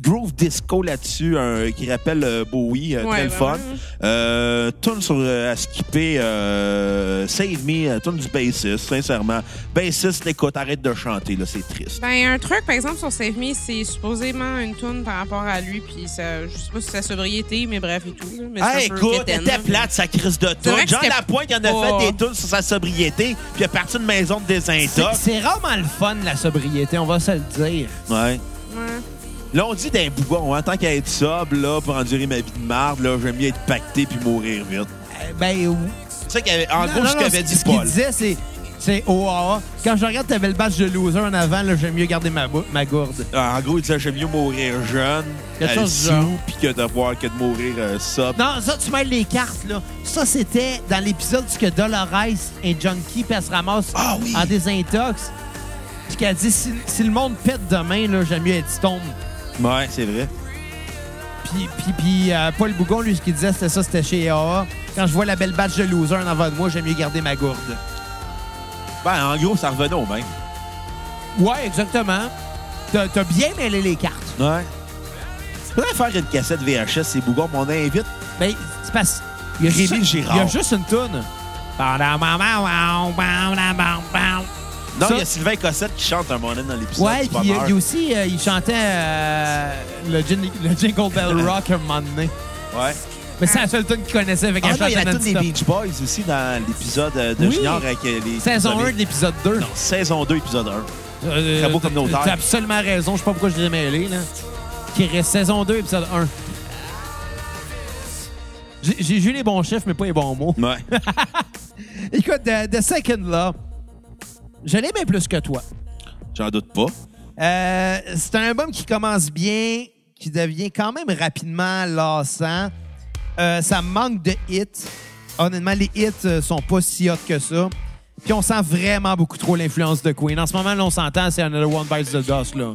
Speaker 2: Groove Disco là-dessus, un- qui rappelle euh, Bowie, euh,
Speaker 3: Ouais,
Speaker 2: très le
Speaker 3: ouais,
Speaker 2: fun.
Speaker 3: ouais.
Speaker 2: Euh, tourne sur euh, à skipper, euh, Save Me, euh, tourne du bassiste, sincèrement. Bassiste, écoute, arrête de chanter, là, c'est triste.
Speaker 3: Ben, un truc, par exemple, sur Save Me, c'est supposément une toune par rapport à lui, puis ça, je sais pas si c'est sa sobriété, mais bref et tout. là, Mais
Speaker 2: Ah,
Speaker 3: c'est un peu
Speaker 2: écoute,
Speaker 3: quétaine,
Speaker 2: elle était
Speaker 3: là.
Speaker 2: plate, sa crise de
Speaker 3: C'est vrai
Speaker 2: toune.
Speaker 3: que
Speaker 2: Jean
Speaker 3: c'était-
Speaker 2: Lapointe, il en a
Speaker 3: Oh.
Speaker 2: fait des tounes sur sa sobriété, puis il est parti de maison de
Speaker 1: C'est
Speaker 2: désintox.
Speaker 1: c'est rarement le fun, la sobriété, on va se le dire.
Speaker 2: Ouais.
Speaker 3: Ouais.
Speaker 2: Là, on dit d'un bougon, hein, tant qu'à être sobre, là, pour endurer ma vie de marde, là, j'aime mieux être pacté puis mourir vite.
Speaker 1: Euh, Ben, oui.
Speaker 2: C'est ça qu'elle en
Speaker 1: Non,
Speaker 2: gros,
Speaker 1: non,
Speaker 2: ce
Speaker 1: non,
Speaker 2: qu'avait dit
Speaker 1: Ce qu'il
Speaker 2: Paul.
Speaker 1: disait, c'est. C'est OAA. Quand je regarde ta belle batch de loser en avant, là, j'aime mieux garder ma, bou- ma gourde.
Speaker 2: En gros, il disait, j'aime mieux mourir jeune,
Speaker 1: Quelque chose du genre.
Speaker 2: sous, puis que de voir que de mourir euh, sobre.
Speaker 1: Non, ça, tu mêles les cartes, là. Ça, c'était dans l'épisode où que Dolores est junkie, puis elle se ramasse
Speaker 2: Ah oui!
Speaker 1: en désintox. Puis qu'elle dit si, si le monde pète demain, là, j'aime mieux être stone.
Speaker 2: Ouais, c'est vrai.
Speaker 1: Puis, puis, puis euh, Paul Bougon, lui, ce qu'il disait, c'était ça, c'était chez AA. Quand je vois la belle batch de loser en avant de moi, j'aime mieux garder ma gourde.
Speaker 2: Ben, en gros, ça revenait au même.
Speaker 1: Ouais, exactement. T'as t'as bien mêlé les cartes.
Speaker 2: Ouais. Je pourrais faire une cassette VHS, c'est bougon, mais on invite
Speaker 1: Ben, c'est parce il y a
Speaker 2: Rémi
Speaker 1: juste-
Speaker 2: Girard.
Speaker 1: Il y a juste une toune.
Speaker 2: Non,
Speaker 1: Ça-
Speaker 2: il y a Sylvain Cossette qui chante un moment donné dans l'épisode.
Speaker 1: Ouais,
Speaker 2: du
Speaker 1: puis il y a-
Speaker 2: bonheur.
Speaker 1: il y a aussi, euh, il chantait euh, le, jin- le Jingle Bell Rock un moment donné.
Speaker 2: Ouais.
Speaker 1: Mais c'est la seule tune qu'il connaissait avec
Speaker 2: Ah
Speaker 1: un
Speaker 2: non, il y a la
Speaker 1: chanteur
Speaker 2: tune des Beach Boys aussi dans l'épisode euh, de
Speaker 1: Oui.
Speaker 2: Junior avec euh, les.
Speaker 1: Saison
Speaker 2: isolés.
Speaker 1: 1 de l'épisode 2.
Speaker 2: Non, saison 2, épisode 1.
Speaker 1: Euh,
Speaker 2: Très beau comme nos terres.
Speaker 1: T'as absolument raison. Je sais pas pourquoi je l'ai mêlé. Là. Qui reste saison 2, épisode 1. J'ai- J'ai eu les bons chiffres, mais pas les bons mots.
Speaker 2: Ouais.
Speaker 1: Écoute, The, The Second Law, je l'aimais plus que toi.
Speaker 2: J'en doute pas.
Speaker 1: Euh, c'est un album qui commence bien, qui devient quand même rapidement lassant. Euh, ça manque de hits. Honnêtement, les hits euh, sont pas si hot que ça. Puis on sent vraiment beaucoup trop l'influence de Queen. En ce moment, là, on s'entend, c'est Another One Bites the Dust. là.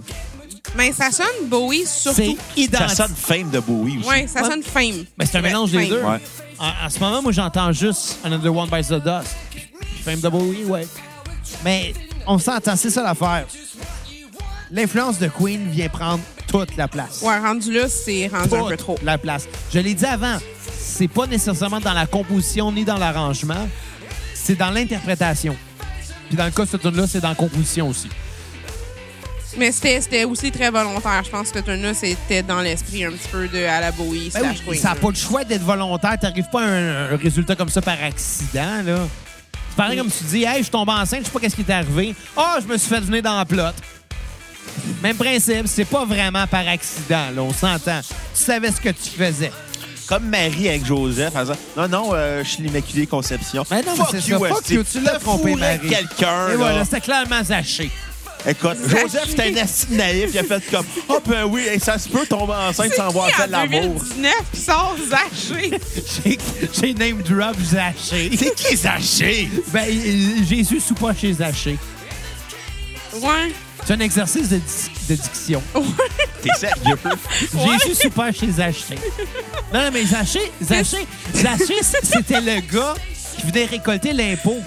Speaker 3: Ben, ça sonne Bowie
Speaker 1: C'est
Speaker 3: surtout.
Speaker 1: identique.
Speaker 2: Ça sonne fame de Bowie aussi.
Speaker 3: Ouais, ça sonne fame.
Speaker 1: Mais Ben, c'est un
Speaker 3: Ouais,
Speaker 1: mélange des
Speaker 3: fame.
Speaker 1: deux.
Speaker 2: Ouais.
Speaker 1: En, en ce moment, moi, j'entends juste Another One Bites the Dust. Puis Fame de Bowie, ouais. Mais on s'entend, c'est ça l'affaire. L'influence de Queen vient prendre toute la place.
Speaker 3: Ouais, rendu là, c'est rendu un peu
Speaker 1: Toute
Speaker 3: trop.
Speaker 1: la place. Je l'ai dit avant, c'est pas nécessairement dans la composition ni dans l'arrangement, c'est dans l'interprétation. Puis dans le cas de cette tune-là, c'est dans la composition aussi.
Speaker 3: Mais c'était c'était aussi très volontaire. Je pense que cette tune-là, c'était dans l'esprit un petit peu de à la Bowie
Speaker 1: Ben
Speaker 3: slash
Speaker 1: oui,
Speaker 3: Queen.
Speaker 1: ça n'a
Speaker 3: là.
Speaker 1: pas le choix d'être volontaire. T'arrives pas à un, un résultat comme ça par accident, là. C'est pareil comme tu dis, hey, je suis tombé enceinte, je sais pas qu'est-ce qui est arrivé. Ah, je me suis fait venir dans la plot. Même principe, c'est pas vraiment par accident, là, on s'entend. Tu savais ce que tu faisais.
Speaker 2: Comme Marie avec Joseph, en disant Non, non, euh, je suis l'Immaculée Conception.
Speaker 1: Mais Ben non, mais
Speaker 2: fuck
Speaker 1: c'est
Speaker 2: you,
Speaker 1: ça. Fuck
Speaker 2: esti.
Speaker 1: you, tu l'as
Speaker 2: T'as
Speaker 1: trompé,
Speaker 2: fourré
Speaker 1: Marie.
Speaker 2: quelqu'un.
Speaker 1: Et voilà,
Speaker 2: là.
Speaker 1: c'était clairement zaché.
Speaker 2: Écoute, Joseph, c'était un esti naïf. Il a fait comme Oh, ben oui, hey, ça se peut tomber enceinte sans avoir
Speaker 3: qui,
Speaker 2: fait
Speaker 3: en
Speaker 2: de l'amour.
Speaker 3: 2019 qui sort Zaché.
Speaker 1: J'ai- J'ai name drop zaché.
Speaker 2: C'est qui Zaché?
Speaker 1: Ben, euh, Jésus sous pas chez Zaché.
Speaker 3: ouais.
Speaker 1: C'est un exercice de, dis- de diction.
Speaker 2: T'es sérieux?
Speaker 1: Jésus sous pas chez Zaché. Non, non, mais Zaché, Zaché, Zaché, c- c'était le gars qui venait récolter l'impôt.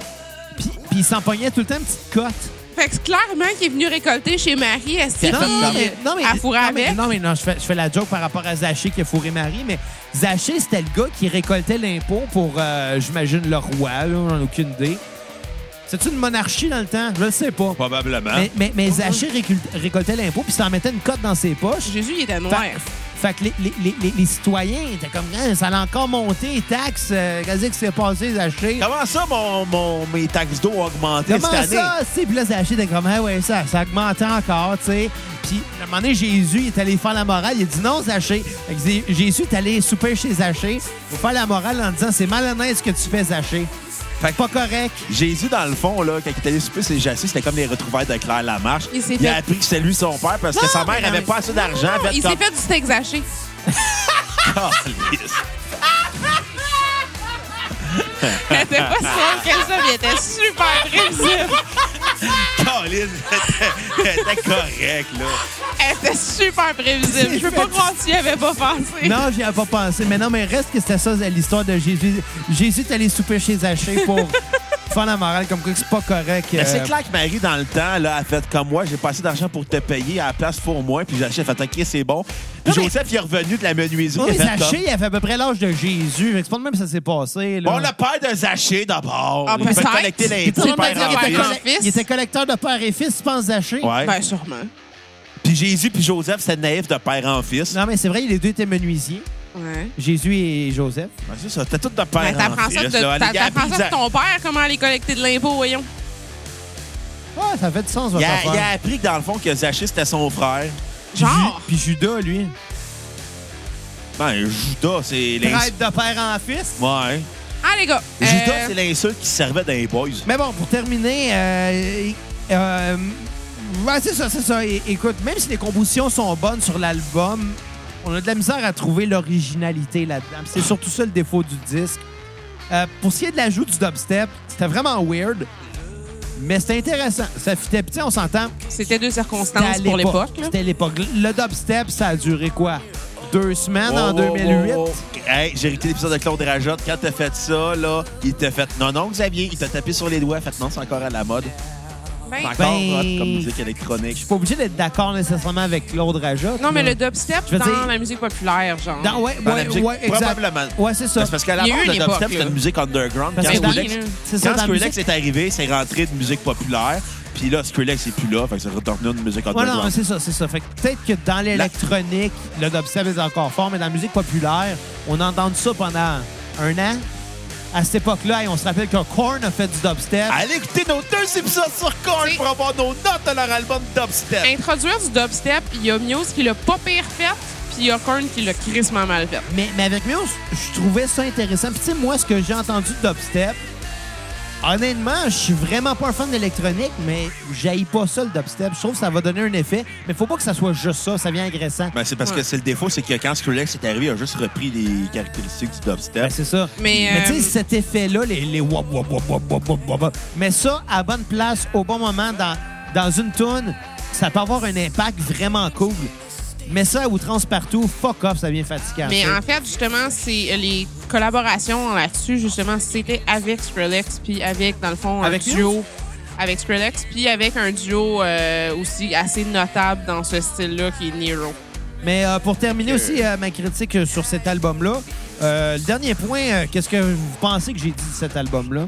Speaker 1: Puis, puis il s'empoignait tout le temps une petite cote.
Speaker 3: Fait que c'est clairement qu'il est venu récolter chez Marie. Est-ce qu'il
Speaker 1: Non, non, mais, non, mais,
Speaker 3: à fourrer
Speaker 1: non, mais-
Speaker 3: avec?
Speaker 1: non, mais non, je fais, je fais la joke par rapport à Zaché qui a fourré Marie, mais Zaché, c'était le gars qui récoltait l'impôt pour, euh, j'imagine, le roi, là, on n'a aucune idée. C'est-tu une monarchie dans le temps? Je le sais pas.
Speaker 2: Probablement.
Speaker 1: Mais, mais, mais Zaché récul- récoltait l'impôt puis s'en mettait une cote dans ses poches.
Speaker 3: Jésus, il était
Speaker 1: Fait,
Speaker 3: noir.
Speaker 1: fait que les, les- les- les- les citoyens étaient comme, Ah, ça allait encore monter les taxes. Euh, Qu'est-ce qui s'est passé, Zaché?
Speaker 2: Comment ça, mon, mon- mes taxes d'eau ont augmenté
Speaker 1: Comment
Speaker 2: cette année?
Speaker 1: ça? c'est Puis là, Zaché était comme, ah ouais, ça, ça augmentait encore, tu sais. Puis, à un moment donné, Jésus, il est allé faire la morale. Il a dit non, Zaché. Fait que Zé- Jésus est allé souper chez Zaché pour faire la morale en disant, c'est malhonnête ce que tu fais, Zaché. Fait que pas correct.
Speaker 2: Jésus, dans le fond, là, quand il est allé souper chez Jassy, c'était comme les retrouvailles de Claire Lamarche.
Speaker 3: Il s'est
Speaker 2: il a
Speaker 3: fait-
Speaker 2: appris que c'était lui son père parce que
Speaker 1: Non,
Speaker 2: sa
Speaker 1: mais
Speaker 2: mère
Speaker 1: non,
Speaker 2: avait
Speaker 1: mais-
Speaker 2: pas assez d'argent.
Speaker 3: Il
Speaker 2: comme-
Speaker 3: s'est fait du steak Zaché.
Speaker 2: Calice.
Speaker 3: Elle était pas si drôle que ça, mais elle était super prévisible.
Speaker 2: Colin, t'es correct, là.
Speaker 3: Elle était super prévisible. Je peux pas croire que tu y avais pas pensé.
Speaker 1: Non, j'y avais pas pensé. Mais non, mais reste que c'était ça, l'histoire de Jésus. Jésus est allé souper chez Zaché pour faire la morale, comme quoi c'est pas correct.
Speaker 2: Mais
Speaker 1: euh,
Speaker 2: c'est clair que Marie, dans le temps, là, a fait comme moi, j'ai pas assez d'argent pour te payer à la place pour moi, puis j'achète, fait OK, c'est bon. Puis
Speaker 1: Non, mais-
Speaker 2: Joseph, il est revenu de la menuiserie.
Speaker 1: Oui,
Speaker 2: il a fait
Speaker 1: Zaché,
Speaker 2: comme,
Speaker 1: il avait à peu près l'âge de Jésus. Fait que C'est pas de même que ça s'est passé. Là.
Speaker 2: Bon, le père de Zaché, d'abord.
Speaker 3: Ah,
Speaker 2: il fait
Speaker 3: peut-être.
Speaker 2: collecter
Speaker 1: Puis tout le
Speaker 2: l'impôt,
Speaker 1: monde m'a dit
Speaker 2: père
Speaker 1: qu'il
Speaker 2: en
Speaker 1: était
Speaker 2: fils.
Speaker 1: colle-
Speaker 3: fils.
Speaker 1: il était collecteur de père et fils, tu penses, Zaché?
Speaker 2: Ouais.
Speaker 3: Ben, sûrement.
Speaker 2: Puis Jésus puis Joseph, c'était naïf de père en fils.
Speaker 1: Non, mais c'est vrai, les deux étaient menuisiers,
Speaker 3: Ouais.
Speaker 1: Jésus et Joseph.
Speaker 2: Ben, c'est ça, c'était tout de père
Speaker 3: Ben,
Speaker 2: en
Speaker 3: t'apprends ça,
Speaker 2: fils.
Speaker 3: de-
Speaker 2: là.
Speaker 3: t'a-
Speaker 2: Il a
Speaker 3: t'apprends
Speaker 2: appris
Speaker 3: ça
Speaker 2: Za-
Speaker 3: de ton père, comment aller collecter de l'impôt, voyons.
Speaker 1: Ouais, ça fait du sens,
Speaker 2: il
Speaker 1: votre
Speaker 2: a,
Speaker 1: affaire.
Speaker 2: il a appris que dans le fond, que Zaché, c'était son frère.
Speaker 3: hein. Genre.
Speaker 1: Ju- Puis Judas, lui.
Speaker 2: Ben, Judas, c'est l'insulte.
Speaker 1: Traite de père en fils.
Speaker 2: Ouais.
Speaker 3: Ah, les gars. euh,
Speaker 2: Judas, c'est l'insulte qui servait dans les boys.
Speaker 1: Mais bon, pour terminer, euh, euh, ouais, c'est ça, c'est ça. É- Écoute, même si les compositions sont bonnes sur l'album, on a de la misère à trouver l'originalité là-dedans. Puis C'est surtout ça le défaut du disque. Euh, pour ce qui est de l'ajout du dubstep, c'était vraiment weird, mais c'était intéressant. Ça fitait, puis tu sais, on s'entend.
Speaker 3: C'était deux
Speaker 1: c'était à
Speaker 3: circonstances pour l'époque. là.
Speaker 1: C'était l'époque. Le dubstep, ça a duré quoi? Deux semaines en
Speaker 2: Wow, wow,
Speaker 1: 2008?
Speaker 2: wow, wow. oh, Hey, j'ai écouté l'épisode de Claude Rajotte. Quand t'as fait ça, là, il t'a fait non, non, Xavier, il t'a tapé sur les doigts. Fait non, c'est encore à la mode.
Speaker 3: Ben,
Speaker 2: C'est encore
Speaker 1: Ben-
Speaker 2: hot comme musique
Speaker 1: Je
Speaker 2: électronique.
Speaker 1: suis pas obligé d'être d'accord nécessairement avec Claude Rajotte.
Speaker 3: non, mais
Speaker 1: là.
Speaker 3: le dubstep
Speaker 1: Je veux
Speaker 3: dans
Speaker 1: dire-
Speaker 3: la musique populaire, genre.
Speaker 1: Dans- ouais,
Speaker 2: Dans la
Speaker 1: ouais,
Speaker 2: musique,
Speaker 1: ouais, exact.
Speaker 2: probablement.
Speaker 1: Ouais, c'est ça.
Speaker 2: Mais Ben, c'est parce qu'à la
Speaker 3: Il y a
Speaker 2: mode,
Speaker 3: eu une
Speaker 2: le dubstep,
Speaker 3: époque,
Speaker 2: c'était
Speaker 3: là.
Speaker 2: une musique underground.
Speaker 1: Parce
Speaker 2: Quand
Speaker 1: que dans-
Speaker 2: Skrillex,
Speaker 1: c'est ça,
Speaker 2: quand
Speaker 1: dans la
Speaker 2: Skrillex
Speaker 1: musique-
Speaker 2: est arrivé, c'est rentré de musique populaire. Puis là, Skrillex est plus là. Fait que c'est redevenu une musique
Speaker 1: Ouais, non,
Speaker 2: underground.
Speaker 1: c'est ça, c'est ça. Fait que peut-être que dans l'électronique, le dubstep est encore fort, mais dans la musique populaire, on a entendu ça pendant un an. À cette époque-là, hey, on se rappelle que Korn a fait du dubstep.
Speaker 2: Allez écouter nos deux épisodes sur Korn
Speaker 3: C'est-
Speaker 2: pour avoir nos notes de leur album dubstep.
Speaker 3: Introduire du dubstep, il y a Muse qui l'a pas pire fait, puis il y a Korn qui l'a crissement mal fait.
Speaker 1: Mais, mais avec Muse, je trouvais ça intéressant. Puis tu sais, moi, ce que j'ai entendu de dubstep, honnêtement, je suis vraiment pas un fan d'électronique, mais j'haïs pas ça, le dubstep. Je trouve que ça va donner un effet, mais faut pas que ça soit juste ça, ça vient agressant.
Speaker 2: Ben, c'est parce que
Speaker 3: Ouais.
Speaker 2: c'est le défaut, c'est que quand Skrillex est arrivé, il a juste repris les caractéristiques du
Speaker 1: Ben,
Speaker 2: dubstep.
Speaker 1: c'est ça.
Speaker 3: Mais,
Speaker 1: tu sais,
Speaker 3: euh,
Speaker 1: cet effet-là, les, les wop, wop, wop, wop, wop, wop, wop, wop. Mais ça, à bonne place, au bon moment, dans, dans une toune, ça peut avoir un impact vraiment cool. Mais ça, à outrance partout, fuck off, ça devient fatigant.
Speaker 3: Mais
Speaker 1: ça.
Speaker 3: en fait, justement, c'est euh, les collaborations là-dessus, justement, c'était avec Skrillex, puis avec, dans le fond, un
Speaker 1: Avec
Speaker 3: duo. Avec Skrillex, puis avec un duo euh, aussi assez notable dans ce style-là qui est Nero.
Speaker 1: Mais euh, pour terminer aussi euh, ma critique euh, sur cet album-là, euh, le dernier point, euh, qu'est-ce que vous pensez que j'ai dit de cet album-là?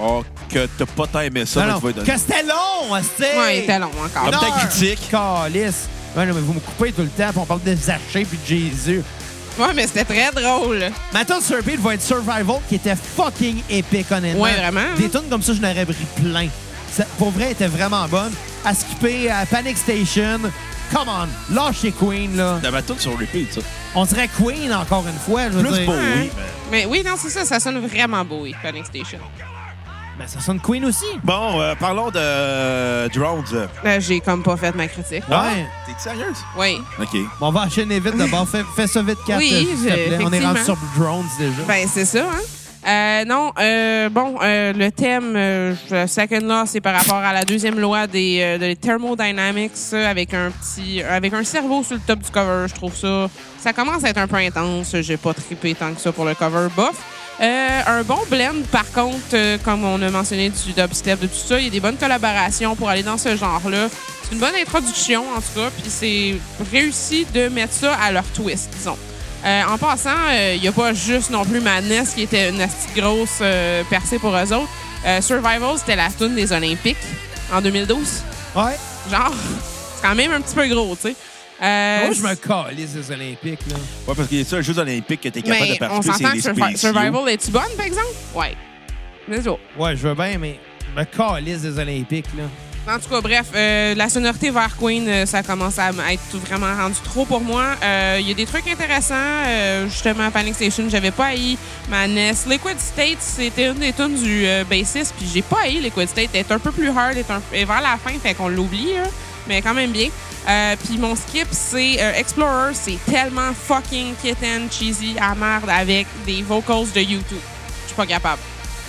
Speaker 2: Oh, que t'as pas tant aimé ça,
Speaker 1: Non,
Speaker 2: mais
Speaker 1: non,
Speaker 2: tu vas y donner.
Speaker 1: que c'était long, c'était...
Speaker 3: Ouais, il était long
Speaker 2: Comme
Speaker 3: encore.
Speaker 2: ta
Speaker 1: heure.
Speaker 2: critique.
Speaker 1: Calice. Ouais, non, mais vous me coupez tout le temps, puis on parle de Zaché puis de Jésus.
Speaker 3: Ouais, mais c'était très drôle.
Speaker 1: Maintenant, sur Beat va être Survival, qui était fucking épique, honnêtement.
Speaker 3: Ouais, vraiment. hein?
Speaker 1: Des tunes comme ça, je n'aurais pris plein. Ça- pour vrai, elle était vraiment bonne. À skipper, à Panic Station. Come on, lâchez Queen, là.
Speaker 2: T'avais tout sur repeat, ça.
Speaker 1: On dirait Queen encore une fois, je veux
Speaker 2: Plus
Speaker 1: dire.
Speaker 2: beau,
Speaker 3: Ouais.
Speaker 2: oui. mais-
Speaker 3: Mais oui, non, c'est ça, ça sonne vraiment beau, oui, Panic Station.
Speaker 1: Mais Ben, ça sonne Queen aussi.
Speaker 2: Bon, euh, parlons de euh, Drones.
Speaker 3: Là, j'ai comme pas fait ma critique.
Speaker 1: Ouais.
Speaker 2: Ah, T'es sérieuse?
Speaker 3: Oui.
Speaker 2: OK.
Speaker 1: Bon, on va enchaîner vite d'abord. Fais, fais ça vite, Kat, euh,
Speaker 3: Oui,
Speaker 1: s'il te plaît.
Speaker 3: je-
Speaker 1: On est rendu sur
Speaker 3: effectivement.
Speaker 1: Drones déjà.
Speaker 3: Ben, c'est ça, hein? Euh, non, euh, bon, euh, le thème, euh, je- second law, c'est par rapport à la deuxième loi des, euh, des thermodynamics euh, avec un petit, euh, avec un cerveau sur le top du cover, je trouve ça. Ça commence à être un peu intense. J'ai pas trippé tant que ça pour le cover, bof. Euh, un bon blend, par contre, euh, comme on a mentionné du dubstep, de tout ça, il y a des bonnes collaborations pour aller dans ce genre-là. C'est une bonne introduction, en tout cas, puis c'est réussi de mettre ça à leur twist, disons. Euh, en passant, il n'y a pas juste non plus Madness qui était une petite grosse euh, percée pour eux autres. Euh, Survival, c'était la tune des Olympiques en 2012.
Speaker 1: Ouais.
Speaker 3: Genre, c'est quand même un petit peu gros, tu sais. Euh,
Speaker 1: Moi, je me calisse des Olympiques, là.
Speaker 2: Ouais, parce qu'il y a ça, les Jeux olympiques que t'es capable
Speaker 3: mais
Speaker 2: de
Speaker 3: on
Speaker 2: participer,
Speaker 3: s'entend
Speaker 2: c'est
Speaker 3: que
Speaker 2: les
Speaker 3: Survi-
Speaker 2: spéciaux.
Speaker 3: Survival, est tu bonne, par exemple? Ouais. Mais c'est tout.
Speaker 1: Ouais, je veux bien, mais je me calisse des Olympiques, là.
Speaker 3: En tout cas, bref, euh, la sonorité vers Queen, euh, ça commence à m- à être tout vraiment rendu trop pour moi. Euh, Il y a des trucs intéressants. euh, justement, Panic Station, j'avais pas haï. Madness, Liquid State, c'était une des tunes du euh, bassiste, puis j'ai pas haï Liquid State. Elle est un peu plus hard, elle est, un- elle est vers la fin, fait qu'on l'oublie, hein, mais quand même bien. Euh, puis mon skip, c'est euh, Explorer. C'est tellement fucking kitten, cheesy, à merde avec des vocals de YouTube. Je suis pas capable.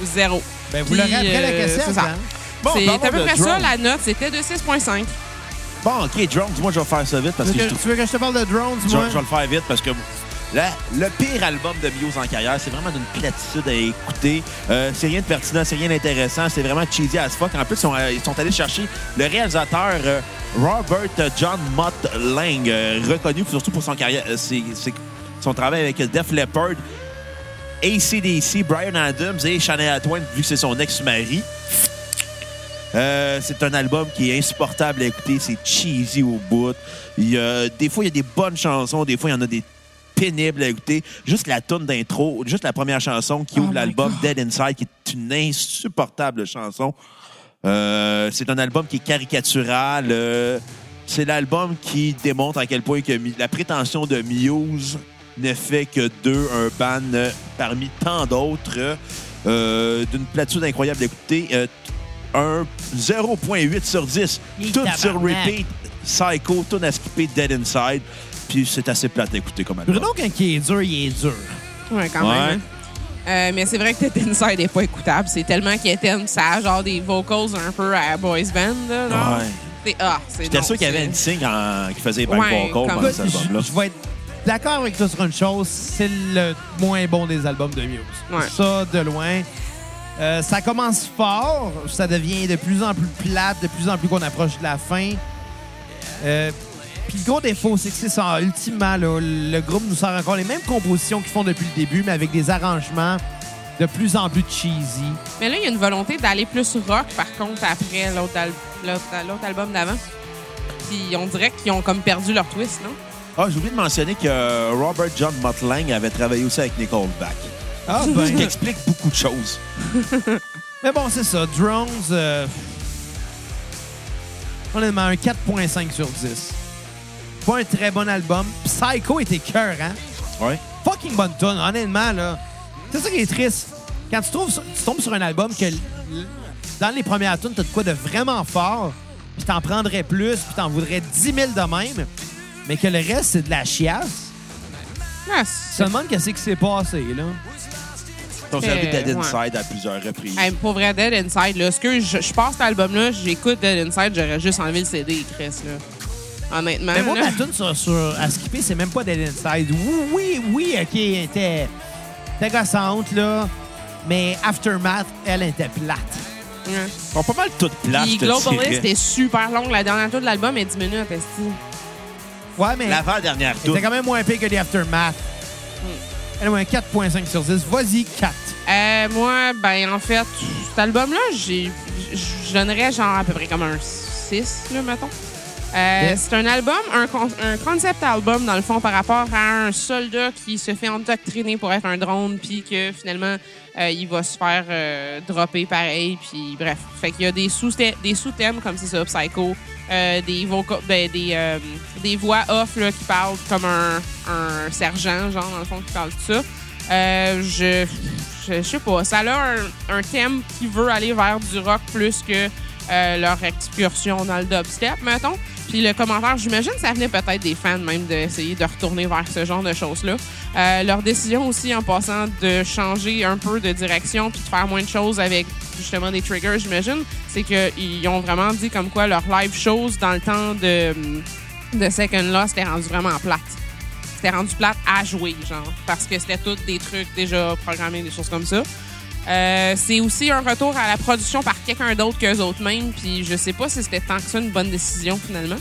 Speaker 3: Zéro.
Speaker 1: Ben, vous
Speaker 3: Puis,
Speaker 1: l'aurez après la
Speaker 3: euh, c'est
Speaker 1: cassette,
Speaker 3: ça.
Speaker 1: hein?
Speaker 2: Bon,
Speaker 3: c'est
Speaker 2: parlons
Speaker 3: à peu
Speaker 2: de
Speaker 3: près ça,
Speaker 2: drone.
Speaker 3: la note. C'était de 6,5.
Speaker 2: Bon, OK, drone, dis-moi, je vais faire ça vite parce que
Speaker 1: Tu
Speaker 2: je
Speaker 1: veux, que,
Speaker 2: trouve-
Speaker 1: tu veux que je te parle de drones,
Speaker 2: je,
Speaker 1: moi?
Speaker 2: je vais le faire vite parce que la- le pire album de Muse en carrière, c'est vraiment d'une platitude à écouter. Euh, c'est rien de pertinent, c'est rien d'intéressant, c'est vraiment cheesy as fuck. En plus, ils sont, euh, ils sont allés chercher le réalisateur euh, Robert John Mott Lang, euh, reconnu surtout pour son carrière, euh, ses- ses- son travail avec Def Leppard. ACDC, Brian Adams et Shania Twain, vu que c'est son ex-mari. Euh, c'est un album qui est insupportable à écouter, c'est cheesy au bout. Il y a- des fois, il y a des bonnes chansons, des fois, il y en a des pénibles à écouter. Juste la tune d'intro, juste la première chanson qui
Speaker 3: Oh
Speaker 2: ouvre
Speaker 3: my
Speaker 2: l'album
Speaker 3: God.
Speaker 2: Dead Inside, qui est une insupportable chanson. Euh, c'est un album qui est caricatural. euh, c'est l'album qui démontre à quel point que Mi- la prétention de Muse ne fait que deux, un ban euh, parmi tant d'autres, euh, d'une platitude incroyable d'écouter. Euh, t- un 0.8 sur 10,
Speaker 1: Et
Speaker 2: tout sur
Speaker 1: tabarnak.
Speaker 2: repeat, Psycho, tout à skipper, Dead Inside. Puis c'est assez plate à écouter comme album.
Speaker 1: Bruno, quand il est dur, il est dur.
Speaker 3: Ouais, quand
Speaker 2: Ouais.
Speaker 3: même. hein. Euh, mais c'est vrai que Ted Inside n'est pas écoutable. C'est tellement qu'Étienne, ça a genre des vocals un peu à boys band. Là, genre.
Speaker 2: Ouais.
Speaker 3: C'est- Ah, c'est
Speaker 2: J'étais
Speaker 3: hein? non,
Speaker 2: sûr qu'il y avait
Speaker 3: c'est-
Speaker 2: une signe en- qui faisait back
Speaker 3: Ouais,
Speaker 2: vocal
Speaker 3: comme-
Speaker 2: dans
Speaker 1: Écoute,
Speaker 2: cet album-là.
Speaker 1: Je je vais être d'accord avec toi sur une chose, c'est le moins bon des albums de Muse.
Speaker 3: Ouais.
Speaker 1: Ça, de loin. Euh, ça commence fort, ça devient de plus en plus plate, de plus en plus qu'on approche de la fin. Euh, Puis le gros défaut, c'est que c'est ça. Ultimement, là, le groupe nous sort encore les mêmes compositions qu'ils font depuis le début, mais avec des arrangements de plus en plus cheesy.
Speaker 3: Mais là, il y a une volonté d'aller plus rock, par contre, après l'autre al- l'autre- l'autre album d'avant. Puis on dirait qu'ils ont comme perdu leur twist, non?
Speaker 2: Ah, j'ai oublié de mentionner que euh, Robert John Motlang avait travaillé aussi avec Nicole Back.
Speaker 1: Ah
Speaker 2: Ce qui explique beaucoup de choses.
Speaker 1: Mais bon, c'est ça. Drones, euh, honnêtement, un 4.5 sur 10. Pas un très bon album. Psycho était cœur, hein?
Speaker 2: Ouais.
Speaker 1: Fucking bonne tonne, honnêtement, là. C'est ça qui est triste. Quand tu, trouves sur- tu tombes sur un album que l- l- dans les premières tunes, t'as de quoi de vraiment fort, puis t'en prendrais plus, puis t'en voudrais 10 000 de même, mais que le reste, c'est de la chiasse.
Speaker 3: Ah,
Speaker 1: Tu
Speaker 3: c'est-
Speaker 1: te demandes qu'est-ce qui s'est passé, là.
Speaker 2: On s'est invité à Dead
Speaker 3: Euh, ouais.
Speaker 2: Inside à plusieurs reprises.
Speaker 3: Hey, pour vrai, Dead Inside, là, ce que je, je passe cet album-là, j'écoute Dead Inside, j'aurais juste enlevé le CD, Chris, là. Honnêtement.
Speaker 1: Mais moi, ma
Speaker 3: là.
Speaker 1: tune sur, sur- à skipper, c'est même pas Dead Inside. Oui, oui, oui, OK, elle était, était gossante, là. Mais Aftermath, elle était plate.
Speaker 3: Ouais.
Speaker 2: Ils sont pas mal toutes plates,
Speaker 3: Puis
Speaker 2: je te
Speaker 3: Globalist
Speaker 2: dirais.
Speaker 3: était super long. La dernière tour de l'album est 10 minutes, est
Speaker 1: Ouais, mais
Speaker 2: L'avant-dernière
Speaker 1: elle
Speaker 2: tour.
Speaker 1: était quand même moins pire que les Aftermath. Elle a un 4.5 sur 10. Vas-y, 4.
Speaker 3: euh, Moi, ben, en fait, cet album-là, j'ai- je je donnerais genre à peu près comme un 6, là, mettons. Euh,
Speaker 1: Ok.
Speaker 3: C'est un album, un, con- un concept album, dans le fond, par rapport à un soldat qui se fait endoctriner pour être un drone, puis que finalement, euh, il va se faire euh, dropper pareil, puis bref. Fait qu'il y a des sous-thèmes, des sous-thèmes comme c'est ça, Psycho, euh, des, voca- ben, des, euh, des voix off là, qui parlent comme un, un sergent, genre, dans le fond, qui parle de ça. Euh, je, je, je sais pas, ça a un, un thème qui veut aller vers du rock plus que euh, leur excursion dans le dubstep, mettons. Puis le commentaire, j'imagine, ça venait peut-être des fans même d'essayer de retourner vers ce genre de choses-là. Euh, leur décision aussi, en passant, de changer un peu de direction puis de faire moins de choses avec justement des triggers, j'imagine, c'est qu'ils ont vraiment dit comme quoi leur live shows dans le temps de, de Second Law, c'était rendu vraiment plate. C'était rendu plate à jouer, genre, parce que c'était tout des trucs déjà programmés, des choses comme ça. Euh, c'est aussi un retour à la production par quelqu'un d'autre qu'eux autres mêmes. Puis je sais pas si c'était tant que ça une bonne décision finalement.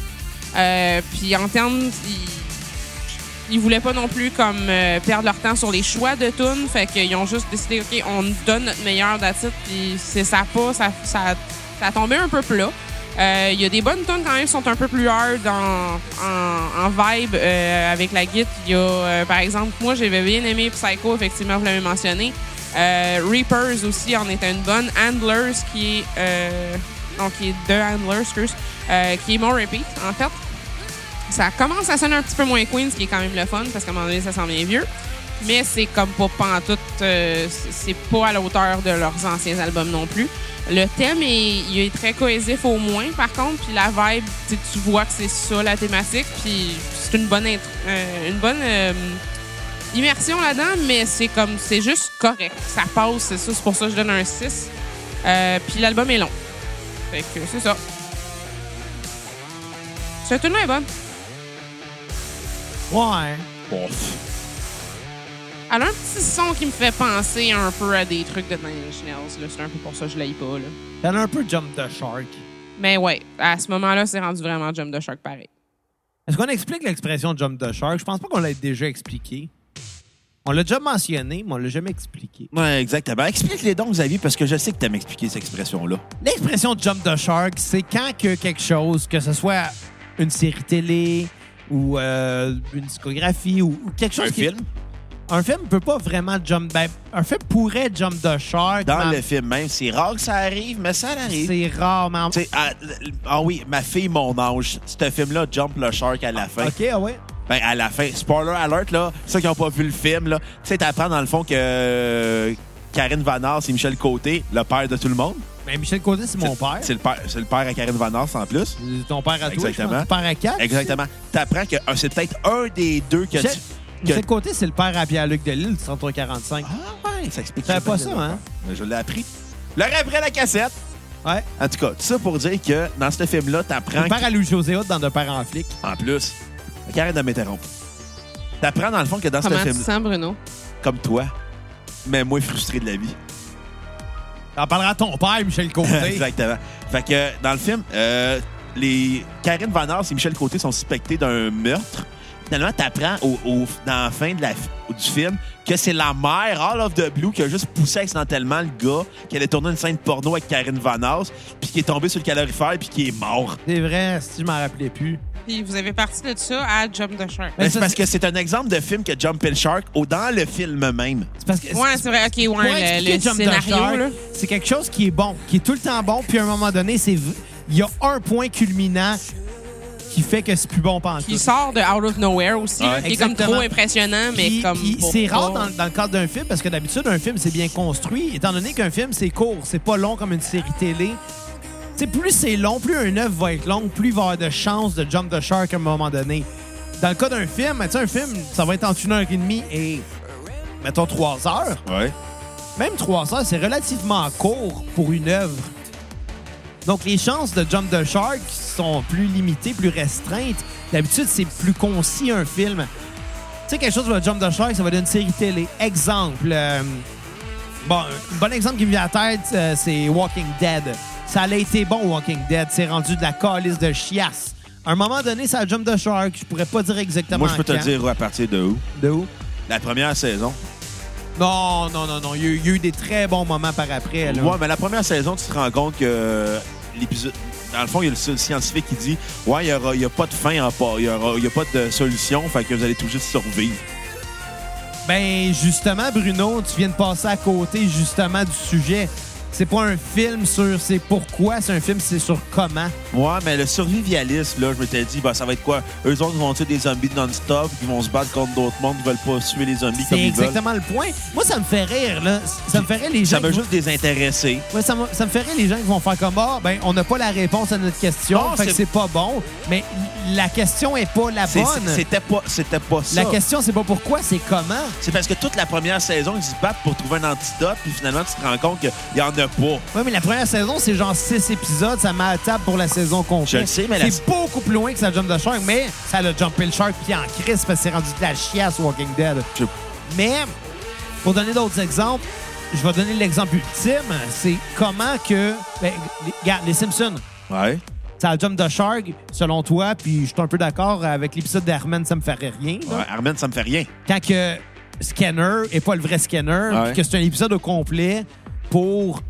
Speaker 3: Euh, puis en termes, ils- ils voulaient pas non plus comme euh, perdre leur temps sur les choix de tunes. Fait qu'ils ont juste décidé, ok, on donne notre meilleur d'attitude. Puis c'est ça pas, ça, ça, ça a tombé un peu plat. Euh, Il y a des bonnes tunes quand même qui sont un peu plus hard en, en, en vibe euh, avec la guitare. Il y a, euh, par exemple, moi j'avais bien aimé Psycho, effectivement, vous l'avez mentionné. Euh, Reapers aussi en était une bonne. Handlers qui est. Euh, non, qui est de Handlers, excuse. euh, qui est mon repeat, en fait. Ça commence à sonner un petit peu moins Queen, ce qui est quand même le fun, parce qu'à un moment donné, ça sent bien vieux. Mais c'est comme pas pantoute, euh, c'est- c'est pas à la hauteur de leurs anciens albums non plus. Le thème est, il est très cohésif au moins, par contre, puis la vibe, tu sais, tu vois que c'est ça la thématique, puis c'est une bonne, int- euh, une bonne euh, immersion là-dedans, mais c'est comme, c'est juste correct. Ça passe, c'est ça. C'est pour ça que je donne un 6. Euh, Puis l'album est long. Fait que c'est ça. Cette tune est bonne.
Speaker 1: Ouais.
Speaker 2: Bon.
Speaker 3: Elle a un petit son qui me fait penser un peu à des trucs de Nine Inch Nails. là. C'est un peu pour ça que je l'ai pas. Là.
Speaker 1: Elle a un peu Jump the Shark.
Speaker 3: Mais ouais, à ce moment-là, c'est rendu vraiment Jump de Shark pareil.
Speaker 1: Ah, Est-ce qu'on explique l'expression Jump the Shark? Je pense pas qu'on l'a déjà expliqué. On l'a déjà mentionné, mais on l'a jamais expliqué.
Speaker 2: Ouais, exactement. Explique-les donc, Xavier, parce que je sais que t'aimes expliquer cette expression-là.
Speaker 1: L'expression Jump the Shark, c'est quand que quelque chose, que ce soit une série télé ou euh, une discographie ou, ou quelque chose
Speaker 2: Un
Speaker 1: qui-
Speaker 2: film?
Speaker 1: Un film peut pas vraiment jump. ben, un film pourrait jump the shark.
Speaker 2: Dans
Speaker 3: Ah.
Speaker 1: mais
Speaker 2: le film même, c'est rare que ça arrive, mais ça arrive.
Speaker 1: C'est rare, mais en-
Speaker 2: Tu sais, ah, l- ah oui, ma fille, mon âge. Ce film-là, Jump le Shark à la fin.
Speaker 1: OK, ah ouais.
Speaker 2: Ben, à la fin, spoiler alert, là, ceux qui n'ont pas vu le film, là, tu sais, t'apprends dans le fond que euh, Karine Vanas et Michel Côté, le père de tout le monde.
Speaker 1: Mais Ben, Michel Côté, c'est mon père.
Speaker 2: C'est le père, c'est le père à Karine Vanas en plus.
Speaker 1: Ton père à toi, je
Speaker 2: Exactement.
Speaker 1: pense, ton père à quatre.
Speaker 2: Exactement. T'apprends que ah, c'est peut-être un des deux que
Speaker 1: Michel,
Speaker 2: tu. que-
Speaker 1: Michel Côté, c'est le père à Pierre-Luc Delisle du 3345.
Speaker 2: Ah ouais, ça explique.
Speaker 1: T'avais pas
Speaker 2: certaines
Speaker 1: ça, hein?
Speaker 2: affaires. Mais je l'ai appris. Le après la cassette.
Speaker 1: Ouais.
Speaker 2: En tout cas, tout ça pour dire que dans ce film-là,
Speaker 1: C'est
Speaker 2: t'apprends.
Speaker 1: le père à Louis-José Hood dans De père en flic.
Speaker 2: En plus, arrête de m'interrompre. T'apprends dans le fond que dans ce
Speaker 3: Comment tu
Speaker 2: film,
Speaker 3: sens, Bruno?
Speaker 2: comme toi, mais moins frustré de la vie.
Speaker 1: T'en parleras à ton père, Michel Côté.
Speaker 2: Exactement. Fait que dans le film, euh, les Karine Van Ars et Michel Côté sont suspectés d'un meurtre. Finalement, t'apprends au, au- dans la fin de la, du film que c'est la mère, All of the Blue, qui a juste poussé accidentellement le gars, qui allait tourner une scène porno avec Karine Van Ars, puis qui est tombé sur le calorifère, puis qui est mort.
Speaker 1: c'est vrai, si je m'en rappelais plus.
Speaker 3: Puis vous avez parti de ça à Jump the Shark.
Speaker 1: Mais
Speaker 2: Mais Ben, c'est
Speaker 1: ça,
Speaker 2: parce
Speaker 1: c'est-
Speaker 2: que c'est un exemple de film que Jump and Shark, au, dans le film même.
Speaker 1: C'est parce que.
Speaker 3: Ouais, c'est vrai. OK, ouais,
Speaker 1: Pour
Speaker 3: le,
Speaker 1: expliquer
Speaker 3: le
Speaker 1: Jump the Shark,
Speaker 3: scénario, là.
Speaker 1: c'est quelque chose qui est bon, qui est tout le temps bon, puis à un moment donné, c'est v- il y a un point culminant qui fait que c'est plus bon pantoute.
Speaker 3: Qui sort de Out of Nowhere aussi,
Speaker 2: Ouais.
Speaker 3: là, qui est comme
Speaker 1: Exactement.
Speaker 3: trop impressionnant, mais
Speaker 1: Puis-
Speaker 3: comme.
Speaker 1: puis
Speaker 3: pour
Speaker 1: c'est rare
Speaker 3: pas-
Speaker 1: dans, dans le cadre d'un film parce que d'habitude un film c'est bien construit étant donné qu'un film c'est court c'est pas long comme une série télé c'est plus c'est long plus un œuvre va être long plus il va y avoir de chances de jump the shark à un moment donné dans le cas d'un film tu sais un film ça va être entre une heure et demie et mettons trois heures
Speaker 2: Ouais.
Speaker 1: même trois heures c'est relativement court pour une œuvre donc les chances de jump the shark sont plus limitées plus restreintes d'habitude c'est plus concis un film tu sais, quelque chose va Jump the Shark, ça va être une série télé. Exemple. euh, bon, un bon exemple qui me vient à la tête, euh, c'est Walking Dead. Ça allait été bon, Walking Dead. C'est rendu de la calice de chiasse. À un moment donné, ça a Jump the Shark. Je pourrais pas dire exactement.
Speaker 2: Moi, je peux te
Speaker 1: quand.
Speaker 2: dire à partir de où.
Speaker 1: De où?
Speaker 2: La première saison.
Speaker 1: Non, non, non, non. Il y a eu- il y a eu des très bons moments par après. là.
Speaker 2: Ouais, mais la première saison, tu te rends compte que euh, l'épisode. Dans le fond, il y a le seul scientifique qui dit Ouais, il n'y aura, il y a pas de fin, en pas- il n'y aura, il y a pas de solution, fait que vous allez tout juste survivre.
Speaker 1: Ben justement, Bruno, tu viens de passer à côté justement du sujet. C'est pas un film sur c'est pourquoi, c'est un film c'est sur comment.
Speaker 2: Ouais, mais le survivalisme, là, je m'étais dit, bah, ça va être quoi Eux autres ils vont tuer des zombies non-stop, ils vont se battre contre d'autres mondes, ils veulent pas tuer les zombies comme
Speaker 1: C'est
Speaker 2: ils veulent.
Speaker 1: exactement le point. Moi, ça me fait rire, là. Ça me fait rire les gens.
Speaker 2: Ça m'a
Speaker 1: qui-
Speaker 2: juste désintéresser.
Speaker 1: Ouais, ça, me, ça me fait rire les gens qui vont faire comme Ah, ben, on n'a pas la réponse à notre question,
Speaker 2: Non,
Speaker 1: fait que
Speaker 2: c'est-
Speaker 1: c'est pas bon. Mais la question est pas la
Speaker 2: C'est-
Speaker 1: bonne.
Speaker 2: C'était pas, c'était pas ça.
Speaker 1: La question, c'est pas pourquoi, c'est comment.
Speaker 2: C'est parce que toute la première saison, ils se battent pour trouver un antidote, puis finalement, tu te rends compte qu'il n'y en a pas.
Speaker 1: Oui, mais la première saison, c'est genre six épisodes, ça met à table pour la saison complète.
Speaker 2: Je le sais, mais la-
Speaker 1: C'est beaucoup plus loin que ça jump the shark, mais ça l'a jumpé le shark puis en crise parce que c'est rendu de la chiasse Walking Dead.
Speaker 2: Je-
Speaker 1: Mais, pour donner d'autres exemples, je vais donner l'exemple ultime, c'est comment que... ben, les- regarde, les Simpsons,
Speaker 2: Ouais.
Speaker 1: Ça a Jump the Shark, selon toi, puis je suis un peu d'accord avec l'épisode d'Herman, ça me ferait rien. là.
Speaker 2: ouais. Armen, ça me fait rien.
Speaker 1: Quand que Scanner est pas le vrai Scanner,
Speaker 2: Ah Ouais.
Speaker 1: puis que c'est un épisode au complet pour,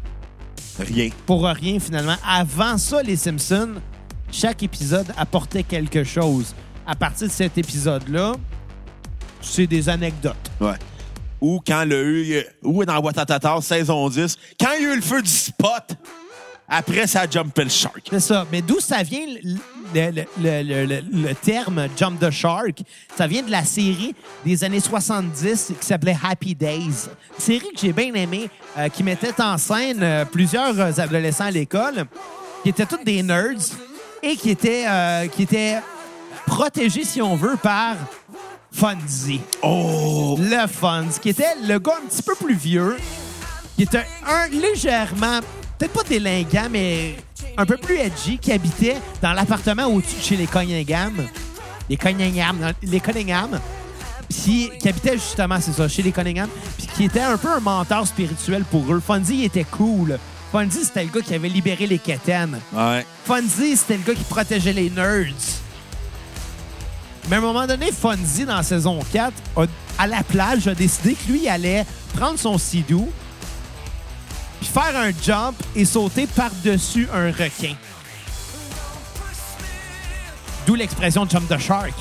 Speaker 2: Rien.
Speaker 1: pour rien, finalement. Avant ça, les Simpsons, chaque épisode apportait quelque chose. À partir de cet épisode-là, c'est des anecdotes.
Speaker 2: Ouais. Ou quand le eu, ou dans Watatata saison 10, quand il y a eu le feu du spot, après ça jump le shark.
Speaker 1: C'est ça. Mais d'où ça vient le, le- le- le- le- le terme Jump the Shark? Ça vient de la série des années 70 qui s'appelait Happy Days. Série que j'ai bien aimée, euh, qui mettait en scène euh, plusieurs euh, adolescents à l'école qui étaient tous des nerds et qui étaient, euh, qui étaient protégés, si on veut, par Fonzie.
Speaker 2: Oh!
Speaker 1: Le Fonz, qui était le gars un petit peu plus vieux, qui était un légèrement, peut-être pas délinquant, mais un peu plus edgy, qui habitait dans l'appartement au-dessus de chez les Cunningham. Les Cunningham. dans- Les Cunningham. Puis, qui habitait justement, c'est ça, chez les Cunningham. Puis qui était un peu un mentor spirituel pour eux. Fonzie, il était cool. Fonzie, c'était le gars qui avait libéré les Keten.
Speaker 2: Ouais.
Speaker 1: Fonzie, c'était le gars qui protégeait les nerds. Mais à un moment donné, Fonzie, dans saison 4, a- à la plage, a décidé que lui allait prendre son sidou, puis faire un jump et sauter par-dessus un requin. D'où l'expression jump the shark.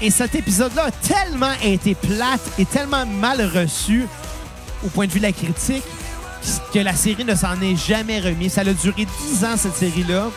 Speaker 1: Et cet épisode-là a tellement été plate et tellement mal reçu au point de vue de la critique que la série ne s'en est jamais remis. Ça a duré 10 ans, cette série-là.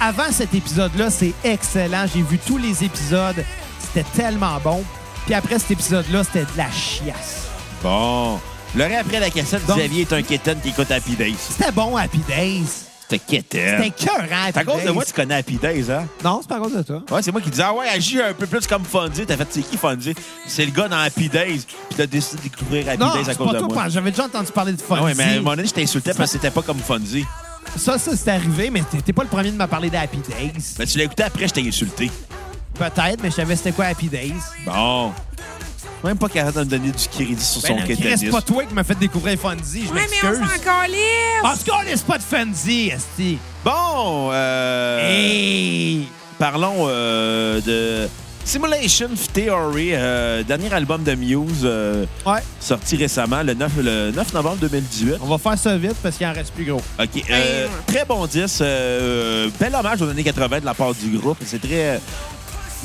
Speaker 1: Avant cet épisode-là, c'est excellent. J'ai vu tous les épisodes. C'était tellement bon. Puis après cet épisode-là, c'était de la chiasse.
Speaker 2: Bon. Je l'aurais après la cassette,
Speaker 1: Donc-
Speaker 2: Xavier est un quétaine qui écoute Happy Days.
Speaker 1: C'était bon, Happy Days.
Speaker 2: C'était quétaine.
Speaker 1: C'était écœurant,
Speaker 2: Euh, C'est à
Speaker 1: Happy
Speaker 2: cause de
Speaker 1: Days.
Speaker 2: moi que tu connais Happy Days, hein?
Speaker 1: Non, c'est pas à cause de toi.
Speaker 2: Ouais, c'est moi qui disais, ah ouais, agis un peu plus comme Fonzie. T'as fait, c'est qui Fonzie? C'est le gars dans Happy Days. Puis t'as décidé de découvrir Happy
Speaker 1: Non,
Speaker 2: Days à
Speaker 1: c'est
Speaker 2: cause
Speaker 1: pas
Speaker 2: de
Speaker 1: toi.
Speaker 2: moi.
Speaker 1: parce que J'avais déjà entendu parler de Fonzie.
Speaker 2: Ah ouais, mais à un moment donné, je t'insultais parce que c'était pas comme Fonzie.
Speaker 1: Ça, ça, c'est arrivé, mais t'es t'es pas le premier de me parler d'Happy Days.
Speaker 2: Mais tu l'as écouté après, je t'ai insulté.
Speaker 1: Peut-être, mais je savais c'était quoi Happy Days.
Speaker 2: Bon. Même pas capable de me donner du crédit sur
Speaker 1: Ben
Speaker 2: son
Speaker 1: non, Chris, c'est
Speaker 2: quétanisme.
Speaker 1: pas toi qui m'as fait découvrir Fonzie, je
Speaker 3: Ouais, mais on
Speaker 1: m'excuse.
Speaker 3: s'en calisse!
Speaker 1: Ah, ce qu'on laisse pas de Fonzie, esti.
Speaker 2: Bon, euh...
Speaker 1: Hey!
Speaker 2: Parlons euh, de Simulation Theory, euh, dernier album de Muse euh,
Speaker 1: Ouais,
Speaker 2: sorti récemment, le 9, le 9 novembre 2018.
Speaker 1: on va faire ça vite parce qu'il en reste plus gros.
Speaker 2: OK. euh, très bon disque. euh, bel hommage aux années 80 de la part du groupe. C'est très euh,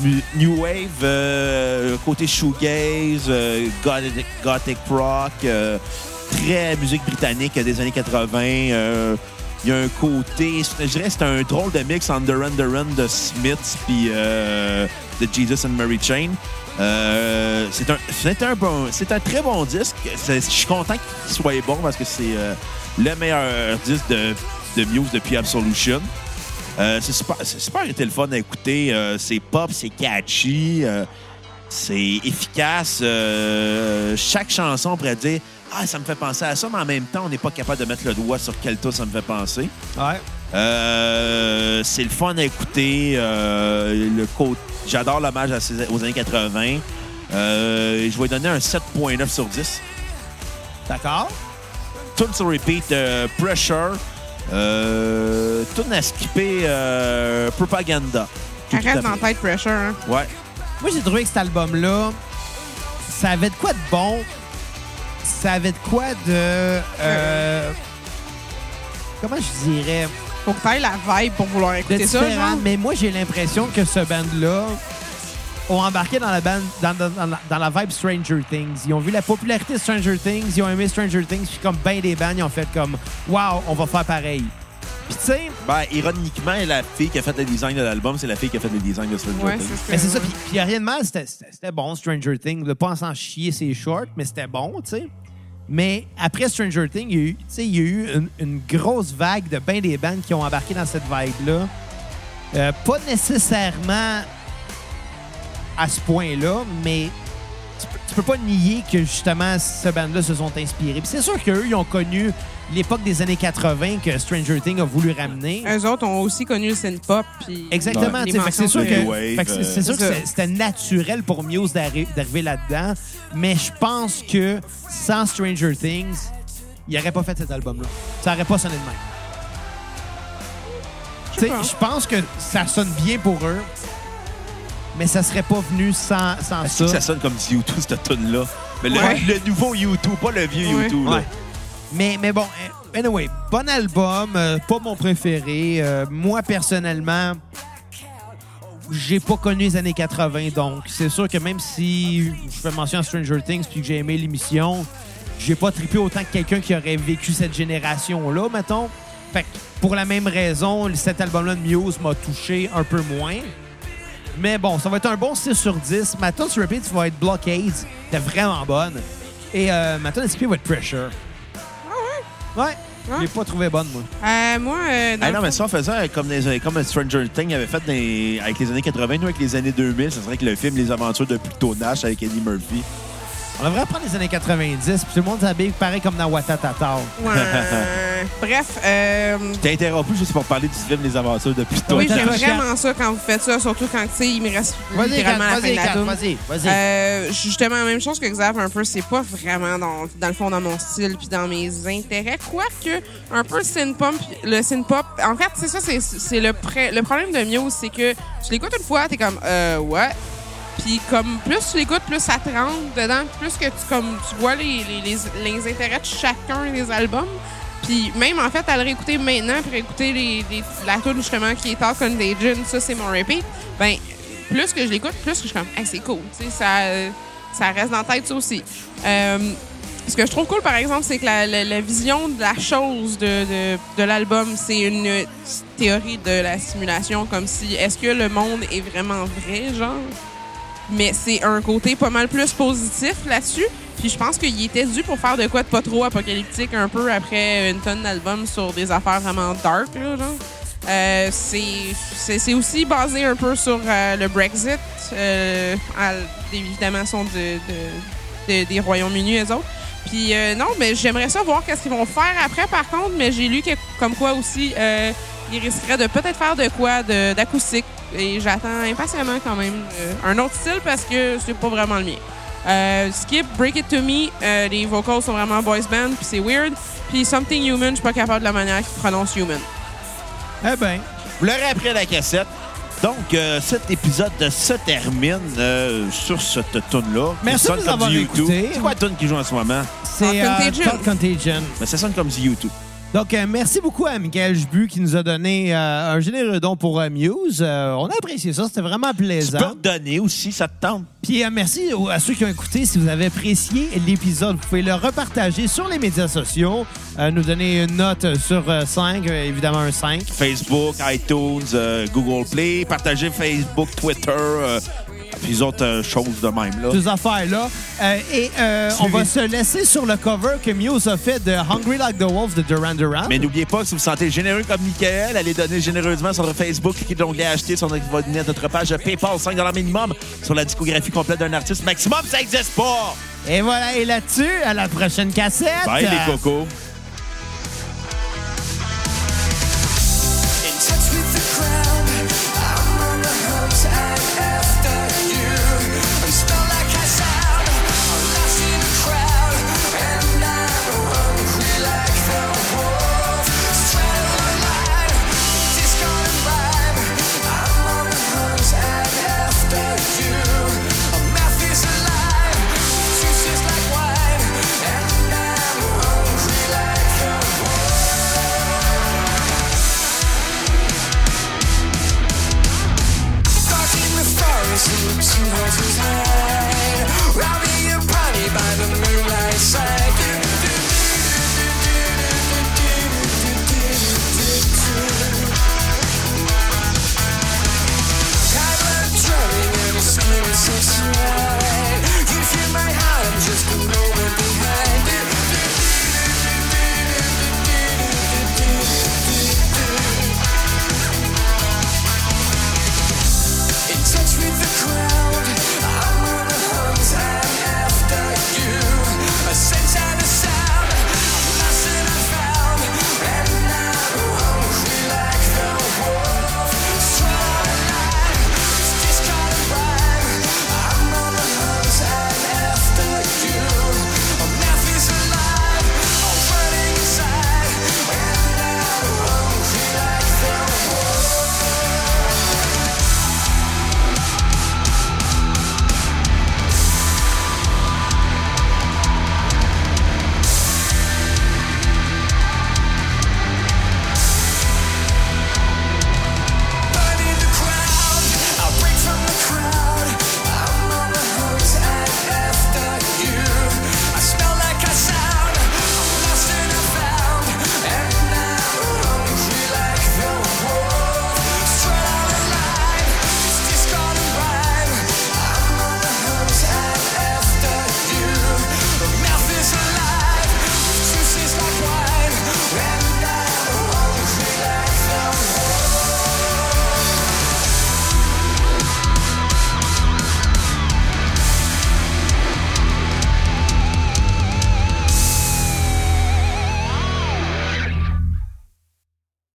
Speaker 2: mu- new wave, euh, côté shoegaze, euh, gothic, gothic rock, euh, très musique britannique des années 80. euh, il y a un côté, je dirais, c'est un drôle de mix entre Duran Duran de Smith puis euh, de Jesus and Mary Chain. Euh, c'est un, c'est un bon, c'est un très bon disque. C'est- Je suis content qu'il soit bon parce que c'est euh, le meilleur disque de, de Muse depuis Absolution. Euh, c'est super, c'est super été le fun à écouter. Euh, c'est pop, c'est catchy, euh, c'est efficace. Euh, chaque chanson, on pourrait dire Ah, ça me fait penser à ça, mais en même temps, on n'est pas capable de mettre le doigt sur quel tour ça me fait penser.
Speaker 1: Ouais.
Speaker 2: Euh, c'est le fun à écouter. Euh, le côte- J'adore l'hommage à ces- aux années 80. Euh, je vais donner un 7.9 sur 10.
Speaker 1: D'accord?
Speaker 2: Tune sur repeat, euh, Pressure. Euh, tune à skipper, euh, Propaganda. Tout à
Speaker 3: Arrête
Speaker 2: fait.
Speaker 3: d'en tête pressure, hein.
Speaker 2: Ouais.
Speaker 1: Moi, j'ai trouvé que cet album-là, ça avait de quoi de bon? Ça avait de quoi de. euh, comment je dirais?
Speaker 3: Faut que t'ailles la vibe pour vouloir
Speaker 1: De
Speaker 3: écouter ça,
Speaker 1: différent.
Speaker 3: genre.
Speaker 1: Mais moi, j'ai l'impression que ce band-là ont embarqué dans la, band, dans, dans- dans la, dans la vibe Stranger Things. Ils ont vu la popularité de Stranger Things, ils ont aimé Stranger Things, puis comme ben des bands, ils ont fait comme Wow, on va faire pareil. Puis tu sais,
Speaker 2: Ben, ironiquement, la fille qui a fait le design de l'album, c'est la fille qui a fait le design de Stranger
Speaker 3: Ouais,
Speaker 2: Things.
Speaker 3: c'est ce que-
Speaker 1: Mais c'est ça, puis il n'y a rien de mal, c'était- c'était c'était bon, Stranger Things. Le pas en s'en chier, c'est short, mais c'était bon, tu sais. Mais après Stranger Things, il y a eu, tu sais, il y a eu une, une grosse vague de ben des bandes qui ont embarqué dans cette vague-là. Euh, pas nécessairement à ce point-là, mais tu peux, tu peux pas nier que justement ce band-là se sont inspirés. Puis c'est sûr qu'eux, ils ont connu l'époque des années 80 que Stranger Things a voulu ramener.
Speaker 3: Eux autres ont aussi connu le synth-pop. puis-
Speaker 1: Exactement.
Speaker 3: Les
Speaker 1: tu sais, fait que C'est
Speaker 3: mentions
Speaker 1: sûr
Speaker 3: de-
Speaker 1: que,
Speaker 2: Wave,
Speaker 1: fait que c'est- c'est sûr que
Speaker 3: euh,
Speaker 1: c'est- c'était naturel pour Muse d'arri- d'arriver là-dedans, mais je pense que sans Stranger Things, il n'aurait pas fait cet album-là. Ça n'aurait pas sonné de même. Tu
Speaker 3: Je sais
Speaker 1: sais,
Speaker 3: pas.
Speaker 1: Je pense que ça sonne bien pour eux, mais ça serait pas venu sans, sans
Speaker 2: Est-ce
Speaker 1: ça.
Speaker 2: que ça sonne comme du YouTube, cette tune là Mais le,
Speaker 3: Ouais.
Speaker 2: le nouveau YouTube, pas le vieux
Speaker 3: Ouais.
Speaker 2: YouTube.
Speaker 1: Ouais. Mais, mais bon, eh, anyway, bon album, euh, pas mon préféré. Euh, moi, personnellement, j'ai pas connu les années 80, donc c'est sûr que même si je fais mention à Stranger Things puis que j'ai aimé l'émission, j'ai pas trippé autant que quelqu'un qui aurait vécu cette génération-là, mettons. Fait que pour la même raison, cet album-là de Muse m'a touché un peu moins. Mais bon, ça va être un bon 6 sur 10. Ma tune sur repeat va être Blockade. T'es vraiment bonne. Et euh, ma tune à skipper va être Pressure.
Speaker 3: Ah ouais?
Speaker 1: Ouais. Je l'ai pas trouvé bonne, moi.
Speaker 3: Euh, moi, euh, dans
Speaker 2: Ah
Speaker 3: le
Speaker 2: non, mais
Speaker 3: fond-
Speaker 2: ça, on faisait comme, des, comme Stranger Things avait fait dans les- avec les années 80, nous, avec les années 2000, ça serait que le film Les Aventures de Pluto Nash avec Eddie Murphy.
Speaker 1: On devrait prendre les années 90, puis tout le monde s'habille pareil comme dans Watatata.
Speaker 3: Ouais. Bref, euh,
Speaker 2: T'as interrompu juste pour parler du film Les Aventures de Pluto
Speaker 1: Ouais,
Speaker 3: oui,
Speaker 1: t'as
Speaker 3: j'aime
Speaker 1: pas
Speaker 3: vraiment ça quand vous faites ça, surtout quand, tu sais, il me reste
Speaker 1: Vas-y, Kat,
Speaker 3: littéralement la fin de
Speaker 1: vas-y,
Speaker 3: la
Speaker 1: Kat,
Speaker 3: toune.
Speaker 1: vas-y, vas-y.
Speaker 3: Euh, justement, la même chose que Xav, un peu, c'est pas vraiment dans, dans le fond dans mon style puis dans mes intérêts. Quoique, un peu le synth-pop, le synth-pop. En fait, c'est ça, c'est- c'est le, pré- le problème de Muse, c'est que tu l'écoutes une fois, t'es comme, euh, ouais. Puis comme plus tu l'écoutes, plus ça te rentre dedans, plus que tu comme tu vois les, les, les- les intérêts de chacun des albums. Puis même en fait, à le réécouter maintenant, puis réécouter les, les- la tune justement qui est Talk Contagion, ça c'est mon repeat. Ben plus que je l'écoute, plus que je suis comme, hey, c'est cool, tu sais, ça, ça reste dans la tête ça aussi. Euh, ce que je trouve cool, par exemple, c'est que la, la- la vision de la chose de, de- de l'album, c'est une théorie de la simulation, comme si est-ce que le monde est vraiment vrai, genre? Mais c'est un côté pas mal plus positif là-dessus. Puis je pense qu'il était dû pour faire de quoi de pas trop apocalyptique un peu après une tonne d'albums sur des affaires vraiment dark, là, genre. Euh, c'est- c'est c'est aussi basé un peu sur euh, le Brexit, euh, à- évidemment, sont de, de- de- des Royaumes-Unis, eux autres. Puis euh, non, mais j'aimerais ça voir qu'est-ce qu'ils vont faire après, par contre, mais j'ai lu que, comme quoi aussi, euh, ils risqueraient de peut-être faire de quoi de- d'acoustique. Et j'attends impatiemment quand même euh, un autre style parce que c'est pas vraiment le mien. Euh, Skip, Break It To Me, euh, les vocals sont vraiment boys band, puis c'est weird. Puis Something Human, je suis pas capable de la manière qu'ils prononcent human. Euh,
Speaker 1: Eh ben,
Speaker 2: Vous l'aurez appris à la cassette. Donc, euh, cet épisode se termine euh, sur cette tune-là.
Speaker 1: Merci
Speaker 2: Ça
Speaker 1: de
Speaker 2: sonne
Speaker 1: nous
Speaker 2: comme
Speaker 1: avoir
Speaker 2: du YouTube.
Speaker 1: écoutés.
Speaker 2: C'est quoi la tune qui joue en ce moment?
Speaker 1: c'est
Speaker 3: Ah,
Speaker 1: euh,
Speaker 3: Contagion.
Speaker 1: Talk Contagion.
Speaker 2: Ben, ça sonne comme du YouTube.
Speaker 1: Donc, euh, merci beaucoup à Michael Jubu qui nous a donné euh, un généreux don pour euh, Muse. Euh, on a apprécié ça, c'était vraiment
Speaker 2: Tu peux
Speaker 1: plaisant.
Speaker 2: redonner aussi, ça te tente.
Speaker 1: Puis euh, merci au- à ceux qui ont écouté. Si vous avez apprécié l'épisode, vous pouvez le repartager sur les médias sociaux, euh, nous donner une note sur 5, évidemment un 5.
Speaker 2: Facebook, iTunes, euh, Google Play, partagez Facebook, Twitter, euh, puis autres euh, choses de même. Là.
Speaker 1: Ces affaires-là. Euh, et euh, on va se laisser sur le cover que Muse a fait de Hungry Like the Wolves de Duran Duran.
Speaker 2: Mais n'oubliez pas que si vous vous sentez généreux comme Michael, allez donner généreusement sur Facebook, cliquez sur l'onglet acheter sur notre, notre page PayPal 5 minimum sur la discographie complète d'un artiste maximum, ça n'existe pas.
Speaker 1: Et voilà, et là-dessus, à la prochaine cassette.
Speaker 2: Bye les cocos.